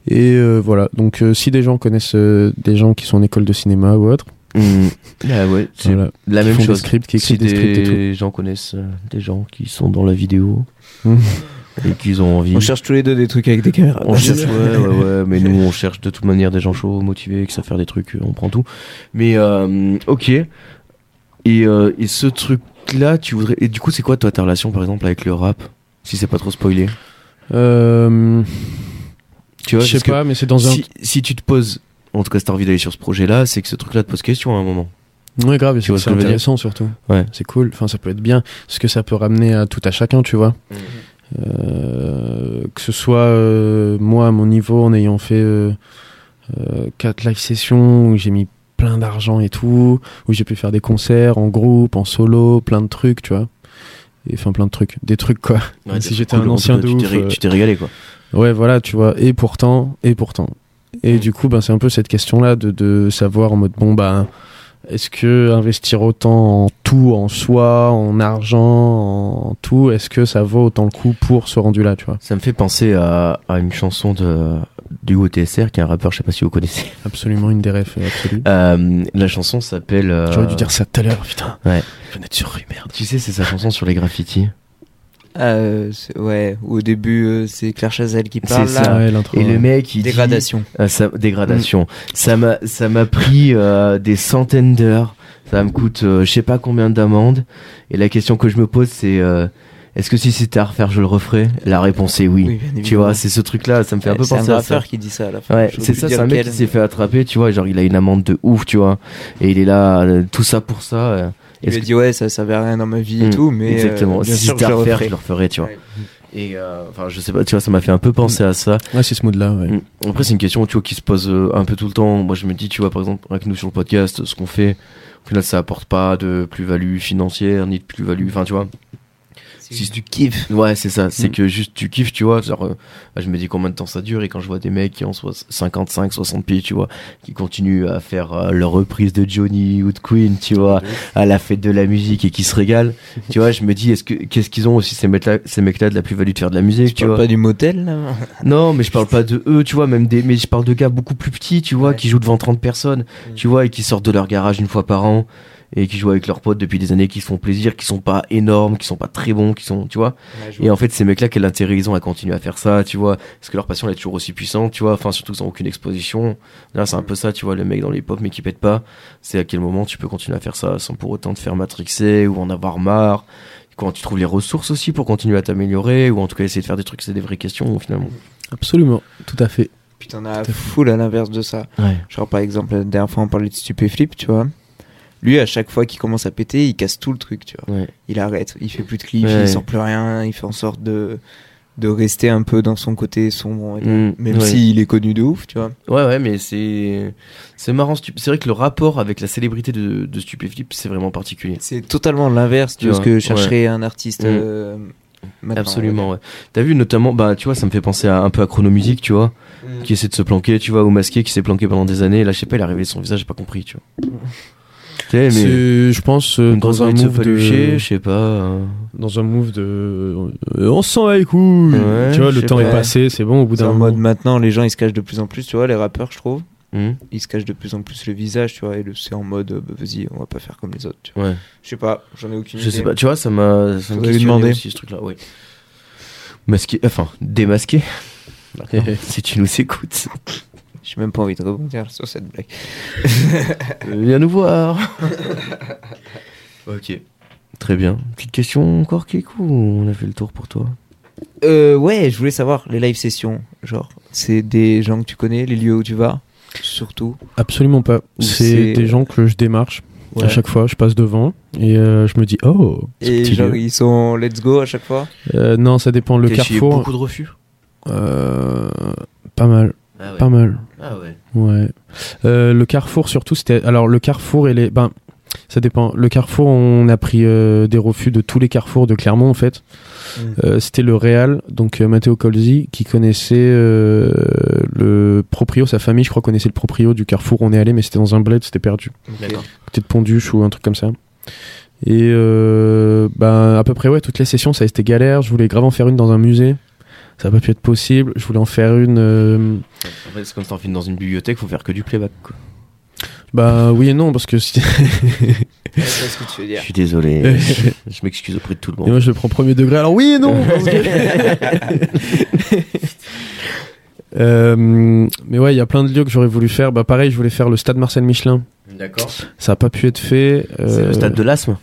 [SPEAKER 3] Et euh, voilà. Donc euh, si des gens connaissent euh, des gens qui sont en école de cinéma ou autre,
[SPEAKER 1] Mm. Ah ouais, c'est
[SPEAKER 3] voilà,
[SPEAKER 1] la
[SPEAKER 3] qui
[SPEAKER 1] même
[SPEAKER 3] font des
[SPEAKER 1] chose.
[SPEAKER 3] scripts, qui
[SPEAKER 1] si
[SPEAKER 3] écrivent des scripts et tout.
[SPEAKER 1] des gens connaissent euh, des gens qui sont dans la vidéo Hmm.
[SPEAKER 3] Mm.
[SPEAKER 1] et qu'ils ont envie.
[SPEAKER 2] On cherche tous les deux des trucs avec des caméras.
[SPEAKER 3] Bah,
[SPEAKER 1] On cherche, ouais, ouais, ouais, mais nous on cherche de toute manière des gens chauds, motivés, qui savent faire des trucs, euh, on prend tout. Mais euh, ok. Et, euh, et ce truc-là, tu voudrais. Et du coup, c'est quoi toi ta relation par exemple avec le rap Si c'est pas trop spoilé.
[SPEAKER 3] Euh,
[SPEAKER 1] Tu
[SPEAKER 3] je
[SPEAKER 1] vois,
[SPEAKER 3] sais
[SPEAKER 1] parce que
[SPEAKER 3] pas, mais c'est dans un.
[SPEAKER 1] si, si tu te poses. En tout cas, si t'as envie d'aller sur ce projet-là, c'est que ce truc-là te pose question à un moment.
[SPEAKER 3] Ouais, grave. parce
[SPEAKER 1] Tu vois
[SPEAKER 3] que
[SPEAKER 1] ce que
[SPEAKER 3] C'est
[SPEAKER 1] je veux dire
[SPEAKER 3] intéressant surtout.
[SPEAKER 1] Ouais.
[SPEAKER 3] C'est cool. Enfin, ça peut être bien. Ce que ça peut ramener à tout à chacun, tu vois.
[SPEAKER 2] Mmh.
[SPEAKER 1] Mhm.
[SPEAKER 3] Euh, que ce soit euh, moi à mon niveau en ayant fait euh, euh, quatre live sessions où j'ai mis plein d'argent et tout, où j'ai pu faire des concerts en groupe, en solo, plein de trucs, tu vois. Et Enfin, plein de trucs, des trucs quoi. Comme si j'étais un ancien de
[SPEAKER 1] tu t'es
[SPEAKER 3] ouf,
[SPEAKER 1] ré-
[SPEAKER 3] euh.
[SPEAKER 1] tu t'es régalé quoi.
[SPEAKER 3] Ouais, voilà, tu vois. Et pourtant, et pourtant. Et du coup, ben, c'est un peu cette question-là de, de savoir en mode, bon, ben, est-ce que investir autant en tout, en soi, en argent, en tout, est-ce que ça vaut autant le coup pour ce rendu-là, tu vois
[SPEAKER 1] Ça me fait penser à, à une chanson de d'Hugo TSR, qui est un rappeur, je sais pas si vous connaissez.
[SPEAKER 3] Absolument une des refs, euh, absolue.
[SPEAKER 1] Euh, la chanson s'appelle. euh,
[SPEAKER 3] J'aurais dû dire ça tout à l'heure, putain.
[SPEAKER 1] Ouais.
[SPEAKER 3] Je venais de surrue, merde.
[SPEAKER 1] Tu sais, c'est sa chanson sur les graffitis.
[SPEAKER 2] Ah, euh, c'est- ouais, au début, euh, c'est Claire Chazelle qui parle.
[SPEAKER 1] C'est
[SPEAKER 2] là.
[SPEAKER 1] ça.
[SPEAKER 3] ouais, l'intro. euh,
[SPEAKER 1] Et le
[SPEAKER 3] ouais.
[SPEAKER 1] mec, il dit-
[SPEAKER 2] euh, Dégradation. Mm.
[SPEAKER 1] Ah, ça- dégradation. Ça m'a, ça m'a pris euh, des centaines d'heures. Ça me coûte, euh, je sais pas combien d'amendes. Et la question que je me pose, c'est euh, est-ce que si c'était à refaire, je le referais La réponse est oui.
[SPEAKER 2] bien
[SPEAKER 1] tu vois, c'est ce truc-là. Ça me fait un
[SPEAKER 2] Ouais,
[SPEAKER 1] peu
[SPEAKER 2] c'est
[SPEAKER 1] penser
[SPEAKER 2] un
[SPEAKER 1] à ça.
[SPEAKER 2] rappeur qui dit ça à la fin.
[SPEAKER 1] Ouais,
[SPEAKER 2] Je
[SPEAKER 1] c'est
[SPEAKER 2] peux
[SPEAKER 1] ça,
[SPEAKER 2] plus
[SPEAKER 1] c'est un
[SPEAKER 2] dire
[SPEAKER 1] mec qui
[SPEAKER 2] quel.
[SPEAKER 1] s'est fait attraper, tu vois, genre il a une amende de ouf, tu vois, et il est là, euh, tout ça pour ça. euh.
[SPEAKER 2] Il lui a
[SPEAKER 1] Est-ce
[SPEAKER 2] dit, ouais, ça servait à rien dans ma vie et
[SPEAKER 1] Mm,
[SPEAKER 2] tout, mais. euh,
[SPEAKER 1] Exactement,
[SPEAKER 2] bien
[SPEAKER 1] si
[SPEAKER 2] sûr,
[SPEAKER 1] c'était
[SPEAKER 2] je
[SPEAKER 1] à
[SPEAKER 2] le
[SPEAKER 1] refaire,
[SPEAKER 2] referai.
[SPEAKER 1] je le referais, tu vois.
[SPEAKER 2] Ouais.
[SPEAKER 1] Et euh, enfin, je sais pas, tu vois, ça m'a fait un peu penser à ça.
[SPEAKER 3] Ouais, c'est ce mood-là, ouais.
[SPEAKER 1] Mm. Après, c'est une question, tu vois, qui se pose euh, un peu tout le temps. Moi, je me dis, tu vois, par exemple, avec nous sur le podcast, ce qu'on fait, au final, ça apporte pas de plus-value financière, ni de plus-value, enfin, tu vois. Si tu kiffes. Ouais, c'est ça. C'est
[SPEAKER 3] Mm.
[SPEAKER 1] que juste tu kiffes, tu vois. Genre, euh, bah, je me dis combien de temps ça dure et quand je vois des mecs qui ont soit 55, 60 piges, tu vois, qui continuent à faire euh, leur reprise de Johnny ou de Queen, tu vois, à la fête de la musique et qui se régalent, tu vois, je me dis, est-ce que qu'est-ce qu'ils ont aussi ces mecs-là, ces mecs-là de la plus-value de faire de la musique, tu
[SPEAKER 2] Tu parles
[SPEAKER 1] vois
[SPEAKER 2] pas du motel, là
[SPEAKER 1] Non, mais je parle pas de eux, tu vois, même des, mais je parle de gars beaucoup plus petits, tu vois,
[SPEAKER 2] Ouais.
[SPEAKER 1] qui jouent devant 30 personnes,
[SPEAKER 2] Mm.
[SPEAKER 1] tu vois, et qui sortent de leur garage une fois par an et qui jouent avec leurs potes depuis des années, qui se font plaisir, qui sont pas énormes, qui sont pas très bons, qui sont, tu vois. Et en fait, ces mecs-là, quel intérêt ils ont à continuer à faire ça, tu vois Est-ce que leur passion elle est toujours aussi puissante, tu vois Enfin, surtout sans aucune exposition. Là, c'est un peu ça, tu vois, le mec dans les pop mais qui pète pas. C'est à quel moment tu peux continuer à faire ça sans pour autant te faire matrixer ou en avoir marre Quand tu trouves les ressources aussi pour continuer à t'améliorer ou en tout cas essayer de faire des trucs, c'est des vraies questions finalement.
[SPEAKER 3] Absolument, tout à fait.
[SPEAKER 2] Puis t'en as full à l'inverse de ça.
[SPEAKER 1] Ouais.
[SPEAKER 2] Genre, par exemple, la dernière fois, on parlait de Stupéflip, tu vois. Lui, à chaque fois qu'il commence à péter, il casse tout le truc, tu vois.
[SPEAKER 1] Ouais.
[SPEAKER 2] Il arrête, il fait plus de clips,
[SPEAKER 1] Ouais.
[SPEAKER 2] il sort plus rien, il fait en sorte de, de rester un peu dans son côté sombre.
[SPEAKER 1] Mm,
[SPEAKER 2] Même
[SPEAKER 1] ouais.
[SPEAKER 2] s'il est connu de ouf, tu vois.
[SPEAKER 1] Ouais, ouais, mais c'est. C'est marrant. Stu- C'est vrai que le rapport avec la célébrité de, de Stupéflip, c'est vraiment particulier.
[SPEAKER 2] C'est totalement l'inverse de
[SPEAKER 1] Tu
[SPEAKER 2] ce
[SPEAKER 1] vois,
[SPEAKER 2] que
[SPEAKER 1] ouais.
[SPEAKER 2] chercherait un artiste
[SPEAKER 1] Mm.
[SPEAKER 2] euh, maintenant,
[SPEAKER 1] Absolument, ouais. T'as vu notamment, bah, tu vois, ça me fait penser à, un peu à Chronomusique, tu vois,
[SPEAKER 2] ouais. Mm.
[SPEAKER 1] qui essaie de se planquer, tu vois, ou masqué, qui s'est planqué pendant des années. Là, je sais pas, il est arrivé son visage, j'ai pas compris, tu vois. Tu sais, mais.
[SPEAKER 3] C'est, je pense, euh,
[SPEAKER 1] Une grosse
[SPEAKER 3] dans un
[SPEAKER 1] envie de se
[SPEAKER 3] move de,
[SPEAKER 1] palucher, je sais pas. euh,
[SPEAKER 3] dans un move de, euh, on s'en va les couilles.
[SPEAKER 1] Ouais,
[SPEAKER 3] tu vois,
[SPEAKER 1] je
[SPEAKER 3] le
[SPEAKER 1] sais
[SPEAKER 3] temps
[SPEAKER 2] pas.
[SPEAKER 3] est passé, c'est bon. Au bout
[SPEAKER 2] C'est
[SPEAKER 3] d'un
[SPEAKER 2] en
[SPEAKER 3] moment.
[SPEAKER 2] mode maintenant, les gens ils se cachent de plus en plus, tu vois, les rappeurs, je trouve,
[SPEAKER 1] hmm.
[SPEAKER 2] ils se cachent de plus en plus le visage, tu vois, et le- c'est en mode, euh, bah, vas-y, on va pas faire comme les autres, tu vois.
[SPEAKER 1] Ouais.
[SPEAKER 2] Je sais pas, j'en ai aucune
[SPEAKER 1] Je
[SPEAKER 2] idée.
[SPEAKER 1] sais pas, tu vois, ça m'a. Ça me
[SPEAKER 2] Faudrait lui
[SPEAKER 1] questionnait
[SPEAKER 2] demander.
[SPEAKER 1] aussi, ce truc-là, ouais. Masqué, enfin, démasqué. si tu nous écoutes,
[SPEAKER 2] J'ai même pas envie de rebondir sur cette blague.
[SPEAKER 1] viens nous voir. ok. Très bien. Petite question encore, Kekou On a fait le tour pour toi.
[SPEAKER 2] Euh, ouais, je voulais savoir, les live sessions, genre, c'est des gens que tu connais, les lieux où tu vas, surtout.
[SPEAKER 3] Absolument pas.
[SPEAKER 2] Ou c'est-
[SPEAKER 3] C'est des gens que je démarche à chaque fois. Je passe devant et euh, je me dis oh. ce
[SPEAKER 2] Et
[SPEAKER 3] petit
[SPEAKER 2] genre,
[SPEAKER 3] lieu.
[SPEAKER 2] ils sont let's go à chaque fois.
[SPEAKER 3] Euh, non, ça dépend le
[SPEAKER 1] T'as essayé
[SPEAKER 3] carrefour.
[SPEAKER 1] beaucoup de refus
[SPEAKER 3] Euh, pas mal,
[SPEAKER 1] Ah ouais.
[SPEAKER 3] euh, pas mal.
[SPEAKER 1] Ah ouais.
[SPEAKER 3] Ouais. Euh, le carrefour surtout, c'était. Alors le carrefour et les. Ben, ça dépend. Le carrefour, on a pris euh, des refus de tous les carrefours de Clermont en fait.
[SPEAKER 2] Mm.
[SPEAKER 3] Euh, c'était le Real, donc euh, Matteo Colzi, qui connaissait euh, le proprio, sa famille, je crois connaissait le proprio du carrefour où on est allé, mais c'était dans un bled, c'était perdu.
[SPEAKER 1] D'accord.
[SPEAKER 3] Côté de Ponduche ou un truc comme ça. Et euh, ben, à peu près ouais, toutes les sessions, ça a été galère. Je voulais grave en faire une dans un musée. Ça n'a pas pu être possible. Je voulais en faire une. euh,
[SPEAKER 1] En fait, c'est comme si t'en filmes dans une bibliothèque, faut faire que du playback. quoi.
[SPEAKER 3] bah oui et non, parce que si-
[SPEAKER 2] Je sais ce que tu veux
[SPEAKER 1] Je
[SPEAKER 2] dire.
[SPEAKER 1] suis désolé. je je m'excuse auprès de tout le
[SPEAKER 3] Et
[SPEAKER 1] monde.
[SPEAKER 3] moi, je le prends premier degré. Alors oui et non. parce que- Euh, mais ouais, il y a plein de lieux que j'aurais voulu faire. Bah pareil, je voulais faire le stade Marcel Michelin.
[SPEAKER 1] D'accord.
[SPEAKER 3] Ça a pas pu être fait.
[SPEAKER 1] C'est
[SPEAKER 3] euh,
[SPEAKER 1] le stade de l'asthme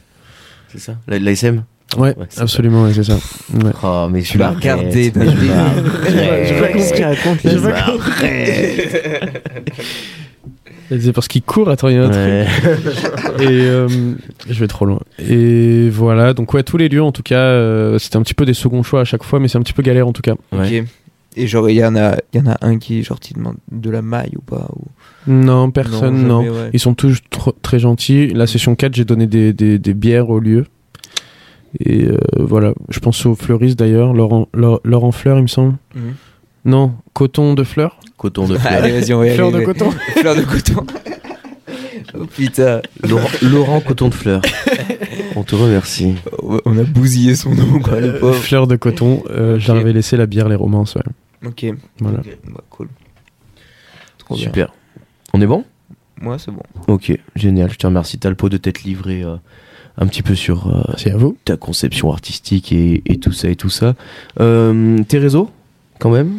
[SPEAKER 1] C'est ça La- L'ASM
[SPEAKER 3] Ouais,
[SPEAKER 1] Ouais, c'est
[SPEAKER 3] absolument, ouais, c'est ça. Ouais.
[SPEAKER 1] Oh, mais
[SPEAKER 2] Tu l'as regardé
[SPEAKER 1] Je
[SPEAKER 2] dès le début.
[SPEAKER 1] Je
[SPEAKER 2] Je sais ce qu'il raconte, là.
[SPEAKER 1] Je m'arrête.
[SPEAKER 3] Et C'est parce qu'il court. Attends, il y a un truc.
[SPEAKER 1] Ouais.
[SPEAKER 3] Et euh, je vais trop loin. Et voilà. Donc ouais, tous les lieux, en tout cas, euh, c'était un petit peu des seconds choix à chaque fois, mais c'est un petit peu galère en tout cas.
[SPEAKER 1] Ouais.
[SPEAKER 2] Ok. Et genre, il y, en a- il y en a un qui, genre, te demande de la maille ou pas ou...
[SPEAKER 3] Non, personne, non.
[SPEAKER 2] jamais, ouais.
[SPEAKER 3] Ils sont tous tr- très gentils. La session 4, j'ai donné des, des- des bières au lieu. Et euh, voilà, je pense aux fleuristes d'ailleurs, Laurent, Laure- Laurent Fleur, il me semble.
[SPEAKER 2] Mhm.
[SPEAKER 3] Non, coton de fleurs
[SPEAKER 1] Coton de fleurs.
[SPEAKER 2] Allez, vas-y, on va y aller.
[SPEAKER 3] Fleur de
[SPEAKER 2] ouais.
[SPEAKER 3] coton
[SPEAKER 2] Fleur de coton. oh putain,
[SPEAKER 1] Laurent, Laurent Coton de fleurs. On te remercie.
[SPEAKER 2] on a bousillé son nom, quoi, le pauvre.
[SPEAKER 3] Fleur de coton, euh,
[SPEAKER 2] Ok.
[SPEAKER 3] j'avais laissé la bière, les romances, ouais.
[SPEAKER 2] Ok,
[SPEAKER 3] Voilà.
[SPEAKER 2] bah, cool. Trop bien.
[SPEAKER 1] Super. On est bon
[SPEAKER 2] Moi, c'est bon.
[SPEAKER 1] Ok, génial. Je te remercie. T'as le pot de tête livré euh, un petit peu sur euh,
[SPEAKER 3] Merci à vous.
[SPEAKER 1] ta conception artistique et, et tout ça et tout ça. Euh, tes réseaux, quand même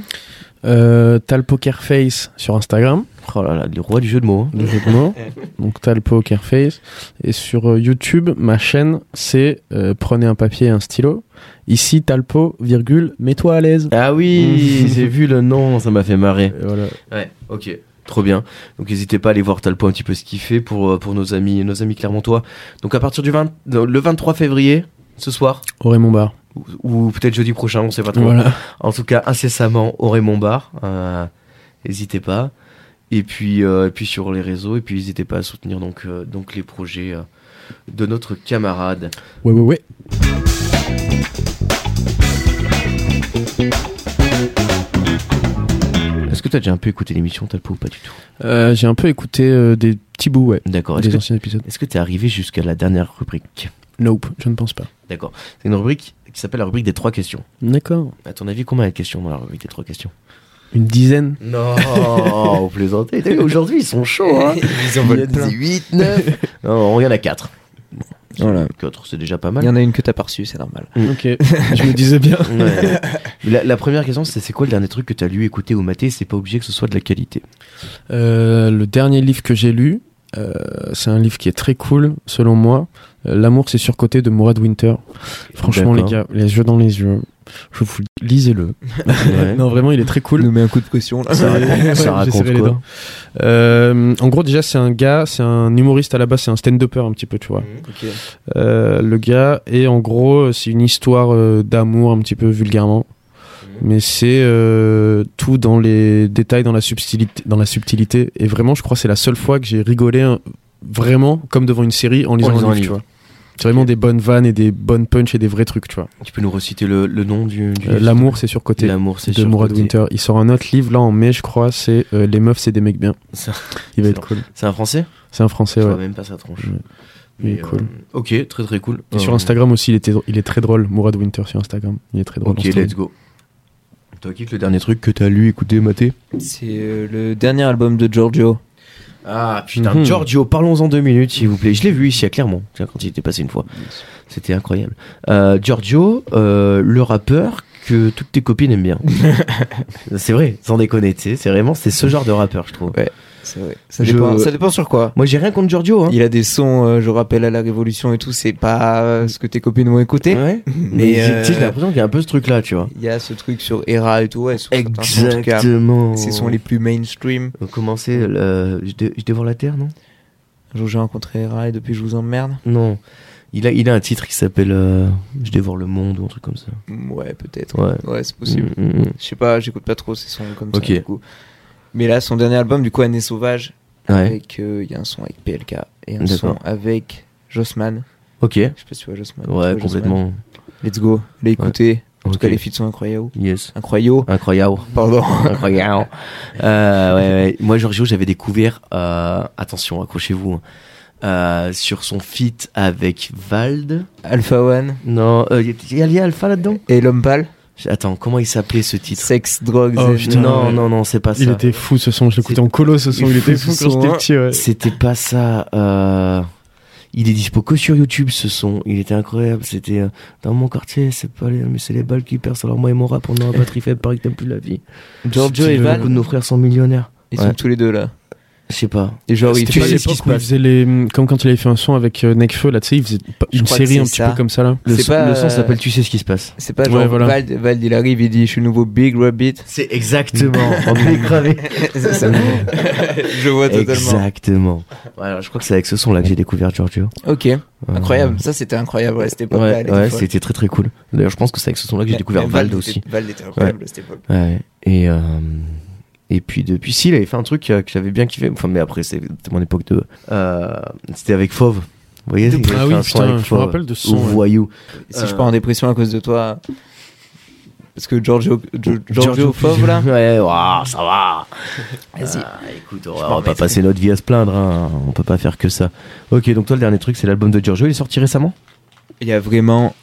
[SPEAKER 3] Euh, t'as le Poker Face sur Instagram,
[SPEAKER 1] Oh là là, le roi du jeu de mots. hein.
[SPEAKER 3] le jeu de mots. Donc t'as le Poker Face. Et sur euh, YouTube, ma chaîne, c'est euh, Prenez un papier et un stylo. Ici, t'as le pot, virgule, mets-toi à l'aise.
[SPEAKER 1] Ah oui,
[SPEAKER 3] Mm.
[SPEAKER 1] j'ai vu le nom, ça m'a fait marrer.
[SPEAKER 3] Et voilà.
[SPEAKER 1] Ouais, ok. Trop bien. Donc n'hésitez pas à aller voir Talpo un petit peu ce qu'il fait pour, euh, pour nos amis nos amis clermontois. Donc à partir du 20, non, le 23 février, ce soir,
[SPEAKER 3] Au Raymond Bar.
[SPEAKER 1] ou, ou peut-être jeudi prochain, on sait pas trop.
[SPEAKER 3] Voilà.
[SPEAKER 1] En tout cas, incessamment au Raymond Bar. euh, N'hésitez pas. Et puis, euh, et puis sur les réseaux. Et puis n'hésitez pas à soutenir donc, euh, donc les projets euh, de notre camarade.
[SPEAKER 3] Ouais, ouais, ouais.
[SPEAKER 1] Mmh. Est-ce que tu as déjà un peu écouté l'émission Talpo ou pas du tout
[SPEAKER 3] Euh, j'ai un peu écouté euh, des petits bouts, ouais.
[SPEAKER 1] D'accord. Est-ce
[SPEAKER 3] Des
[SPEAKER 1] que
[SPEAKER 3] anciens épisodes.
[SPEAKER 1] est-ce que t'es arrivé jusqu'à la dernière rubrique
[SPEAKER 3] Nope, je ne pense pas.
[SPEAKER 1] D'accord. C'est une rubrique qui s'appelle la rubrique des trois questions.
[SPEAKER 3] D'accord.
[SPEAKER 1] À ton avis, combien il y a de questions dans la rubrique des trois questions
[SPEAKER 3] Une dizaine
[SPEAKER 1] Non, vous plaisantez. T'as vu, Aujourd'hui, ils sont chauds. Hein.
[SPEAKER 2] Ils en
[SPEAKER 1] Il y a
[SPEAKER 2] veulent plein.
[SPEAKER 1] 8, 9. Non, il y en a 4.
[SPEAKER 2] Voilà.
[SPEAKER 1] 4, c'est déjà pas
[SPEAKER 2] Il y
[SPEAKER 1] mal.
[SPEAKER 2] en a une que t'as pas reçue, c'est normal.
[SPEAKER 3] Ok, je me disais bien.
[SPEAKER 1] Ouais. La, la première question, c'est c'est quoi le dernier truc que t'as lu, écouté ou maté C'est pas obligé que ce soit de la qualité.
[SPEAKER 3] Euh, le dernier livre que j'ai lu, euh, c'est un livre qui est très cool, selon moi. Euh, L'amour, c'est surcoté de Mourad Winter. Franchement, les
[SPEAKER 1] D'accord.
[SPEAKER 3] gars, les yeux dans les yeux, je vous le dis, lisez-le.
[SPEAKER 1] Ouais.
[SPEAKER 3] Non, vraiment, il est très cool.
[SPEAKER 2] nous met un coup de pression là.
[SPEAKER 1] Ça raconte-
[SPEAKER 3] Ouais,
[SPEAKER 1] ça
[SPEAKER 3] j'ai
[SPEAKER 1] raconte
[SPEAKER 3] serré les
[SPEAKER 1] quoi
[SPEAKER 3] dents. Euh, En gros, déjà, c'est un gars, c'est un humoriste à la base, c'est un stand-upper un petit peu, tu vois.
[SPEAKER 1] Mmh.
[SPEAKER 3] Euh, le gars. Et en gros, c'est une histoire euh, d'amour un petit peu vulgairement. Mais c'est euh, tout dans les détails, dans la subtilité, dans la subtilité. Et vraiment, je crois, que c'est la seule fois que j'ai rigolé hein, vraiment comme devant une série en lisant,
[SPEAKER 1] lisant
[SPEAKER 3] un
[SPEAKER 1] un
[SPEAKER 3] livre. Tu vois. C'est vraiment des bonnes vannes et des bonnes punches et des vrais trucs, tu vois.
[SPEAKER 1] Tu peux nous reciter le, le nom du. du
[SPEAKER 3] Euh, L'amour, c'est surcoté.
[SPEAKER 1] L'amour, c'est
[SPEAKER 3] de Mourad
[SPEAKER 1] surcoté.
[SPEAKER 3] Winter. Il sort un autre livre là en mai, je crois. C'est euh, Les meufs, c'est des mecs bien.
[SPEAKER 1] Ça-
[SPEAKER 3] Il va être cool.
[SPEAKER 1] C'est un français
[SPEAKER 3] C'est un français,
[SPEAKER 1] Je
[SPEAKER 3] ouais.
[SPEAKER 1] vois même pas sa tronche. euh,
[SPEAKER 3] Ouais. Il est cool.
[SPEAKER 1] ok, très très cool.
[SPEAKER 3] Et sur
[SPEAKER 1] Euh,
[SPEAKER 3] Instagram aussi, il, était, il est très drôle. Mourad Winter sur Instagram. Il est très drôle. en
[SPEAKER 1] Ok,
[SPEAKER 3] story.
[SPEAKER 1] let's go. Toi, qui le dernier truc que t'as lu, écouté, maté
[SPEAKER 2] C'est euh, le dernier album de Giorgio.
[SPEAKER 1] Ah putain,
[SPEAKER 3] Mhm.
[SPEAKER 1] Giorgio, parlons-en deux minutes s'il vous plaît. Je l'ai vu ici à Clermont, tiens, quand il était passé une fois. C'était incroyable. Euh, Giorgio, euh, le rappeur que toutes tes copines aiment bien. c'est vrai, sans déconner, tu sais, c'est vraiment c'est ce genre de rappeur, je trouve.
[SPEAKER 2] Ouais. C'est vrai. Ça
[SPEAKER 1] Je-
[SPEAKER 2] dépend, ça dépend sur quoi.
[SPEAKER 1] Moi, j'ai rien contre Giorgio, hein.
[SPEAKER 2] Il a des sons, euh, je rappelle à la Révolution et tout, c'est pas euh, ce que tes copines vont écouter.
[SPEAKER 1] Ouais. Mais,
[SPEAKER 2] Mais
[SPEAKER 1] j'ai- tu sais, j'ai
[SPEAKER 2] euh,
[SPEAKER 1] l'impression qu'il y a un peu ce truc-là, tu vois.
[SPEAKER 2] il y a ce truc sur Era et tout, ouais, sur certains sons, en tout cas,
[SPEAKER 1] Exactement.
[SPEAKER 2] Ces sons les plus mainstream.
[SPEAKER 1] Comment c'est euh, je, dé- je dévore la terre, non
[SPEAKER 2] Un jour j'ai rencontré Era et depuis je vous emmerde.
[SPEAKER 1] Non. Il a, il a un titre qui s'appelle euh, Je dévore le monde ou un truc comme ça.
[SPEAKER 2] Mm, Ouais, peut-être.
[SPEAKER 1] Ouais.
[SPEAKER 2] Ouais, c'est possible.
[SPEAKER 1] Mm, mm, mm.
[SPEAKER 2] Je sais pas, j'écoute pas trop ces sons comme
[SPEAKER 1] Ok.
[SPEAKER 2] ça. Du coup. Mais là, son dernier album, du coup, Année Sauvage,
[SPEAKER 1] Ouais.
[SPEAKER 2] avec euh, il y a un son avec PLK et un son
[SPEAKER 1] D'accord.
[SPEAKER 2] avec Jossman.
[SPEAKER 1] Ok.
[SPEAKER 2] Je sais pas si tu vois Jossman. Tu vois
[SPEAKER 1] Ouais,
[SPEAKER 2] Jossman
[SPEAKER 1] complètement.
[SPEAKER 2] Let's go. Allez écouter. En tout
[SPEAKER 1] Ok.
[SPEAKER 2] cas, les feats sont incroyables.
[SPEAKER 1] Yes.
[SPEAKER 2] Incroyaux.
[SPEAKER 1] Incroyable.
[SPEAKER 2] Pardon.
[SPEAKER 1] Incroyable. Euh, ouais, ouais. Moi, Giorgio, j'avais découvert, euh, attention, accrochez-vous, hein, euh, sur son feat avec Vald.
[SPEAKER 2] Alpha One
[SPEAKER 1] Non, euh, il y a- il y a Alpha là-dedans
[SPEAKER 2] et L'Homme Pâle.
[SPEAKER 1] Attends, comment il s'appelait ce titre
[SPEAKER 2] Sex, Drugs
[SPEAKER 3] Oh,
[SPEAKER 2] and-
[SPEAKER 3] putain.
[SPEAKER 1] Non,
[SPEAKER 3] ouais.
[SPEAKER 1] non, non, c'est pas
[SPEAKER 3] Il
[SPEAKER 1] ça.
[SPEAKER 3] était fou ce son, je l'écoutais en colo ce son,
[SPEAKER 2] il
[SPEAKER 3] il
[SPEAKER 2] est
[SPEAKER 3] était
[SPEAKER 2] Ah, fou,
[SPEAKER 3] fou
[SPEAKER 2] ce
[SPEAKER 3] quand
[SPEAKER 2] son,
[SPEAKER 3] j'étais
[SPEAKER 2] hein.
[SPEAKER 3] petit, ouais.
[SPEAKER 1] C'était pas ça. euh, Il est dispo que sur YouTube ce son. Il était incroyable. C'était euh, dans mon quartier, c'est pas les, mais c'est les balles qui percent. Alors moi et mon rap, on a un batterie faible, pareil que t'aimes plus la vie.
[SPEAKER 2] Giorgio
[SPEAKER 1] Style,
[SPEAKER 2] et Val.
[SPEAKER 1] Beaucoup de nos frères sont millionnaires.
[SPEAKER 2] Ils
[SPEAKER 1] Ouais.
[SPEAKER 2] sont tous les deux là.
[SPEAKER 1] Je sais pas.
[SPEAKER 2] Et genre, ils
[SPEAKER 3] C'était pas
[SPEAKER 2] tuent.
[SPEAKER 3] l'époque où il faisait les. Comme quand il avait fait un son avec euh, Nekfeu, là, tu sais, il faisait pas-
[SPEAKER 2] Je
[SPEAKER 3] une
[SPEAKER 2] crois que
[SPEAKER 3] série un
[SPEAKER 2] c'est
[SPEAKER 3] petit
[SPEAKER 2] ça.
[SPEAKER 3] peu comme ça, là.
[SPEAKER 1] Le,
[SPEAKER 2] C'est
[SPEAKER 1] son-
[SPEAKER 2] pas,
[SPEAKER 1] le son
[SPEAKER 2] euh,
[SPEAKER 1] s'appelle Tu sais ce qui se passe.
[SPEAKER 2] C'est pas
[SPEAKER 3] Ouais,
[SPEAKER 2] genre
[SPEAKER 3] voilà.
[SPEAKER 2] Vald, Vald, il arrive, il dit Je suis le nouveau Big Rabbit.
[SPEAKER 1] C'est exactement. On est gravé.
[SPEAKER 2] C'est ça. je vois totalement.
[SPEAKER 1] Exactement. Ouais, alors, je crois que c'est avec ce son là que j'ai découvert Giorgio.
[SPEAKER 2] Ok,
[SPEAKER 1] Euh,
[SPEAKER 2] incroyable. Ça, c'était incroyable à cette époque-là.
[SPEAKER 1] Ouais,
[SPEAKER 2] les
[SPEAKER 1] ouais,
[SPEAKER 2] fois.
[SPEAKER 1] c'était très très cool. D'ailleurs, je pense que c'est avec ce son là que j'ai
[SPEAKER 2] Même-
[SPEAKER 1] découvert
[SPEAKER 2] même
[SPEAKER 1] Vald
[SPEAKER 2] était-
[SPEAKER 1] aussi.
[SPEAKER 2] Vald était incroyable à cette époque.
[SPEAKER 1] Ouais. Et, euh, et puis depuis, si, il avait fait un truc euh, que j'avais bien kiffé. Enfin, mais après, c'est- c'était mon époque de. euh, c'était avec Fauve. Vous voyez il avait
[SPEAKER 3] Ah
[SPEAKER 1] fait
[SPEAKER 3] oui,
[SPEAKER 1] un son
[SPEAKER 3] putain,
[SPEAKER 1] avec
[SPEAKER 3] je me
[SPEAKER 1] Fauve.
[SPEAKER 3] rappelle de ce
[SPEAKER 1] Ou
[SPEAKER 3] son, ouais.
[SPEAKER 1] Voyou.
[SPEAKER 2] Si je pars en dépression à cause de toi. Parce que Giorgio, Gio-
[SPEAKER 1] Giorgio
[SPEAKER 2] Giorgio Fauve, là.
[SPEAKER 1] Ouais, ouah, ça va.
[SPEAKER 2] Vas-y.
[SPEAKER 1] Ah, écoute, on
[SPEAKER 2] Je
[SPEAKER 1] va,
[SPEAKER 2] m'en
[SPEAKER 1] on va pas
[SPEAKER 2] mettrai.
[SPEAKER 1] passer notre vie à se plaindre. hein. On peut pas faire que ça. Ok, donc toi, le dernier truc, c'est l'album de Giorgio. Il est sorti récemment
[SPEAKER 2] Il y a vraiment.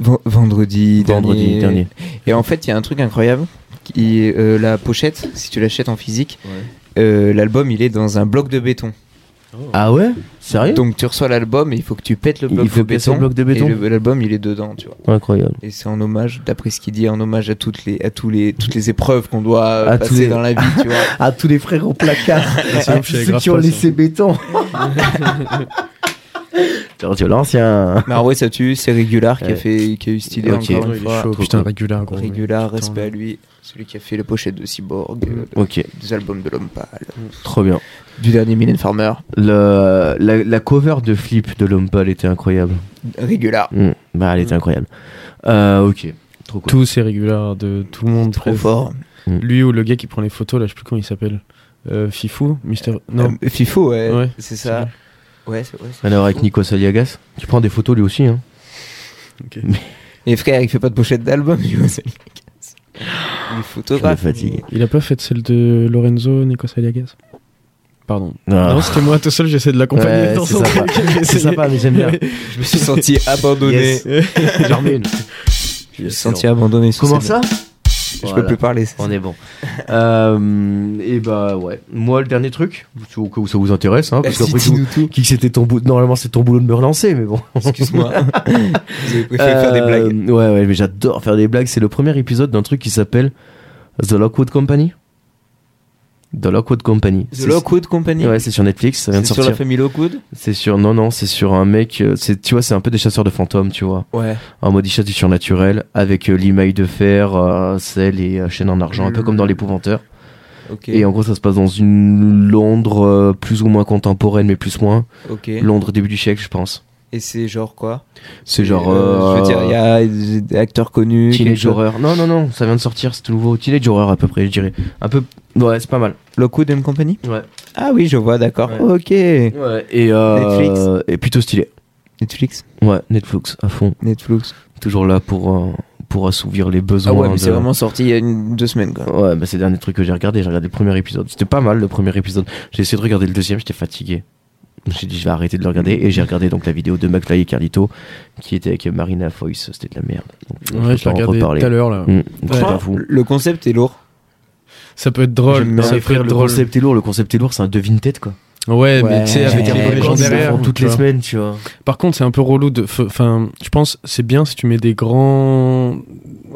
[SPEAKER 2] Ven- Vendredi,
[SPEAKER 1] Vendredi dernier.
[SPEAKER 2] Et en fait, il y a un truc incroyable. Qui, est, euh, la pochette, si tu l'achètes en physique, euh, l'album il est dans un bloc de béton.
[SPEAKER 1] Ah ouais Sérieux
[SPEAKER 2] Donc tu reçois l'album et il faut que tu pètes le
[SPEAKER 1] Il
[SPEAKER 2] bloc,
[SPEAKER 1] faut
[SPEAKER 2] de,
[SPEAKER 1] péter le
[SPEAKER 2] béton,
[SPEAKER 1] bloc de béton.
[SPEAKER 2] Et le- l'album il est dedans, tu vois.
[SPEAKER 1] Incroyable.
[SPEAKER 2] Et c'est en hommage, d'après ce qu'il dit, en hommage à toutes les, à tous les, toutes les épreuves qu'on doit euh,
[SPEAKER 1] À tous
[SPEAKER 2] passer
[SPEAKER 1] les-
[SPEAKER 2] dans la vie, tu vois.
[SPEAKER 1] À Ah, tous les frères au placard.
[SPEAKER 3] c'est ouf, je savais grave pas ça.
[SPEAKER 1] béton. Giorgio l'ancien.
[SPEAKER 2] Mais en vrai, ça tue, c'est Régular qui
[SPEAKER 1] Ouais.
[SPEAKER 2] a fait, qui a eu cette idée
[SPEAKER 1] Ok.
[SPEAKER 2] encore
[SPEAKER 3] Ouais,
[SPEAKER 2] une
[SPEAKER 3] il
[SPEAKER 2] fois.
[SPEAKER 3] est chaud,
[SPEAKER 1] Trop
[SPEAKER 3] putain,
[SPEAKER 1] cool.
[SPEAKER 3] régulier, gros.
[SPEAKER 2] Régular,
[SPEAKER 3] Putain.
[SPEAKER 2] respect à lui, celui qui a fait les pochettes de Cyborg,
[SPEAKER 1] Mm.
[SPEAKER 2] euh,
[SPEAKER 1] Ok,
[SPEAKER 2] des albums de l'homme pâle,
[SPEAKER 1] trop bien.
[SPEAKER 2] du dernier Million Farmer,
[SPEAKER 1] Le, la, la cover de Flip de l'homme pâle était incroyable.
[SPEAKER 2] Régular.
[SPEAKER 1] Mm. Bah, elle était incroyable. Euh, ok, trop cool.
[SPEAKER 3] Tous ces réguliers de tout le monde.
[SPEAKER 2] Trop
[SPEAKER 3] presque.
[SPEAKER 2] fort.
[SPEAKER 3] Lui ou le gars qui prend les photos, là, je sais plus comment il s'appelle. Euh, Fifou Mister. Non.
[SPEAKER 2] Euh, FIFO, ouais,
[SPEAKER 3] Ouais,
[SPEAKER 2] c'est ça. Ouais, c'est ouais, c'est-
[SPEAKER 1] Alors avec Nico Aliagas, qui prend des photos lui aussi. Hein.
[SPEAKER 2] Et frère, il fait pas de pochette d'album, tu vois, c'est le mec. Il est photographe.
[SPEAKER 1] Je me fatigue.
[SPEAKER 2] mais-
[SPEAKER 3] Il a pas fait celle de Lorenzo Nikos Aliagas Pardon.
[SPEAKER 1] Ah.
[SPEAKER 3] Non, c'était moi tout seul, j'essaie de l'accompagner
[SPEAKER 1] Ouais,
[SPEAKER 3] dans
[SPEAKER 1] c'est
[SPEAKER 3] son
[SPEAKER 1] sympa.
[SPEAKER 3] truc, j'ai
[SPEAKER 1] C'est
[SPEAKER 3] essayé.
[SPEAKER 1] sympa, mais j'aime bien.
[SPEAKER 2] Je me suis senti abandonné.
[SPEAKER 1] Yes. J'en remets une.
[SPEAKER 2] Je me suis senti abandonné. sur
[SPEAKER 1] Comment
[SPEAKER 2] scène.
[SPEAKER 1] ça
[SPEAKER 2] Je peux
[SPEAKER 1] Voilà.
[SPEAKER 2] plus parler. c'est ça.
[SPEAKER 1] On est bon. Euh, et bah ouais. Moi, le dernier truc, au cas où ça vous intéresse, hein, parce qu'après tout,
[SPEAKER 2] Dis-nous tout.
[SPEAKER 1] qui que c'était ton boulot. Normalement, c'est ton boulot de me relancer, mais bon.
[SPEAKER 2] Excuse-moi. Vous avez préféré faire des
[SPEAKER 1] Euh,
[SPEAKER 2] blagues.
[SPEAKER 1] Ouais, ouais, mais j'adore faire des blagues. C'est le premier épisode d'un truc qui s'appelle The Lockwood Company. The Lockwood Company.
[SPEAKER 2] The
[SPEAKER 1] C'est-
[SPEAKER 2] Lockwood Company.
[SPEAKER 1] Ouais, c'est sur Netflix. Ça vient
[SPEAKER 2] c'est
[SPEAKER 1] de
[SPEAKER 2] sur la
[SPEAKER 1] sortir.
[SPEAKER 2] famille Lockwood.
[SPEAKER 1] C'est sur. Non, non, c'est sur un mec. euh, C'est, tu vois, c'est un peu des chasseurs de fantômes, tu vois.
[SPEAKER 2] Ouais.
[SPEAKER 1] En mode chasse du surnaturel, avec euh, limaille de fer, euh, sel et euh, chaîne en argent, un peu comme dans l'épouvanteur.
[SPEAKER 2] Mm. Ok.
[SPEAKER 1] Et en gros, ça se passe dans une Londres euh, plus ou moins contemporaine, mais plus moins.
[SPEAKER 2] Ok.
[SPEAKER 1] Londres début du siècle, je pense.
[SPEAKER 2] Et c'est genre quoi
[SPEAKER 1] C'est genre.
[SPEAKER 2] Euh, je veux dire,
[SPEAKER 1] euh,
[SPEAKER 2] il y a des acteurs connus.
[SPEAKER 1] Teenage
[SPEAKER 2] quelque
[SPEAKER 1] Horror. Non, non, non, ça vient de sortir, c'est tout nouveau. Teenage Horror à peu près, je dirais. Un peu. Ouais, c'est pas mal.
[SPEAKER 2] chose. Lockwood and Company.
[SPEAKER 1] Ouais.
[SPEAKER 2] Ah oui, je vois, d'accord. Ok.
[SPEAKER 1] Ouais, et, euh, et plutôt stylé.
[SPEAKER 2] Netflix.
[SPEAKER 1] Ouais, Netflix, à fond.
[SPEAKER 2] Netflix.
[SPEAKER 1] Toujours là pour, euh, pour assouvir les besoins.
[SPEAKER 2] Ah ouais, mais c'est
[SPEAKER 1] de-
[SPEAKER 2] vraiment sorti il y a une, deux semaines quoi.
[SPEAKER 1] Ouais, bah, c'est le dernier truc que j'ai regardé. J'ai regardé le premier épisode. C'était pas mal le premier épisode. J'ai essayé de regarder le deuxième, j'étais fatigué. J'ai dit, je vais arrêter de le regarder. Et j'ai regardé donc la vidéo de McFly et Carlito qui était avec Marina Foïs. C'était de la merde. Donc,
[SPEAKER 3] Ouais, je l'ai
[SPEAKER 1] peux pas en
[SPEAKER 3] regardé
[SPEAKER 1] reparler.
[SPEAKER 3] tout à l'heure là.
[SPEAKER 1] Mm, donc, c'est
[SPEAKER 2] Franchement,
[SPEAKER 1] pas fou.
[SPEAKER 2] Le concept est lourd.
[SPEAKER 3] Ça peut être drôle.
[SPEAKER 2] J'aime
[SPEAKER 3] Ça
[SPEAKER 1] Mais
[SPEAKER 3] peut
[SPEAKER 1] frère,
[SPEAKER 3] être
[SPEAKER 1] le
[SPEAKER 3] drôle.
[SPEAKER 1] concept est lourd. Le concept est lourd, c'est un devine-tête quoi.
[SPEAKER 3] Ouais,
[SPEAKER 2] Ouais.
[SPEAKER 3] mais tu sais, avec
[SPEAKER 2] Je veux
[SPEAKER 3] les
[SPEAKER 2] dire,
[SPEAKER 3] bruits
[SPEAKER 2] les gens
[SPEAKER 3] gens
[SPEAKER 2] qui le
[SPEAKER 3] derrière.
[SPEAKER 1] font toutes
[SPEAKER 3] tu
[SPEAKER 1] les
[SPEAKER 3] vois.
[SPEAKER 1] semaines, tu vois.
[SPEAKER 3] Par contre, c'est un peu relou de. Enfin, je pense, c'est bien si tu mets des grands.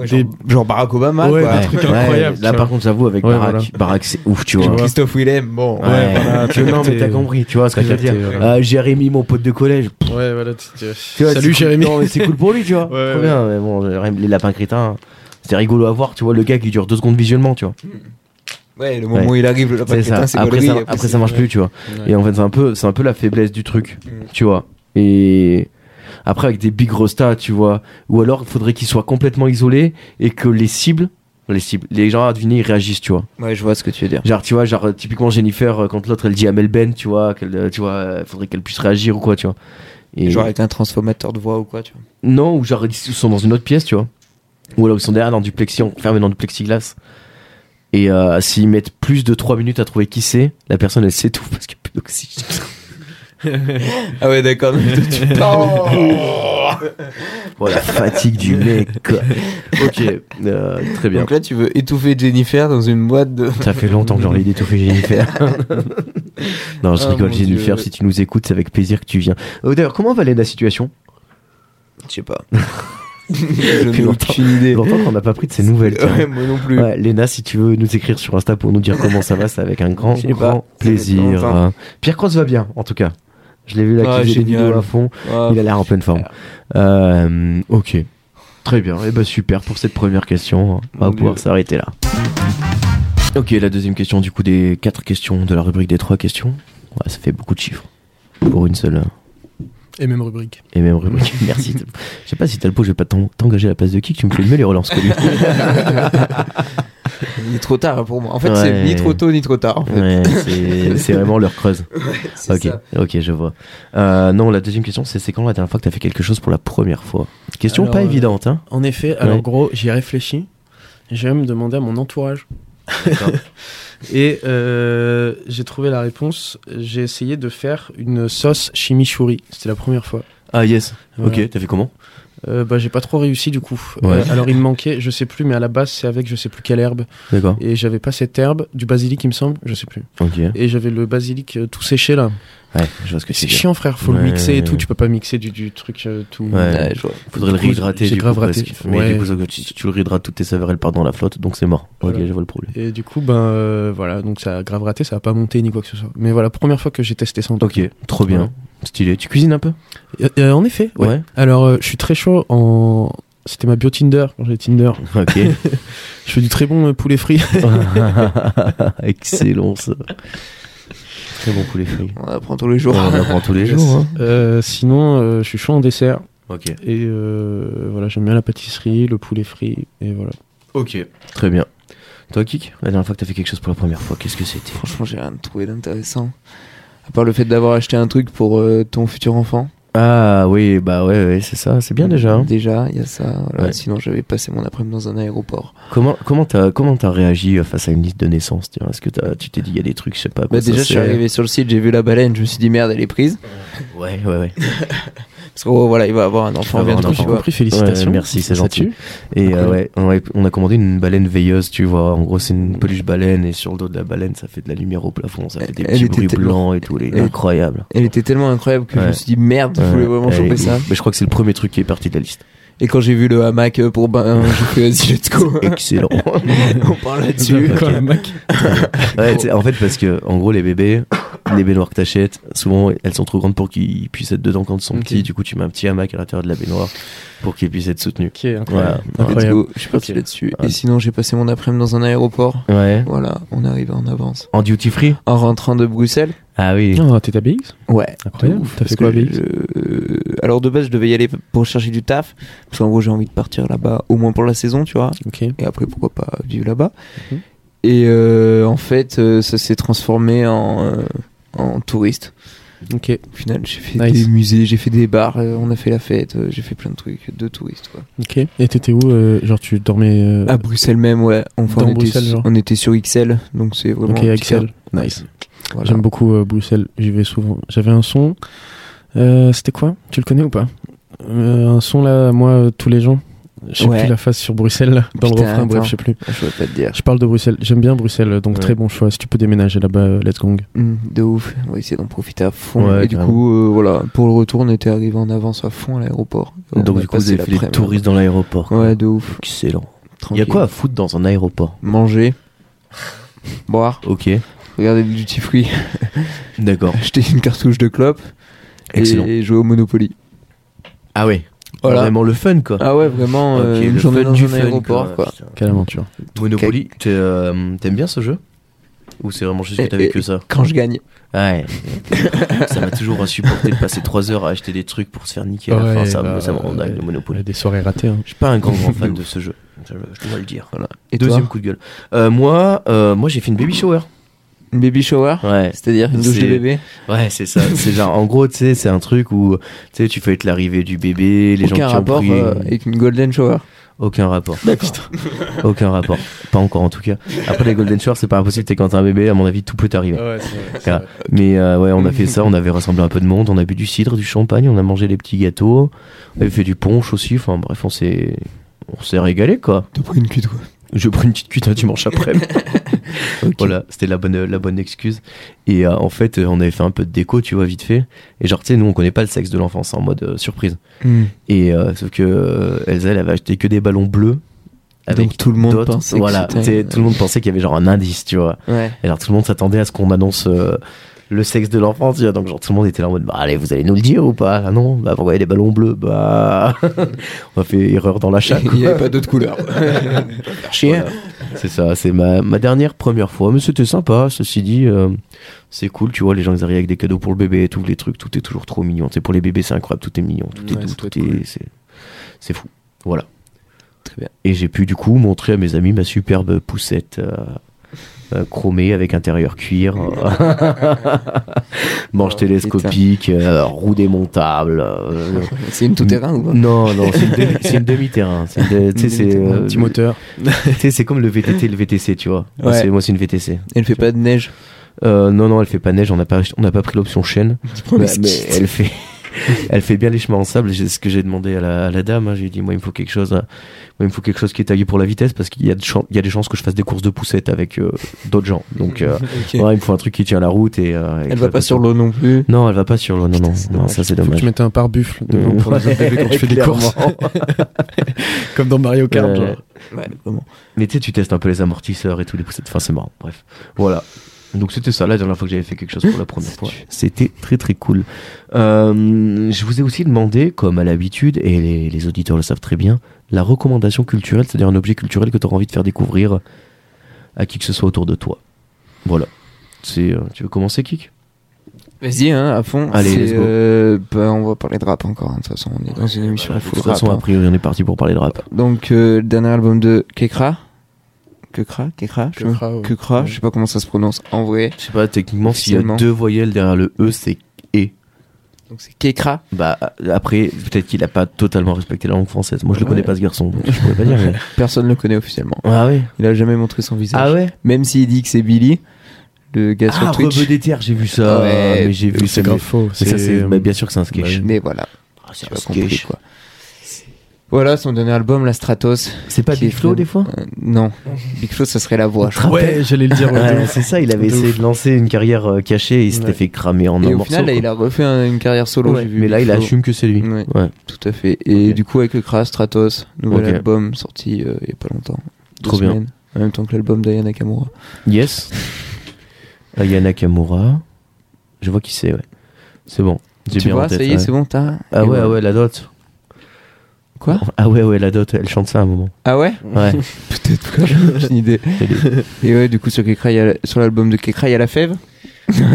[SPEAKER 2] genre,
[SPEAKER 3] Des-
[SPEAKER 2] genre Barack Obama
[SPEAKER 3] Ouais,
[SPEAKER 2] quoi.
[SPEAKER 3] des trucs incroyables,
[SPEAKER 1] Là,
[SPEAKER 3] tu
[SPEAKER 1] par contre, j'avoue, avec
[SPEAKER 3] Ouais,
[SPEAKER 1] Barack,
[SPEAKER 3] voilà.
[SPEAKER 1] Barack, c'est ouf, tu vois.
[SPEAKER 3] Ouais.
[SPEAKER 2] Christophe Willem, bon.
[SPEAKER 1] Ouais,
[SPEAKER 3] voilà,
[SPEAKER 1] tu vois, non, mais
[SPEAKER 3] capté.
[SPEAKER 1] t'as compris, tu vois ce que
[SPEAKER 3] T'as
[SPEAKER 1] je veux dire.
[SPEAKER 3] capté, ouais.
[SPEAKER 1] Ah, Jérémy, mon pote de collège. pff,
[SPEAKER 3] Ouais, voilà. tu- tu-
[SPEAKER 1] tu vois, c'est
[SPEAKER 3] Salut
[SPEAKER 1] cool.
[SPEAKER 3] Jérémy.
[SPEAKER 1] Non, mais c'est cool pour lui, tu vois.
[SPEAKER 3] Ouais,
[SPEAKER 1] Très
[SPEAKER 3] ouais.
[SPEAKER 1] bien, mais bon, Jérémy, les lapins crétins, c'est rigolo à voir, tu vois, le gars qui dure deux secondes visuellement, tu vois.
[SPEAKER 2] Ouais, le moment où il arrive, le lapin
[SPEAKER 1] C'est
[SPEAKER 2] crétin,
[SPEAKER 1] ça.
[SPEAKER 2] c'est
[SPEAKER 1] Après,
[SPEAKER 2] gaulerie,
[SPEAKER 1] ça, après, ça marche
[SPEAKER 3] ouais.
[SPEAKER 1] plus, tu vois. Et en fait, c'est un peu, c'est un peu la faiblesse du truc,
[SPEAKER 2] Mm.
[SPEAKER 1] tu vois. Et après, avec des big rostas, tu vois. Ou alors, il faudrait qu'ils soient complètement isolés et que les cibles, les cibles, les gens à deviner, ils réagissent, tu vois.
[SPEAKER 2] Ouais, je vois ce que tu veux dire.
[SPEAKER 1] Genre, tu vois, genre, euh, typiquement Jennifer, euh, quand l'autre elle dit à Melben, tu vois, qu'elle, euh, tu vois, euh, faudrait qu'elle puisse réagir ou quoi, tu vois. Et
[SPEAKER 2] Genre avec un transformateur de voix ou quoi, tu vois.
[SPEAKER 1] non, ou genre, ils sont dans une autre pièce, tu vois. Ou alors ils sont derrière dans du plexi, fermé dans du plexiglas. Et euh, s'ils mettent plus de 3 minutes à trouver qui c'est, la personne elle sait tout parce qu'il n'y a plus d'oxygène.
[SPEAKER 2] Ah ouais, d'accord. mais toi, tu parles.
[SPEAKER 1] Oh la fatigue du mec, quoi. Ok, euh, très bien.
[SPEAKER 2] Donc là, tu veux étouffer Jennifer dans une boîte de.
[SPEAKER 1] Ça fait longtemps que j'ai envie d'étouffer Jennifer. non, je
[SPEAKER 2] Ah,
[SPEAKER 1] rigole,
[SPEAKER 2] mon
[SPEAKER 1] Jennifer,
[SPEAKER 2] Dieu.
[SPEAKER 1] si tu nous écoutes, c'est avec plaisir que tu viens. Euh, D'ailleurs, comment va aller la situation
[SPEAKER 2] Je sais pas. Je n'ai
[SPEAKER 1] longtemps.
[SPEAKER 2] aucune idée.
[SPEAKER 1] C'est longtemps qu'on n'a pas pris de ces nouvelles. tiens.
[SPEAKER 2] Ouais, moi non plus.
[SPEAKER 1] Ouais, Léna, si tu veux nous écrire sur Insta pour nous dire comment ça va, c'est avec un grand,
[SPEAKER 2] Je sais
[SPEAKER 1] grand
[SPEAKER 2] pas, ça fait
[SPEAKER 1] plaisir.
[SPEAKER 2] longtemps.
[SPEAKER 1] Pierre Cross va bien, en tout cas. Je l'ai vu
[SPEAKER 2] Ah,
[SPEAKER 1] là, qui faisait des
[SPEAKER 2] génial.
[SPEAKER 1] vidéos à fond.
[SPEAKER 2] Ah,
[SPEAKER 1] Il a l'air en pleine forme. Euh, ok. Très bien. Et bah super pour cette première question. On va
[SPEAKER 2] Mon
[SPEAKER 1] pouvoir
[SPEAKER 2] Dieu.
[SPEAKER 1] s'arrêter là. Ok, la deuxième question du coup des quatre questions de la rubrique des trois questions. Ouais, ça fait beaucoup de chiffres pour une seule euh,
[SPEAKER 3] Et même rubrique.
[SPEAKER 1] et même rubrique. Merci. Je sais pas si t'as le pot, je vais pas t'en- t'engager à la place de qui que tu me fais mieux les relances que lui.
[SPEAKER 2] Il est trop tard hein, pour moi. En fait,
[SPEAKER 1] Ouais.
[SPEAKER 2] c'est ni trop tôt ni trop tard. en fait.
[SPEAKER 1] Ouais, c'est- c'est vraiment leur creuse.
[SPEAKER 2] C'est
[SPEAKER 1] Ok,
[SPEAKER 2] ça.
[SPEAKER 1] ok, je vois. Euh, non, la deuxième question, c'est c'est quand la dernière fois que t'as fait quelque chose pour la première fois Question
[SPEAKER 3] Alors,
[SPEAKER 1] pas
[SPEAKER 3] euh,
[SPEAKER 1] évidente, hein
[SPEAKER 3] En effet, alors
[SPEAKER 1] Ouais.
[SPEAKER 3] gros, j'y ai réfléchi. J'ai même demandé à mon entourage. Et euh, j'ai trouvé la réponse. J'ai essayé de faire une sauce chimichurri. C'était la première fois.
[SPEAKER 1] Ah yes.
[SPEAKER 3] Voilà.
[SPEAKER 1] Ok, t'as fait comment
[SPEAKER 3] Euh, bah, j'ai pas trop réussi du coup.
[SPEAKER 1] Ouais.
[SPEAKER 3] Euh, alors il me manquait, je sais plus, mais à la base c'est avec je sais plus quelle herbe.
[SPEAKER 1] D'accord.
[SPEAKER 3] Et j'avais pas cette herbe, du basilic il me semble, je sais plus.
[SPEAKER 1] Ok. Ouais,
[SPEAKER 3] Et j'avais le basilic euh, tout séché là.
[SPEAKER 1] je vois ce que
[SPEAKER 3] C'est
[SPEAKER 1] c'est. dire.
[SPEAKER 3] chiant frère, faut le
[SPEAKER 1] Ouais,
[SPEAKER 3] mixer
[SPEAKER 1] ouais,
[SPEAKER 3] et tout,
[SPEAKER 1] ouais.
[SPEAKER 3] tu peux pas mixer du, du truc euh, tout.
[SPEAKER 1] Ouais.
[SPEAKER 2] Ouais, je vois.
[SPEAKER 1] Faudrait le
[SPEAKER 3] Du coup,
[SPEAKER 1] réhydrater.
[SPEAKER 3] j'ai
[SPEAKER 1] du
[SPEAKER 3] grave
[SPEAKER 1] coup,
[SPEAKER 3] raté.
[SPEAKER 1] presque. Mais
[SPEAKER 3] Ouais.
[SPEAKER 1] du coup, ça- si tu le réhydrates, toutes tes saveurs elles partent dans la flotte, donc c'est mort. Ok,
[SPEAKER 3] Voilà.
[SPEAKER 1] je vois le problème.
[SPEAKER 3] Et du coup, ben euh, voilà, donc ça a grave raté, ça a pas monté ni quoi que ce soit. Mais voilà, première fois que j'ai testé ça en tout
[SPEAKER 1] Ok, trop bien.
[SPEAKER 3] Voilà.
[SPEAKER 1] Stylé. Tu cuisines un peu
[SPEAKER 3] cas. Euh, euh, en effet, ouais. Alors, euh, je suis très chaud en. C'était ma bio Tinder, quand j'ai Tinder.
[SPEAKER 1] Ok.
[SPEAKER 3] Je fais du très bon euh, poulet frit.
[SPEAKER 1] Excellent ça. Très bon poulet frit.
[SPEAKER 2] On apprend tous les
[SPEAKER 1] On
[SPEAKER 2] jours.
[SPEAKER 1] en apprend tous les jours. hein.
[SPEAKER 3] Euh, sinon, euh, je suis chaud en dessert.
[SPEAKER 1] Ok.
[SPEAKER 3] Et euh, voilà, j'aime bien la pâtisserie, le poulet frit. Et voilà.
[SPEAKER 1] Ok. Très bien. Toi, Kik, la dernière fois que t'as fait quelque chose pour la première fois, qu'est-ce que c'était
[SPEAKER 2] Franchement, j'ai rien trouvé d'intéressant. À part le fait d'avoir acheté un truc pour euh, ton futur enfant.
[SPEAKER 1] Ah oui, bah ouais, ouais, c'est ça, c'est bien déjà. hein.
[SPEAKER 2] Eh Déjà, il y a ça. voilà.
[SPEAKER 1] Ouais.
[SPEAKER 2] Sinon, j'avais passé mon après-midi dans un aéroport.
[SPEAKER 1] Comment comment t'as comment t'as réagi euh, face à une liste de naissance tiens Est-ce que t'as- tu t'es dit il y a des trucs, je sais pas. à quoi
[SPEAKER 2] Bah,
[SPEAKER 1] ça
[SPEAKER 2] déjà, je suis
[SPEAKER 1] sert
[SPEAKER 2] arrivé sur le site, j'ai vu la baleine, je me suis dit merde, elle est prise.
[SPEAKER 1] Ouais, ouais, ouais.
[SPEAKER 2] Parce que oh, voilà, il va avoir un enfant
[SPEAKER 1] Il va avoir
[SPEAKER 2] bientôt,
[SPEAKER 1] un
[SPEAKER 3] J'ai
[SPEAKER 1] enfant.
[SPEAKER 2] tu vois.
[SPEAKER 3] compris, félicitations.
[SPEAKER 1] Ouais, merci, c'est
[SPEAKER 3] Ça
[SPEAKER 1] gentil.
[SPEAKER 3] tue.
[SPEAKER 1] Et euh,
[SPEAKER 3] Incroyable.
[SPEAKER 1] ouais, on a, on a commandé une baleine veilleuse, tu vois. En gros, c'est une peluche baleine et sur le dos de la baleine, ça fait de la lumière au plafond, ça fait des
[SPEAKER 2] Elle
[SPEAKER 1] petits
[SPEAKER 2] était
[SPEAKER 1] bruits
[SPEAKER 2] tellement-
[SPEAKER 1] blancs et tout. Les...
[SPEAKER 2] Elle-
[SPEAKER 1] Incroyable.
[SPEAKER 2] Elle était tellement incroyable que je
[SPEAKER 1] Ouais.
[SPEAKER 2] me suis dit merde, je
[SPEAKER 1] Ouais,
[SPEAKER 2] voulais vraiment
[SPEAKER 1] elle est
[SPEAKER 2] choper
[SPEAKER 1] ouf.
[SPEAKER 2] ça.
[SPEAKER 1] Mais je crois que c'est le premier truc qui est parti de la liste.
[SPEAKER 2] Et quand j'ai vu le hamac euh, pour bain, j'ai fait vas-y, let's go.
[SPEAKER 1] Excellent.
[SPEAKER 2] On parle là-dessus.
[SPEAKER 3] D'accord, le mec.
[SPEAKER 1] Ouais, tu sais, en fait, parce que, en gros, les bébés, les baignoires que t'achètes, souvent, elles sont trop grandes pour qu'ils puissent être dedans quand ils sont
[SPEAKER 3] Ok.
[SPEAKER 1] petits. Du coup, tu mets un petit hamac à l'intérieur de la baignoire pour qu'ils puissent être soutenus.
[SPEAKER 3] Ok, incroyable.
[SPEAKER 1] Voilà.
[SPEAKER 2] Let's
[SPEAKER 3] Incroyable.
[SPEAKER 2] go. Je suis parti
[SPEAKER 1] Ok.
[SPEAKER 2] là-dessus.
[SPEAKER 1] Ouais.
[SPEAKER 2] Et sinon, j'ai passé mon après-midi dans un aéroport.
[SPEAKER 1] Ouais.
[SPEAKER 2] Voilà, on arrive en avance.
[SPEAKER 1] En duty free
[SPEAKER 2] En rentrant de Bruxelles
[SPEAKER 1] Ah oui.
[SPEAKER 3] Oh, t'es à BX
[SPEAKER 2] Ouais.
[SPEAKER 3] Incroyable.
[SPEAKER 2] de ouf,
[SPEAKER 3] T'as
[SPEAKER 2] parce
[SPEAKER 3] fait quoi à
[SPEAKER 2] que
[SPEAKER 3] BX
[SPEAKER 2] je- euh, Alors de base, je devais y aller pour chercher du taf. Parce qu'en gros, j'ai envie de partir là-bas, au moins pour la saison, tu vois.
[SPEAKER 3] Ok.
[SPEAKER 2] et après pourquoi pas vivre là-bas.
[SPEAKER 3] Mhm.
[SPEAKER 2] Et euh, en fait, euh, ça s'est transformé en, euh, en touriste.
[SPEAKER 3] Ok.
[SPEAKER 2] Au final, j'ai fait
[SPEAKER 3] Nice.
[SPEAKER 2] des musées, j'ai fait des bars, euh, on a fait la fête, euh, j'ai fait plein de trucs de touriste. Quoi.
[SPEAKER 3] Ok. Et t'étais où euh, Genre, tu dormais. euh,
[SPEAKER 1] Ah,
[SPEAKER 2] À Bruxelles même, ouais. Enfin,
[SPEAKER 3] Dans
[SPEAKER 2] on, était,
[SPEAKER 3] Bruxelles, genre.
[SPEAKER 2] on était sur XL, donc c'est vraiment.
[SPEAKER 3] Ok,
[SPEAKER 2] un petit
[SPEAKER 3] Axel.
[SPEAKER 2] cadre.
[SPEAKER 3] Nice.
[SPEAKER 2] Voilà.
[SPEAKER 3] J'aime beaucoup euh, Bruxelles. J'y vais souvent. J'avais un son. euh, C'était quoi Tu le connais ou pas Euh, Un son là, moi, euh, tous les gens. Je sais
[SPEAKER 2] Ouais.
[SPEAKER 3] plus la face sur Bruxelles, là, dans le
[SPEAKER 2] Putain,
[SPEAKER 3] refrain, bref,
[SPEAKER 2] attends.
[SPEAKER 3] je sais plus.
[SPEAKER 2] Ah, Je saurais pas te dire.
[SPEAKER 3] Je parle de Bruxelles, j'aime bien Bruxelles, donc
[SPEAKER 1] Ouais.
[SPEAKER 3] très bon choix. Si tu peux déménager là-bas, euh, let's go.
[SPEAKER 2] Mm, de ouf, on va essayer d'en profiter à fond.
[SPEAKER 1] Ouais,
[SPEAKER 2] et du
[SPEAKER 1] carrément.
[SPEAKER 2] coup, euh, voilà, pour le retour, on était arrivé en avance à fond à l'aéroport. On
[SPEAKER 1] Donc,
[SPEAKER 2] a
[SPEAKER 1] du coup, vous
[SPEAKER 2] passé
[SPEAKER 1] avez fait les
[SPEAKER 2] l'après-midi.
[SPEAKER 1] touristes dans l'aéroport. quoi.
[SPEAKER 2] Ouais, de ouf.
[SPEAKER 1] Excellent. Il y a
[SPEAKER 2] tranquille.
[SPEAKER 1] quoi à foutre dans un aéroport
[SPEAKER 2] Manger, boire,
[SPEAKER 1] Ok,
[SPEAKER 2] regarder du duty free,
[SPEAKER 1] d'accord.
[SPEAKER 2] acheter une cartouche de clope et,
[SPEAKER 1] Excellent.
[SPEAKER 2] et jouer au Monopoly.
[SPEAKER 1] Ah ouais,
[SPEAKER 2] Voilà.
[SPEAKER 1] vraiment le fun quoi.
[SPEAKER 2] Ah ouais, vraiment euh,
[SPEAKER 1] Ok,
[SPEAKER 2] une
[SPEAKER 1] le
[SPEAKER 2] journée
[SPEAKER 1] fun
[SPEAKER 2] dans
[SPEAKER 1] du
[SPEAKER 2] un
[SPEAKER 1] fun,
[SPEAKER 2] aéroport quoi.
[SPEAKER 1] Putain.
[SPEAKER 3] Quelle aventure.
[SPEAKER 1] Monopoly, t'es, euh, t'aimes bien ce jeu Ou c'est vraiment juste que
[SPEAKER 2] Et-
[SPEAKER 1] t'avais
[SPEAKER 2] et-
[SPEAKER 1] que ça
[SPEAKER 2] Quand je gagne.
[SPEAKER 1] Ouais. ça m'a toujours supporté de passer 3 heures à acheter des trucs pour se faire niquer à la
[SPEAKER 3] Ouais,
[SPEAKER 1] fin. Ça,
[SPEAKER 3] bah,
[SPEAKER 1] ça me rend dingue,
[SPEAKER 3] ouais.
[SPEAKER 1] le Monopoly.
[SPEAKER 3] Ouais, des soirées ratées. hein.
[SPEAKER 1] Je suis pas un grand grand fan de ce jeu. Je, je dois le dire.
[SPEAKER 2] Voilà. Et
[SPEAKER 1] Deuxième
[SPEAKER 2] toi,
[SPEAKER 1] coup de gueule. Euh, moi, euh, moi j'ai fait une baby shower.
[SPEAKER 2] une baby shower
[SPEAKER 1] Ouais.
[SPEAKER 2] C'est-à-dire une douche
[SPEAKER 1] C'est-
[SPEAKER 2] de bébé
[SPEAKER 1] Ouais, c'est ça. C'est genre, en gros, tu sais, c'est un truc où tu sais, tu fais être l'arrivée du bébé, les
[SPEAKER 2] Aucun
[SPEAKER 1] gens qui
[SPEAKER 2] rapport
[SPEAKER 1] ont pris.
[SPEAKER 2] euh, avec une golden shower.
[SPEAKER 1] Aucun rapport. Putain. Aucun rapport. Pas encore en tout cas. Après les Golden Showers, c'est pas impossible. T'es quand t'as un bébé, à mon avis, tout peut t'arriver. Ah. Mais euh, ouais, on a fait ça. On avait rassemblé un peu de monde. On a bu du cidre, du champagne. On a mangé des petits gâteaux. On avait fait du punch aussi. Enfin bref, on s'est on s'est régalé quoi.
[SPEAKER 2] T'as pris une cuite quoi.
[SPEAKER 1] Je prends une petite cuite un dimanche après. Voilà, c'était la bonne, la bonne excuse. Et euh, en fait, euh, on avait fait un peu de déco, tu vois, vite fait. Et genre, tu sais, nous, on connaît pas le sexe de l'enfant, c'est en mode euh, surprise.
[SPEAKER 2] Mm.
[SPEAKER 1] Et euh, sauf que euh, Elsa, elle avait acheté que des ballons bleus. Avec
[SPEAKER 2] Donc tout le monde
[SPEAKER 1] d'autres-
[SPEAKER 2] pensait
[SPEAKER 1] voilà,
[SPEAKER 2] que
[SPEAKER 1] tu sais,
[SPEAKER 2] c'était... euh,
[SPEAKER 1] tout le monde pensait qu'il y avait genre un indice, tu vois.
[SPEAKER 2] Ouais.
[SPEAKER 1] Et alors tout le monde s'attendait à ce qu'on annonce euh, le sexe de l'enfant, tu vois. Donc genre tout le monde était là en mode, bah allez, vous allez nous le dire ou pas Ah non, bah pourquoi il y a des ballons bleus Bah, on a fait erreur dans l'achat.
[SPEAKER 2] Il n'y avait pas d'autres couleurs. Chier.
[SPEAKER 1] Voilà. C'est ça, c'est ma, ma dernière première fois. Mais c'était sympa, ceci dit. euh, c'est cool, tu vois, les gens ils arrivent avec des cadeaux pour le bébé et tous les trucs, tout est toujours trop mignon. C'est pour les bébés, c'est incroyable, tout est mignon, tout
[SPEAKER 2] Ouais,
[SPEAKER 1] est doux,
[SPEAKER 2] ça doit
[SPEAKER 1] tout est.
[SPEAKER 2] être cool.
[SPEAKER 1] C'est, c'est fou. Voilà.
[SPEAKER 2] Très bien.
[SPEAKER 1] Et j'ai pu du coup montrer à mes amis ma superbe poussette. euh, euh, chromée avec intérieur cuir, euh, manche
[SPEAKER 2] Oh,
[SPEAKER 1] télescopique, euh, roue démontable. euh,
[SPEAKER 2] C'est une tout-terrain ou pas
[SPEAKER 1] non, non, c'est une, demi- c'est une demi-terrain. C'est une- tu sais, c'est,
[SPEAKER 3] Un
[SPEAKER 1] euh,
[SPEAKER 3] petit moteur.
[SPEAKER 1] tu sais, c'est comme le VTT et le VTC, tu vois. Moi,
[SPEAKER 2] Ouais.
[SPEAKER 1] c'est- Moi, c'est une VTC.
[SPEAKER 2] Elle fait pas de neige.
[SPEAKER 1] Euh, non, non, elle fait pas neige, on n'a pas, on n'a pas pris l'option chaîne. Mais, mais elle fait. Elle fait bien les chemins en sable, c'est ce que j'ai demandé à la, à la dame. hein. J'ai dit, moi, il me faut quelque chose, hein. moi, il me faut quelque chose qui est taillé pour la vitesse parce qu'il y a, de chan- il y a des chances que je fasse des courses de poussettes avec euh, d'autres gens. Donc, euh,
[SPEAKER 2] Ok.
[SPEAKER 1] ouais, il me faut un truc qui tient la route et. euh, et que
[SPEAKER 2] Elle va
[SPEAKER 1] ça
[SPEAKER 2] pas
[SPEAKER 1] passe
[SPEAKER 2] sur l'eau non plus.
[SPEAKER 1] Non, elle va pas sur l'eau. Non, non,
[SPEAKER 2] Putain, c'est
[SPEAKER 1] non, ça c'est
[SPEAKER 3] Faut que
[SPEAKER 1] dommage. Mm.
[SPEAKER 3] tu mettais un pare-buffle devant pour les autres bébés quand tu fais des
[SPEAKER 1] Clairement.
[SPEAKER 3] courses. Comme dans Mario Kart.
[SPEAKER 1] Ouais.
[SPEAKER 3] genre.
[SPEAKER 2] Ouais, vraiment.
[SPEAKER 1] Mais tu sais, tu testes un peu les amortisseurs et tout, les poussettes. Enfin, c'est marrant. Bref. Voilà. Donc, c'était ça la dernière fois que j'avais fait quelque chose pour la première fois. C'était très très cool. Euh, je vous ai aussi demandé, comme à l'habitude, et les, les auditeurs le savent très bien, la recommandation culturelle, c'est-à-dire un objet culturel que tu auras envie de faire découvrir à qui que ce soit autour de toi. Voilà. C'est, euh, tu veux commencer, Kik
[SPEAKER 2] Vas-y, hein, à fond.
[SPEAKER 1] Allez,
[SPEAKER 2] C'est,
[SPEAKER 1] let's go.
[SPEAKER 2] euh, bah, on va parler de rap encore. hein, De toute façon, on est dans une émission
[SPEAKER 1] De
[SPEAKER 2] full
[SPEAKER 1] toute
[SPEAKER 2] rap,
[SPEAKER 1] façon,
[SPEAKER 2] hein.
[SPEAKER 1] a priori, on est parti pour parler de rap.
[SPEAKER 2] Donc, euh, le dernier album de Kekra. Kekra Kekra je sais pas.
[SPEAKER 3] Kekra, ouais.
[SPEAKER 2] Kekra, je sais pas comment ça se prononce en vrai.
[SPEAKER 1] Je sais pas, techniquement, s'il y a
[SPEAKER 2] Officiellement.
[SPEAKER 1] deux voyelles derrière le E, c'est E.
[SPEAKER 2] Donc, c'est Kekra.
[SPEAKER 1] Bah après, peut-être qu'il a pas totalement respecté la langue française. Moi, je le
[SPEAKER 2] Ah Ouais.
[SPEAKER 1] connais pas ce garçon, donc je pourrais pas dire. mais-
[SPEAKER 2] Personne le connaît officiellement.
[SPEAKER 1] Ah ouais.
[SPEAKER 2] Il a jamais montré son visage.
[SPEAKER 1] Ah ouais.
[SPEAKER 2] Même s'il dit que c'est Billy, le gars sur
[SPEAKER 1] Ah,
[SPEAKER 2] Twitch. Ah
[SPEAKER 1] Rebeu des Terres, j'ai vu ça.
[SPEAKER 2] Ouais,
[SPEAKER 1] mais j'ai vu ça.
[SPEAKER 3] C'est grave
[SPEAKER 1] mais-
[SPEAKER 3] faux.
[SPEAKER 1] mais ça, c'est bah, bien sûr que c'est un sketch.
[SPEAKER 2] Mais voilà,
[SPEAKER 1] Ah,
[SPEAKER 2] tu
[SPEAKER 1] c'est
[SPEAKER 2] as
[SPEAKER 1] un
[SPEAKER 2] compris
[SPEAKER 1] sketch.
[SPEAKER 2] quoi. Voilà son dernier album, La Stratos.
[SPEAKER 1] C'est pas
[SPEAKER 2] Qui est
[SPEAKER 1] Big Flo
[SPEAKER 2] fait-
[SPEAKER 1] des fois
[SPEAKER 2] Euh, non, Big Flo, ça serait la voix. je crois.
[SPEAKER 3] euh, Ouais, j'allais le dire. ouais, de
[SPEAKER 1] Ouais,
[SPEAKER 3] ouf.
[SPEAKER 1] c'est ça, il avait
[SPEAKER 3] De
[SPEAKER 1] essayé
[SPEAKER 3] ouf.
[SPEAKER 1] de lancer une carrière euh, cachée et il s'était
[SPEAKER 3] Ouais.
[SPEAKER 1] fait cramer en un
[SPEAKER 2] Et au
[SPEAKER 1] morceau.
[SPEAKER 2] final, là,
[SPEAKER 1] quoi.
[SPEAKER 2] il a refait un- une carrière solo.
[SPEAKER 1] Ouais,
[SPEAKER 2] j'ai vu
[SPEAKER 1] mais là,
[SPEAKER 2] Big
[SPEAKER 1] il
[SPEAKER 2] Flo.
[SPEAKER 1] assume que c'est lui.
[SPEAKER 2] Ouais.
[SPEAKER 1] Ouais.
[SPEAKER 2] Tout à fait. Et
[SPEAKER 1] Ok.
[SPEAKER 2] du coup, avec le Crash Stratos, nouvel
[SPEAKER 1] Ok.
[SPEAKER 2] album sorti euh, il y a pas longtemps. Deux
[SPEAKER 1] Trop bien.
[SPEAKER 2] semaines, En même temps que l'album d'Aya Nakamura.
[SPEAKER 1] Yes. Aya Nakamura. Je vois qui c'est, ouais. C'est bon. J'ai
[SPEAKER 2] Tu
[SPEAKER 1] bien
[SPEAKER 2] vois,
[SPEAKER 1] en tête,
[SPEAKER 2] ça y est,
[SPEAKER 1] ouais.
[SPEAKER 2] c'est bon, t'as.
[SPEAKER 1] Ah ouais,
[SPEAKER 2] Et
[SPEAKER 1] ah
[SPEAKER 2] voilà.
[SPEAKER 1] ouais, la dot.
[SPEAKER 2] Quoi
[SPEAKER 1] Ah ouais, ouais, la dot, elle chante ça à un moment.
[SPEAKER 2] Ah ouais
[SPEAKER 1] Ouais.
[SPEAKER 2] Peut-être quoi, j'ai une idée. Et ouais, du coup, sur, Kekra, il y a- sur l'album de Kekra, il y a la fève.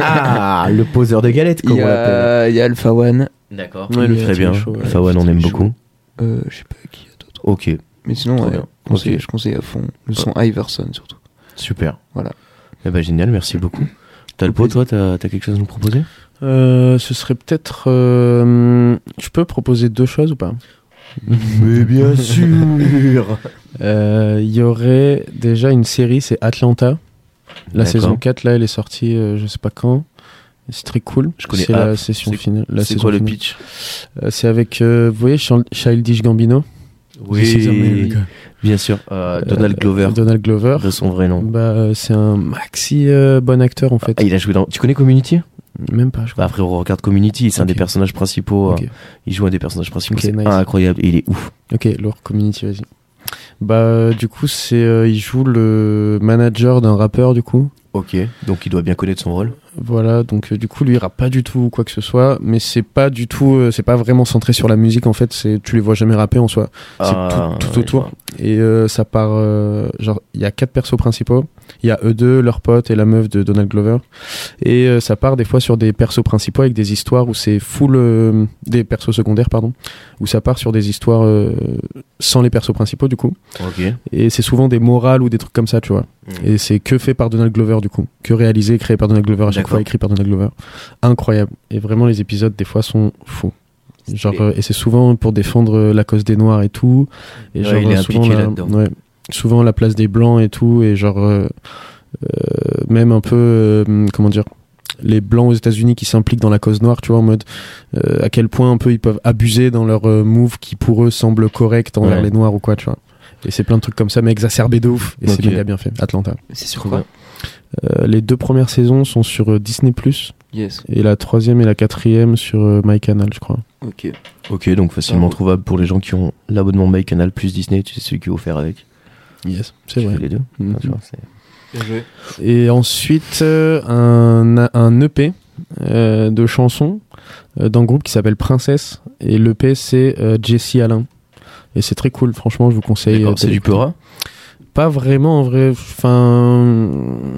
[SPEAKER 1] ah, le poseur de galettes,
[SPEAKER 2] Il
[SPEAKER 1] comme
[SPEAKER 2] y
[SPEAKER 1] on l'appelle.
[SPEAKER 2] a, il y a Alpha One.
[SPEAKER 1] D'accord.
[SPEAKER 3] Ouais, le
[SPEAKER 1] Très
[SPEAKER 3] petit
[SPEAKER 1] bien.
[SPEAKER 3] chaud, ouais.
[SPEAKER 1] Fawan, on aime
[SPEAKER 2] Petit
[SPEAKER 1] beaucoup.
[SPEAKER 2] Euh, je sais pas qui il y a d'autre.
[SPEAKER 1] Ok,
[SPEAKER 2] Mais sinon,
[SPEAKER 1] Trop
[SPEAKER 2] ouais,
[SPEAKER 1] bien.
[SPEAKER 2] conseille-
[SPEAKER 1] Ok.
[SPEAKER 2] je conseille à fond. Le son Iverson surtout.
[SPEAKER 1] super.
[SPEAKER 2] Voilà.
[SPEAKER 1] Eh ben, génial, merci beaucoup. T'as le pot, toi, t'as t'as quelque chose à nous proposer
[SPEAKER 3] Euh, ce serait peut-être. euh, tu peux proposer deux choses ou pas
[SPEAKER 1] Mais bien sûr
[SPEAKER 3] Euh, Il y aurait déjà une série, c'est Atlanta. La
[SPEAKER 1] D'accord.
[SPEAKER 3] saison 4, là, elle est sortie, euh, je sais pas quand. C'est très cool.
[SPEAKER 1] Je connais
[SPEAKER 3] C'est la
[SPEAKER 1] App.
[SPEAKER 3] session
[SPEAKER 1] C'est-
[SPEAKER 3] finale. la
[SPEAKER 1] C'est
[SPEAKER 3] saison
[SPEAKER 1] quoi le
[SPEAKER 3] finale.
[SPEAKER 1] pitch
[SPEAKER 3] Euh, C'est avec, euh, vous voyez, Chil- Childish Gambino. C'est ça, mais-
[SPEAKER 1] bien sûr. euh, Donald
[SPEAKER 3] Euh,
[SPEAKER 1] Glover,
[SPEAKER 3] Donald Glover.
[SPEAKER 1] de son vrai nom.
[SPEAKER 3] Bah, euh, c'est un maxi euh, bon acteur en fait.
[SPEAKER 1] Ah, il a joué dans. Tu connais Community
[SPEAKER 3] Même pas, je crois.
[SPEAKER 1] Bah, Après, on regarde Community, c'est un
[SPEAKER 3] Ok.
[SPEAKER 1] des personnages principaux.
[SPEAKER 3] Ok.
[SPEAKER 1] euh, il joue un des personnages principaux.
[SPEAKER 3] Ok,
[SPEAKER 1] c'est
[SPEAKER 3] nice.
[SPEAKER 1] incroyable, et il est ouf.
[SPEAKER 3] Ok, Lore Community, vas-y. Bah, euh, du coup, c'est euh, il joue le manager d'un rappeur, du coup.
[SPEAKER 1] Ok, donc il doit bien connaître son rôle.
[SPEAKER 3] Voilà, donc euh, du coup, lui, il rappe pas du tout quoi que ce soit, mais c'est pas du tout, euh, c'est pas vraiment centré sur la musique en fait, c'est tu les vois jamais rapper en soi. C'est
[SPEAKER 1] Euh,
[SPEAKER 3] tout, tout autour. Et euh, ça part, euh, genre, il y a quatre persos principaux. Il y a eux deux, leur pote et la meuf de Donald Glover. Et euh, ça part des fois sur des persos principaux avec des histoires où c'est full. euh, des persos secondaires, pardon. Où ça part sur des histoires euh, sans les persos principaux, du coup.
[SPEAKER 1] Ok.
[SPEAKER 3] Et c'est souvent des morales ou des trucs comme ça, tu vois.
[SPEAKER 1] Mm.
[SPEAKER 3] Et c'est que fait par Donald Glover, du coup. Que réalisé, créé par Donald Glover à chaque
[SPEAKER 1] D'accord.
[SPEAKER 3] fois, écrit par Donald Glover. Incroyable. Et vraiment, les épisodes, des fois, sont fous. Genre, euh, et c'est souvent pour défendre euh, la cause des Noirs et tout. Et
[SPEAKER 1] Ouais,
[SPEAKER 3] genre,
[SPEAKER 1] il est
[SPEAKER 3] euh, souvent,
[SPEAKER 1] impliqué
[SPEAKER 3] la,
[SPEAKER 1] là-dedans.
[SPEAKER 3] ouais. souvent la place des Blancs et tout. Et genre, euh, euh, même un peu, euh, comment dire, les Blancs aux États-Unis qui s'impliquent dans la cause noire, tu vois, en mode euh, à quel point un peu ils peuvent abuser dans leur euh, move qui pour eux semble correct envers
[SPEAKER 1] Ouais.
[SPEAKER 3] les Noirs ou quoi, tu vois. Et c'est plein de trucs comme ça, mais exacerbé de ouf. Et
[SPEAKER 1] Ok.
[SPEAKER 3] c'est méga bien fait. Atlanta.
[SPEAKER 2] C'est sur quoi
[SPEAKER 3] Euh, les deux premières saisons sont sur euh, Disney
[SPEAKER 2] Yes.
[SPEAKER 3] et la troisième et la quatrième sur euh, MyCanal, je crois.
[SPEAKER 2] Ok.
[SPEAKER 1] Ok, donc
[SPEAKER 3] Ah,
[SPEAKER 1] facilement
[SPEAKER 2] Bravo.
[SPEAKER 1] trouvable pour les gens qui ont l'abonnement My Canal plus Disney, tu sais celui qui est offert avec.
[SPEAKER 3] Yes, c'est
[SPEAKER 1] Tu fais
[SPEAKER 3] vrai.
[SPEAKER 1] les deux.
[SPEAKER 3] Mhm.
[SPEAKER 1] Enfin, tu vois, c'est-
[SPEAKER 2] Bien joué.
[SPEAKER 3] Et ensuite, euh, un, un EP euh, de chansons euh, d'un groupe qui s'appelle Princesse. Et l'EP, c'est euh, Jesse Alain. Et c'est très cool, franchement, je vous conseille. euh,
[SPEAKER 1] D'accord, C'est
[SPEAKER 3] d'aller
[SPEAKER 1] du
[SPEAKER 3] écouter.
[SPEAKER 1] Peura
[SPEAKER 3] Pas vraiment, en vrai. Enfin,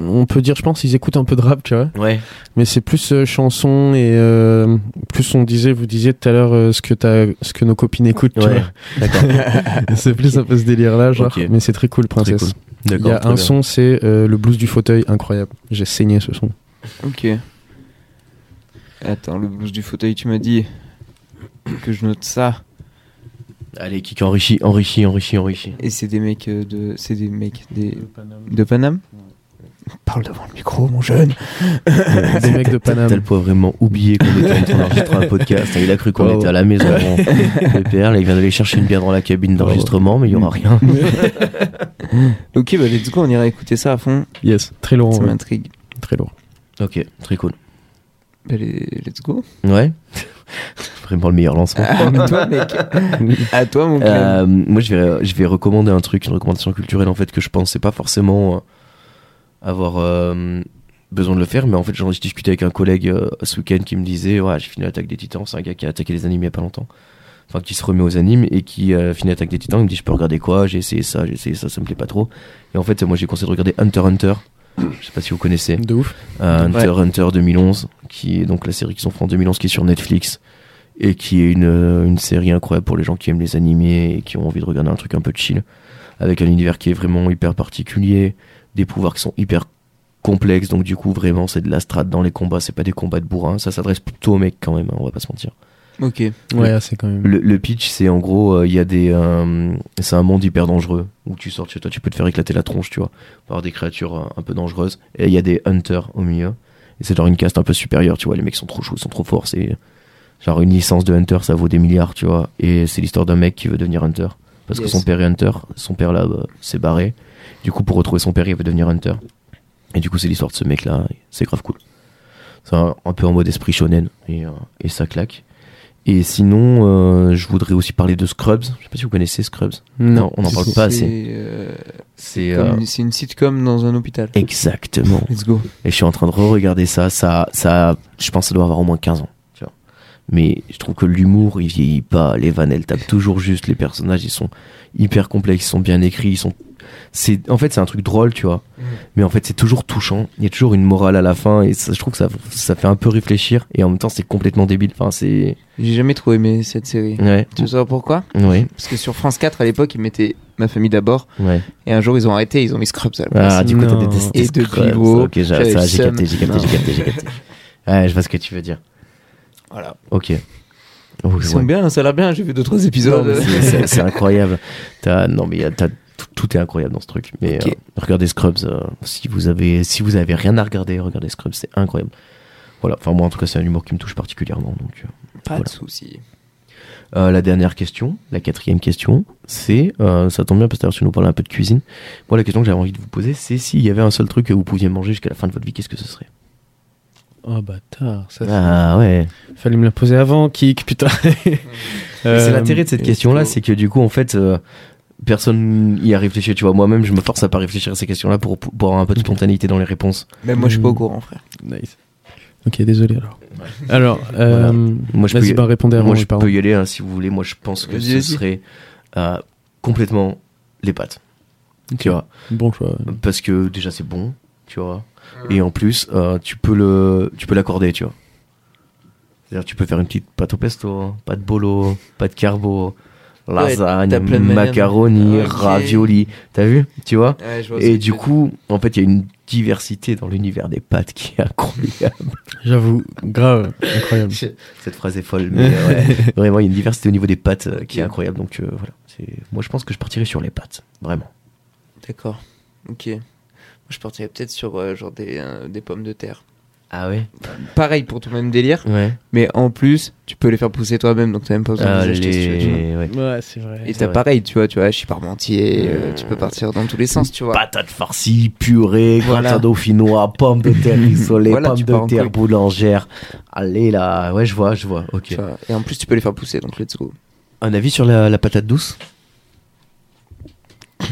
[SPEAKER 3] on peut dire, je pense, ils écoutent un peu de rap, tu vois.
[SPEAKER 1] Ouais.
[SPEAKER 3] Mais c'est plus euh, chansons et euh, plus on disait, vous disiez tout à l'heure euh, ce que t'as, ce que nos copines écoutent. tu
[SPEAKER 1] Ouais.
[SPEAKER 3] vois. c'est plus un peu ce délire là, genre.
[SPEAKER 1] Ok.
[SPEAKER 3] Mais c'est très cool, princesse.
[SPEAKER 1] cool.
[SPEAKER 3] Il y a
[SPEAKER 1] très
[SPEAKER 3] un
[SPEAKER 1] bien.
[SPEAKER 3] son, c'est euh, le blues du fauteuil, incroyable. J'ai saigné ce son.
[SPEAKER 2] Ok. Attends, le blues du fauteuil, tu m'as dit que je note ça.
[SPEAKER 1] Allez, kick enrichi, enrichi, enrichi, enrichi.
[SPEAKER 2] Et c'est des mecs euh, de. C'est des mecs des. De Paname Parle devant le micro, mon jeune.
[SPEAKER 3] Des mecs de
[SPEAKER 1] T'as le
[SPEAKER 3] Paname.
[SPEAKER 1] poids vraiment oublié qu'on était en train d'enregistrer un podcast. Il a cru qu'on
[SPEAKER 3] Wow.
[SPEAKER 1] était à la maison. avant Le PR, là, il vient d'aller chercher une bière dans la cabine d'enregistrement, mais il y aura rien.
[SPEAKER 2] Ok, bah let's go, on ira écouter ça à fond.
[SPEAKER 3] Yes, très lourd.
[SPEAKER 2] ça
[SPEAKER 3] ouais.
[SPEAKER 2] m'intrigue.
[SPEAKER 3] Très lourd.
[SPEAKER 1] Ok, très cool.
[SPEAKER 2] Bah, les- let's go.
[SPEAKER 1] Ouais. Vraiment le meilleur lancement.
[SPEAKER 2] à toi, mec. à toi, mon gars.
[SPEAKER 1] Euh, moi, je vais, je vais recommander un truc, une recommandation culturelle, en fait, que je pense, c'est pas forcément euh, avoir euh, besoin de le faire, mais en fait, j'en ai discuté avec un collègue euh, ce week-end qui me disait Ouais, j'ai fini l'attaque des titans, c'est un gars qui a attaqué les animes il y a pas longtemps. Enfin, qui se remet aux animes et qui euh, finit l'attaque des titans. Il me dit Je peux regarder quoi J'ai essayé ça, j'ai essayé ça, ça me plaît pas trop. Et en fait, moi, j'ai conseillé de regarder Hunter x Hunter. Je sais pas si vous connaissez.
[SPEAKER 3] De ouf.
[SPEAKER 1] Euh, Hunter
[SPEAKER 2] Ouais.
[SPEAKER 1] Hunter 2011, qui est donc la série qu'ils ont fait en 2011, qui est sur Netflix et qui est une, euh, une série incroyable pour les gens qui aiment les animés et qui ont envie de regarder un truc un peu chill, avec un univers qui est vraiment hyper particulier, des pouvoirs qui sont hyper complexes, donc du coup vraiment c'est de la strat dans les combats, c'est pas des combats de bourrin, ça s'adresse plutôt aux mecs quand même, hein, on va pas se mentir.
[SPEAKER 2] Ok.
[SPEAKER 3] Ouais, c'est quand même.
[SPEAKER 1] Le, le pitch, c'est en gros, euh, il y a des, euh, c'est un monde hyper dangereux où tu sors de chez toi, tu peux te faire éclater la tronche, tu vois, par des créatures euh, un peu dangereuses. Et il y a des hunters au milieu. Et c'est genre une caste un peu supérieure, tu vois. Les mecs sont trop chauds, sont trop forts. C'est genre une licence de hunter, ça vaut des milliards, tu vois. Et c'est l'histoire d'un mec qui veut devenir hunter parce
[SPEAKER 2] Yes.
[SPEAKER 1] que son père est hunter. Son père là bah, s'est barré. Du coup, pour retrouver son père, il veut devenir hunter. Et du coup, c'est l'histoire de ce mec là. C'est grave cool. C'est un, un peu en mode esprit shonen et, euh, et ça claque. Et sinon, euh, je voudrais aussi parler de Scrubs. Je sais pas si vous connaissez Scrubs. Non, on n'en
[SPEAKER 3] Si,
[SPEAKER 1] parle
[SPEAKER 3] si.
[SPEAKER 1] pas assez.
[SPEAKER 2] C'est
[SPEAKER 1] C'est
[SPEAKER 2] euh, comme
[SPEAKER 1] euh,
[SPEAKER 2] une- c'est une sitcom dans un hôpital.
[SPEAKER 1] exactement.
[SPEAKER 2] Let's go.
[SPEAKER 1] Et je suis en train de re-regarder ça. Ça, ça, je pense, que ça doit avoir au moins 15 ans. tu vois. Mais je trouve que l'humour, il vieillit pas. Les vannes, elles tapent toujours juste. Les personnages, ils sont hyper complexes, ils sont bien écrits, ils sont. C'est en fait, c'est un truc drôle, tu vois.
[SPEAKER 2] Mm.
[SPEAKER 1] Mais en fait, c'est toujours touchant. Il y a toujours une morale à la fin, et ça, je trouve que ça, ça fait un peu réfléchir. Et en même temps, c'est complètement débile. Enfin, c'est
[SPEAKER 2] J'ai jamais trop aimé cette série.
[SPEAKER 1] ouais,
[SPEAKER 2] Tu sais pourquoi
[SPEAKER 1] ouais,
[SPEAKER 2] Parce que sur France 4 à l'époque, ils mettaient Ma famille d'abord.
[SPEAKER 1] ouais.
[SPEAKER 2] Et un jour, ils ont arrêté, ils ont mis Scrubs à la place.
[SPEAKER 1] Ah, du coup, t'as
[SPEAKER 3] Non.
[SPEAKER 1] détesté
[SPEAKER 2] Et
[SPEAKER 1] Scrubs.
[SPEAKER 2] depuis, gros,
[SPEAKER 1] Ok, j'ai ça,
[SPEAKER 2] j'avais le
[SPEAKER 1] j'ai capté,
[SPEAKER 2] seum.
[SPEAKER 1] j'ai capté,
[SPEAKER 2] Non.
[SPEAKER 1] j'ai capté, j'ai capté. Ouais, je vois ce que tu veux dire.
[SPEAKER 2] Voilà.
[SPEAKER 1] Ok. Oh,
[SPEAKER 2] Ils
[SPEAKER 1] je
[SPEAKER 2] sont
[SPEAKER 1] vois.
[SPEAKER 2] bien, ça a l'air bien. J'ai vu deux trois épisodes.
[SPEAKER 1] Non, mais c'est- c'est- C'est incroyable. T'as- non, mais y a- t'as- tout, tout est incroyable dans ce truc. Mais
[SPEAKER 2] Ok.
[SPEAKER 1] euh, regardez Scrubs. euh, si vous avez, si vous avez rien à regarder, regardez Scrubs. C'est incroyable. Voilà. Enfin, moi, en tout cas, c'est un humour qui me touche particulièrement. Donc, euh.
[SPEAKER 2] Pas
[SPEAKER 1] Voilà.
[SPEAKER 2] de souci.
[SPEAKER 1] Euh, la dernière question, la quatrième question, c'est, euh, ça tombe bien parce que d'ailleurs, tu nous parles un peu de cuisine. Moi, la question que j'avais envie de vous poser, c'est s'il y avait un seul truc que vous pouviez manger jusqu'à la fin de votre vie, qu'est-ce que ce serait
[SPEAKER 3] Oh bâtard, ça
[SPEAKER 1] Ah ouais.
[SPEAKER 3] fallait me la poser avant, kick, putain.
[SPEAKER 1] Mais
[SPEAKER 3] Euh,
[SPEAKER 1] c'est l'intérêt de cette
[SPEAKER 2] et
[SPEAKER 1] question-là,
[SPEAKER 2] plutôt-
[SPEAKER 1] c'est que du coup, en fait, euh, personne y a réfléchi. Tu vois, moi-même, je me force à pas réfléchir à ces questions-là pour, pour avoir un peu de spontanéité dans les réponses.
[SPEAKER 2] Même moi, je suis pas au
[SPEAKER 3] Hmm.
[SPEAKER 2] courant, frère.
[SPEAKER 3] Nice. Ok, désolé alors. Alors, euh,
[SPEAKER 1] Moi, je peux
[SPEAKER 3] vas-y,
[SPEAKER 1] y-
[SPEAKER 3] bah, répondez avant,
[SPEAKER 1] moi, je
[SPEAKER 3] pardon.
[SPEAKER 1] peux y aller hein, si vous voulez. Moi, je pense que
[SPEAKER 2] Vas-y,
[SPEAKER 1] ce
[SPEAKER 2] vas-y.
[SPEAKER 1] serait euh, complètement les pâtes. Tu vois,
[SPEAKER 3] Bon choix.
[SPEAKER 1] parce que déjà, c'est bon, tu vois. Et en plus, euh, tu peux le, tu peux l'accorder, tu vois. C'est-à-dire, tu peux faire une petite pâte au pesto, pâte bolo, pâte carbo, lasagne,
[SPEAKER 2] t'as plein de manières.
[SPEAKER 1] macaroni,
[SPEAKER 2] Ok.
[SPEAKER 1] ravioli. T'as vu, tu vois?
[SPEAKER 2] Ouais, je vois ce
[SPEAKER 1] Et
[SPEAKER 2] que
[SPEAKER 1] du
[SPEAKER 2] tu-
[SPEAKER 1] coup, en fait, il y a une diversité dans l'univers des pâtes qui est incroyable.
[SPEAKER 3] J'avoue, grave, incroyable.
[SPEAKER 1] Cette phrase est folle, mais euh, ouais, vraiment, il y a une diversité au niveau des pâtes euh, qui est incroyable. Donc euh, voilà, C'est- moi je pense que je partirais sur les pâtes, vraiment.
[SPEAKER 2] D'accord. Ok. Moi, je partirais peut-être sur euh, genre des, euh, des pommes de terre.
[SPEAKER 1] Ah ouais
[SPEAKER 2] Pareil pour ton même délire,
[SPEAKER 1] Ouais.
[SPEAKER 2] mais en plus, tu peux les faire pousser toi-même, donc t'as même pas besoin de les acheter. si tu veux, tu
[SPEAKER 1] Ah,
[SPEAKER 2] vois.
[SPEAKER 1] Euh, les... ouais.
[SPEAKER 3] Ouais, c'est vrai.
[SPEAKER 2] Et t'as
[SPEAKER 1] vrai.
[SPEAKER 2] pareil, tu vois, tu vois, je suis parmentier, euh, tu peux partir dans tous les sens, tu vois.
[SPEAKER 1] Patates farcies, purée,
[SPEAKER 2] Voilà.
[SPEAKER 1] gratin dauphinois, pommes de terre rissolées,
[SPEAKER 2] Voilà, tu pars
[SPEAKER 1] pommes
[SPEAKER 2] en
[SPEAKER 1] de terre
[SPEAKER 2] couille.
[SPEAKER 1] boulangère. Allez là, ouais, je vois, je vois. Ok.
[SPEAKER 2] Tu vois. Et en plus, tu peux les faire pousser, donc let's go.
[SPEAKER 1] Un avis sur la, la patate douce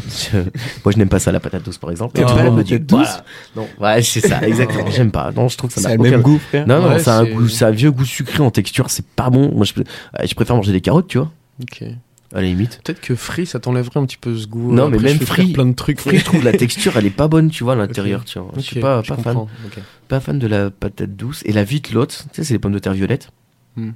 [SPEAKER 1] Je- Moi, je n'aime pas ça, la patate douce, par exemple.
[SPEAKER 2] T'aimes
[SPEAKER 1] Tout
[SPEAKER 3] pas
[SPEAKER 1] le
[SPEAKER 3] la
[SPEAKER 1] monde me
[SPEAKER 2] patate
[SPEAKER 1] dit, voilà. Non, ouais, c'est ça, exactement. J'aime pas. Non, je trouve que ça n'a aucun
[SPEAKER 2] goût, frère.
[SPEAKER 1] Non, non,
[SPEAKER 3] Ouais,
[SPEAKER 1] ça a un
[SPEAKER 3] c'est-
[SPEAKER 1] goût, c'est un vieux goût sucré en texture, c'est pas bon. Moi, je, pr- euh, je préfère manger des carottes, tu vois,
[SPEAKER 3] Ok.
[SPEAKER 1] à la limite.
[SPEAKER 3] Peut-être que frit, ça t'enlèverait un petit peu ce goût.
[SPEAKER 1] Non,
[SPEAKER 3] Après,
[SPEAKER 1] mais
[SPEAKER 3] je
[SPEAKER 1] même
[SPEAKER 3] fais
[SPEAKER 1] frit-
[SPEAKER 3] faire plein de trucs.
[SPEAKER 1] Frit, je trouve la texture, elle est pas bonne, tu vois, à l'intérieur, tu vois. Je suis
[SPEAKER 3] Ok,
[SPEAKER 1] pas, pas, fan,
[SPEAKER 3] comprends. Ok.
[SPEAKER 1] pas fan de la patate douce. Et la vitelotte, tu sais, c'est les pommes de terre violettes.
[SPEAKER 3] Hmm.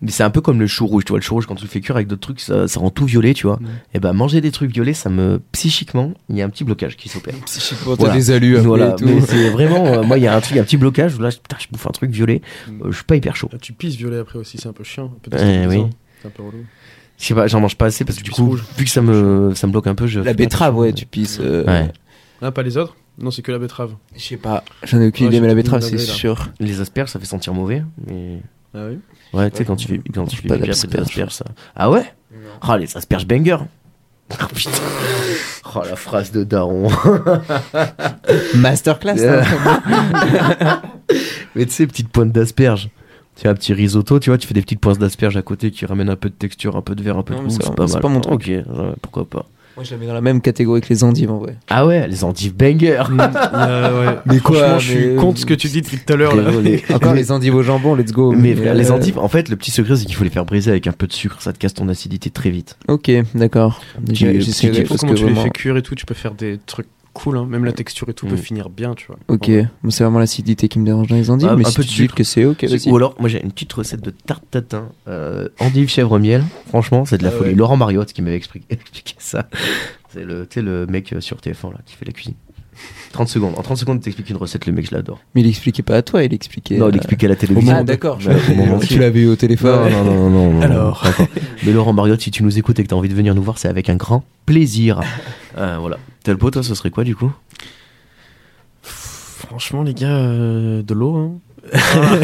[SPEAKER 1] Mais c'est un peu comme le chou rouge, tu vois. Le chou rouge, quand tu le fais cuire avec d'autres trucs, ça, ça rend tout violet, tu vois.
[SPEAKER 3] Hmm.
[SPEAKER 1] Et ben, manger des trucs violets, ça me. Psychiquement, il y a un petit blocage qui s'opère.
[SPEAKER 2] Psychiquement, t'as
[SPEAKER 1] Voilà.
[SPEAKER 2] des alus après
[SPEAKER 1] Voilà,
[SPEAKER 2] et tout.
[SPEAKER 1] mais c'est vraiment. euh, moi, il y a un truc, un petit blocage où là, je, putain, je bouffe un truc violet, euh, je suis pas hyper chaud.
[SPEAKER 3] Ah, tu pisses violet après aussi, c'est un peu chiant. un
[SPEAKER 1] Eh
[SPEAKER 3] peu déstabilisant.
[SPEAKER 1] oui.
[SPEAKER 3] C'est un peu relou.
[SPEAKER 1] Je sais pas, j'en mange pas assez parce que du
[SPEAKER 3] Du
[SPEAKER 1] coup,
[SPEAKER 3] rouge.
[SPEAKER 1] vu que ça me, ça me bloque un peu, je.
[SPEAKER 2] La betterave, ouais, tu pisses. euh,
[SPEAKER 1] Ouais.
[SPEAKER 3] Ah, pas les autres Non, c'est que la betterave.
[SPEAKER 2] Je sais pas, j'en ai aucune
[SPEAKER 3] Ouais,
[SPEAKER 2] idée, mais la
[SPEAKER 3] j'ai
[SPEAKER 2] betterave,
[SPEAKER 3] aucune
[SPEAKER 2] c'est
[SPEAKER 3] idée, là.
[SPEAKER 2] sûr.
[SPEAKER 1] Les asperges, ça fait sentir mauvais. Mais...
[SPEAKER 3] Ah oui
[SPEAKER 1] Ouais, tu sais, quand tu fais, quand tu fais
[SPEAKER 2] Pas
[SPEAKER 1] pipi après des
[SPEAKER 2] d'asperges.
[SPEAKER 1] asperges, ça. Ah ouais Ah, les asperges banger Oh putain Oh la phrase de daron
[SPEAKER 2] Masterclass,
[SPEAKER 1] Euh.
[SPEAKER 2] hein.
[SPEAKER 1] Mais tu sais, petite pointe d'asperges. Tu as un petit risotto, tu vois, tu fais des petites pointes d'asperges à côté qui ramènent un peu de texture, un peu de verre, un peu
[SPEAKER 2] Non,
[SPEAKER 1] de
[SPEAKER 2] mais
[SPEAKER 1] goût,
[SPEAKER 2] c'est-
[SPEAKER 1] c'est pas
[SPEAKER 2] c'est
[SPEAKER 1] mal.
[SPEAKER 2] pas mon truc.
[SPEAKER 1] Ok, ouais, pourquoi pas.
[SPEAKER 2] Moi, je la mets dans la même catégorie que les endives, en vrai.
[SPEAKER 1] Ah ouais, les endives banger
[SPEAKER 3] Mais
[SPEAKER 2] quoi,
[SPEAKER 3] Mm, euh, Franchement, je suis
[SPEAKER 2] mais-
[SPEAKER 3] contre ce que tu dis depuis tout à l'heure. là.
[SPEAKER 1] Frérot, les-
[SPEAKER 2] Encore les endives au jambon, let's go.
[SPEAKER 1] Mais frère, les
[SPEAKER 2] euh,
[SPEAKER 1] endives, en fait, le petit secret, c'est qu'il faut les faire briser avec un peu de sucre, ça te casse ton acidité très vite.
[SPEAKER 2] Ok, d'accord. J'ai-
[SPEAKER 1] petit
[SPEAKER 3] Ça
[SPEAKER 2] J'essaierai
[SPEAKER 1] kiff.
[SPEAKER 3] dépend
[SPEAKER 2] parce
[SPEAKER 3] comment
[SPEAKER 2] que
[SPEAKER 3] tu les
[SPEAKER 2] vraiment.
[SPEAKER 3] fais cuire et tout, tu peux faire des trucs cool, hein. même la texture et tout
[SPEAKER 1] Mm.
[SPEAKER 3] peut finir bien, tu vois.
[SPEAKER 2] Ok, moi, c'est vraiment l'acidité qui me dérange dans les endives,
[SPEAKER 1] Ah,
[SPEAKER 2] mais
[SPEAKER 1] un
[SPEAKER 2] si
[SPEAKER 1] peu
[SPEAKER 2] tu
[SPEAKER 1] de
[SPEAKER 2] dis
[SPEAKER 1] sucre.
[SPEAKER 2] que c'est ok, vas-y.
[SPEAKER 1] Ou alors, moi j'ai une petite recette de tarte tatin, euh, endive chèvre miel. Franchement, c'est de la
[SPEAKER 3] Ah
[SPEAKER 1] folie.
[SPEAKER 3] ouais.
[SPEAKER 1] Laurent Mariotte qui m'avait expliqué, expliqué ça. C'est le, tu sais, le mec euh, sur TF1 là, qui fait la cuisine. 30 secondes. En 30 secondes, t'expliques une recette, le mec, je l'adore.
[SPEAKER 2] Mais il expliquait pas à toi, il expliquait.
[SPEAKER 1] non, il
[SPEAKER 2] euh,
[SPEAKER 1] expliquait à la télévision.
[SPEAKER 2] Ah, d'accord. je-
[SPEAKER 1] Ouais, au moment-
[SPEAKER 2] Tu l'avais eu au
[SPEAKER 1] Non,
[SPEAKER 2] téléphone.
[SPEAKER 1] non, non, non, non, non,
[SPEAKER 3] Alors.
[SPEAKER 1] pas encore. Mais Laurent Mariotte, si tu nous écoutes et que t'as envie de venir nous voir, c'est avec un grand plaisir. Euh, voilà. T'as le pot, toi, ce serait quoi, du coup
[SPEAKER 3] Franchement, les gars, euh, de l'eau. hein.
[SPEAKER 1] Ah.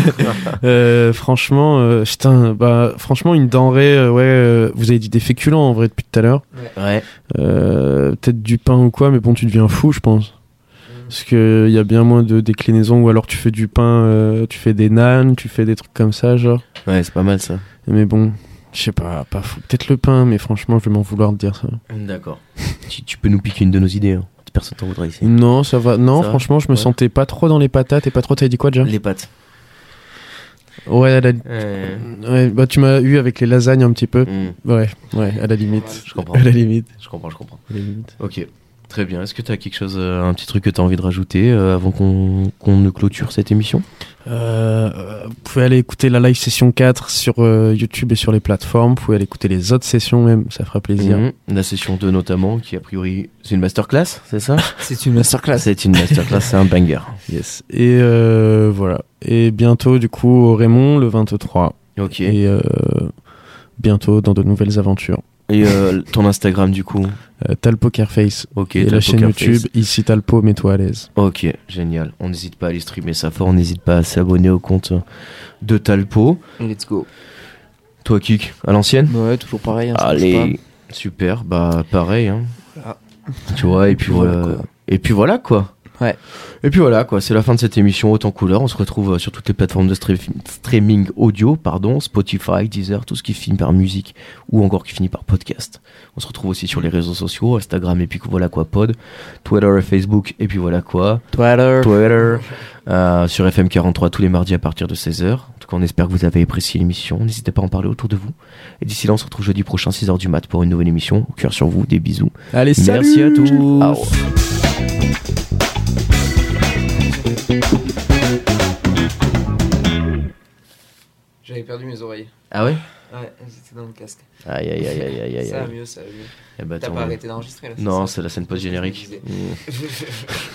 [SPEAKER 3] Euh, franchement, euh, putain, bah, franchement, une denrée, euh, ouais, euh, vous avez dit des féculents en vrai depuis tout à l'heure.
[SPEAKER 1] Ouais.
[SPEAKER 3] Euh, Peut-être du pain ou quoi, mais bon, tu deviens fou, je pense.
[SPEAKER 1] Mm.
[SPEAKER 3] Parce qu'il y a bien moins de déclinaisons, ou alors tu fais du pain, euh, tu fais des nanes, tu fais des trucs comme ça, genre.
[SPEAKER 1] Ouais, c'est pas mal, ça.
[SPEAKER 3] Mais bon, je sais pas, pas fou. Peut-être le pain, mais franchement, je vais m'en vouloir de dire ça.
[SPEAKER 1] D'accord. tu, tu peux nous piquer une de nos idées. hein. Personne t'en voudra ici.
[SPEAKER 3] Non, ça va. Non,
[SPEAKER 1] Ça va
[SPEAKER 3] franchement, je me
[SPEAKER 1] Ouais.
[SPEAKER 3] sentais pas trop dans les patates et pas trop. T'avais dit quoi déjà
[SPEAKER 1] Les pâtes.
[SPEAKER 3] Ouais, à la-
[SPEAKER 1] Euh,
[SPEAKER 3] ouais, bah tu m'as eu avec les lasagnes un petit peu.
[SPEAKER 1] Mmh,
[SPEAKER 3] Ouais, ouais, à la limite.
[SPEAKER 1] je comprends.
[SPEAKER 3] À la limite.
[SPEAKER 1] Je comprends, je comprends.
[SPEAKER 3] à la limite.
[SPEAKER 1] Ok. Très bien. Est-ce que t'as quelque chose, euh, un petit truc que t'as envie de rajouter euh, avant qu'on qu'on ne clôture cette émission
[SPEAKER 3] Euh, euh, vous pouvez aller écouter la live session 4 sur euh, YouTube et sur les plateformes. Vous pouvez aller écouter les autres sessions même, ça fera plaisir.
[SPEAKER 1] Mhm. La session 2 notamment, qui a priori, c'est une masterclass, c'est ça
[SPEAKER 2] C'est une masterclass.
[SPEAKER 1] C'est une masterclass, c'est un banger.
[SPEAKER 3] Yes. Et euh, voilà. Et bientôt du coup au Raymond le 23.
[SPEAKER 1] Ok. Et,
[SPEAKER 3] Et euh, bientôt dans de nouvelles aventures.
[SPEAKER 1] euh, ton Instagram du coup
[SPEAKER 3] Euh, Talpo Careface.
[SPEAKER 1] Ok.
[SPEAKER 3] Et
[SPEAKER 1] t'as
[SPEAKER 3] la chaîne
[SPEAKER 1] Poker Face.
[SPEAKER 3] YouTube, ici Talpo, mets-toi à l'aise.
[SPEAKER 1] Ok, génial. On n'hésite pas à aller streamer ça fort, on n'hésite pas à s'abonner au compte de Talpo.
[SPEAKER 2] Let's go.
[SPEAKER 1] Toi, Kik, à l'ancienne
[SPEAKER 2] Ouais, toujours pareil. hein, ça bouge
[SPEAKER 1] Allez, super, bah pareil. hein.
[SPEAKER 2] Voilà.
[SPEAKER 1] Tu vois, et puis voilà.
[SPEAKER 2] quoi.
[SPEAKER 1] et puis voilà quoi.
[SPEAKER 2] Ouais.
[SPEAKER 1] Et puis voilà quoi, c'est la fin de cette émission Haute en couleur. On se retrouve euh, sur toutes les plateformes de stream- streaming audio, pardon, Spotify, Deezer, tout ce qui finit par musique ou encore qui finit par podcast. On se retrouve aussi sur les réseaux sociaux, Instagram et puis voilà quoi pod, Twitter et Facebook et puis voilà quoi.
[SPEAKER 2] pas. Twitter.
[SPEAKER 1] Twitter, euh, sur FM43 tous les mardis à partir de 16h. En tout cas, on espère que vous avez apprécié l'émission. N'hésitez pas à en parler autour de vous. Et d'ici là, on se retrouve jeudi prochain, 6h du mat, pour une nouvelle émission. Au cœur sur vous, des bisous.
[SPEAKER 3] Allez,
[SPEAKER 1] Merci à tous. Au
[SPEAKER 2] J'avais perdu mes oreilles.
[SPEAKER 1] Ah ouais
[SPEAKER 2] Ouais, j'étais dans le casque.
[SPEAKER 1] Aïe, aïe, aïe, aïe, aïe, aïe.
[SPEAKER 2] Ça va
[SPEAKER 1] aïe.
[SPEAKER 2] mieux, ça va mieux.
[SPEAKER 1] Eh ben,
[SPEAKER 2] T'as
[SPEAKER 1] attends.
[SPEAKER 2] pas arrêté d'enregistrer là c'est
[SPEAKER 1] Non,
[SPEAKER 2] ça
[SPEAKER 1] c'est la scène post-générique.
[SPEAKER 2] Je me disais.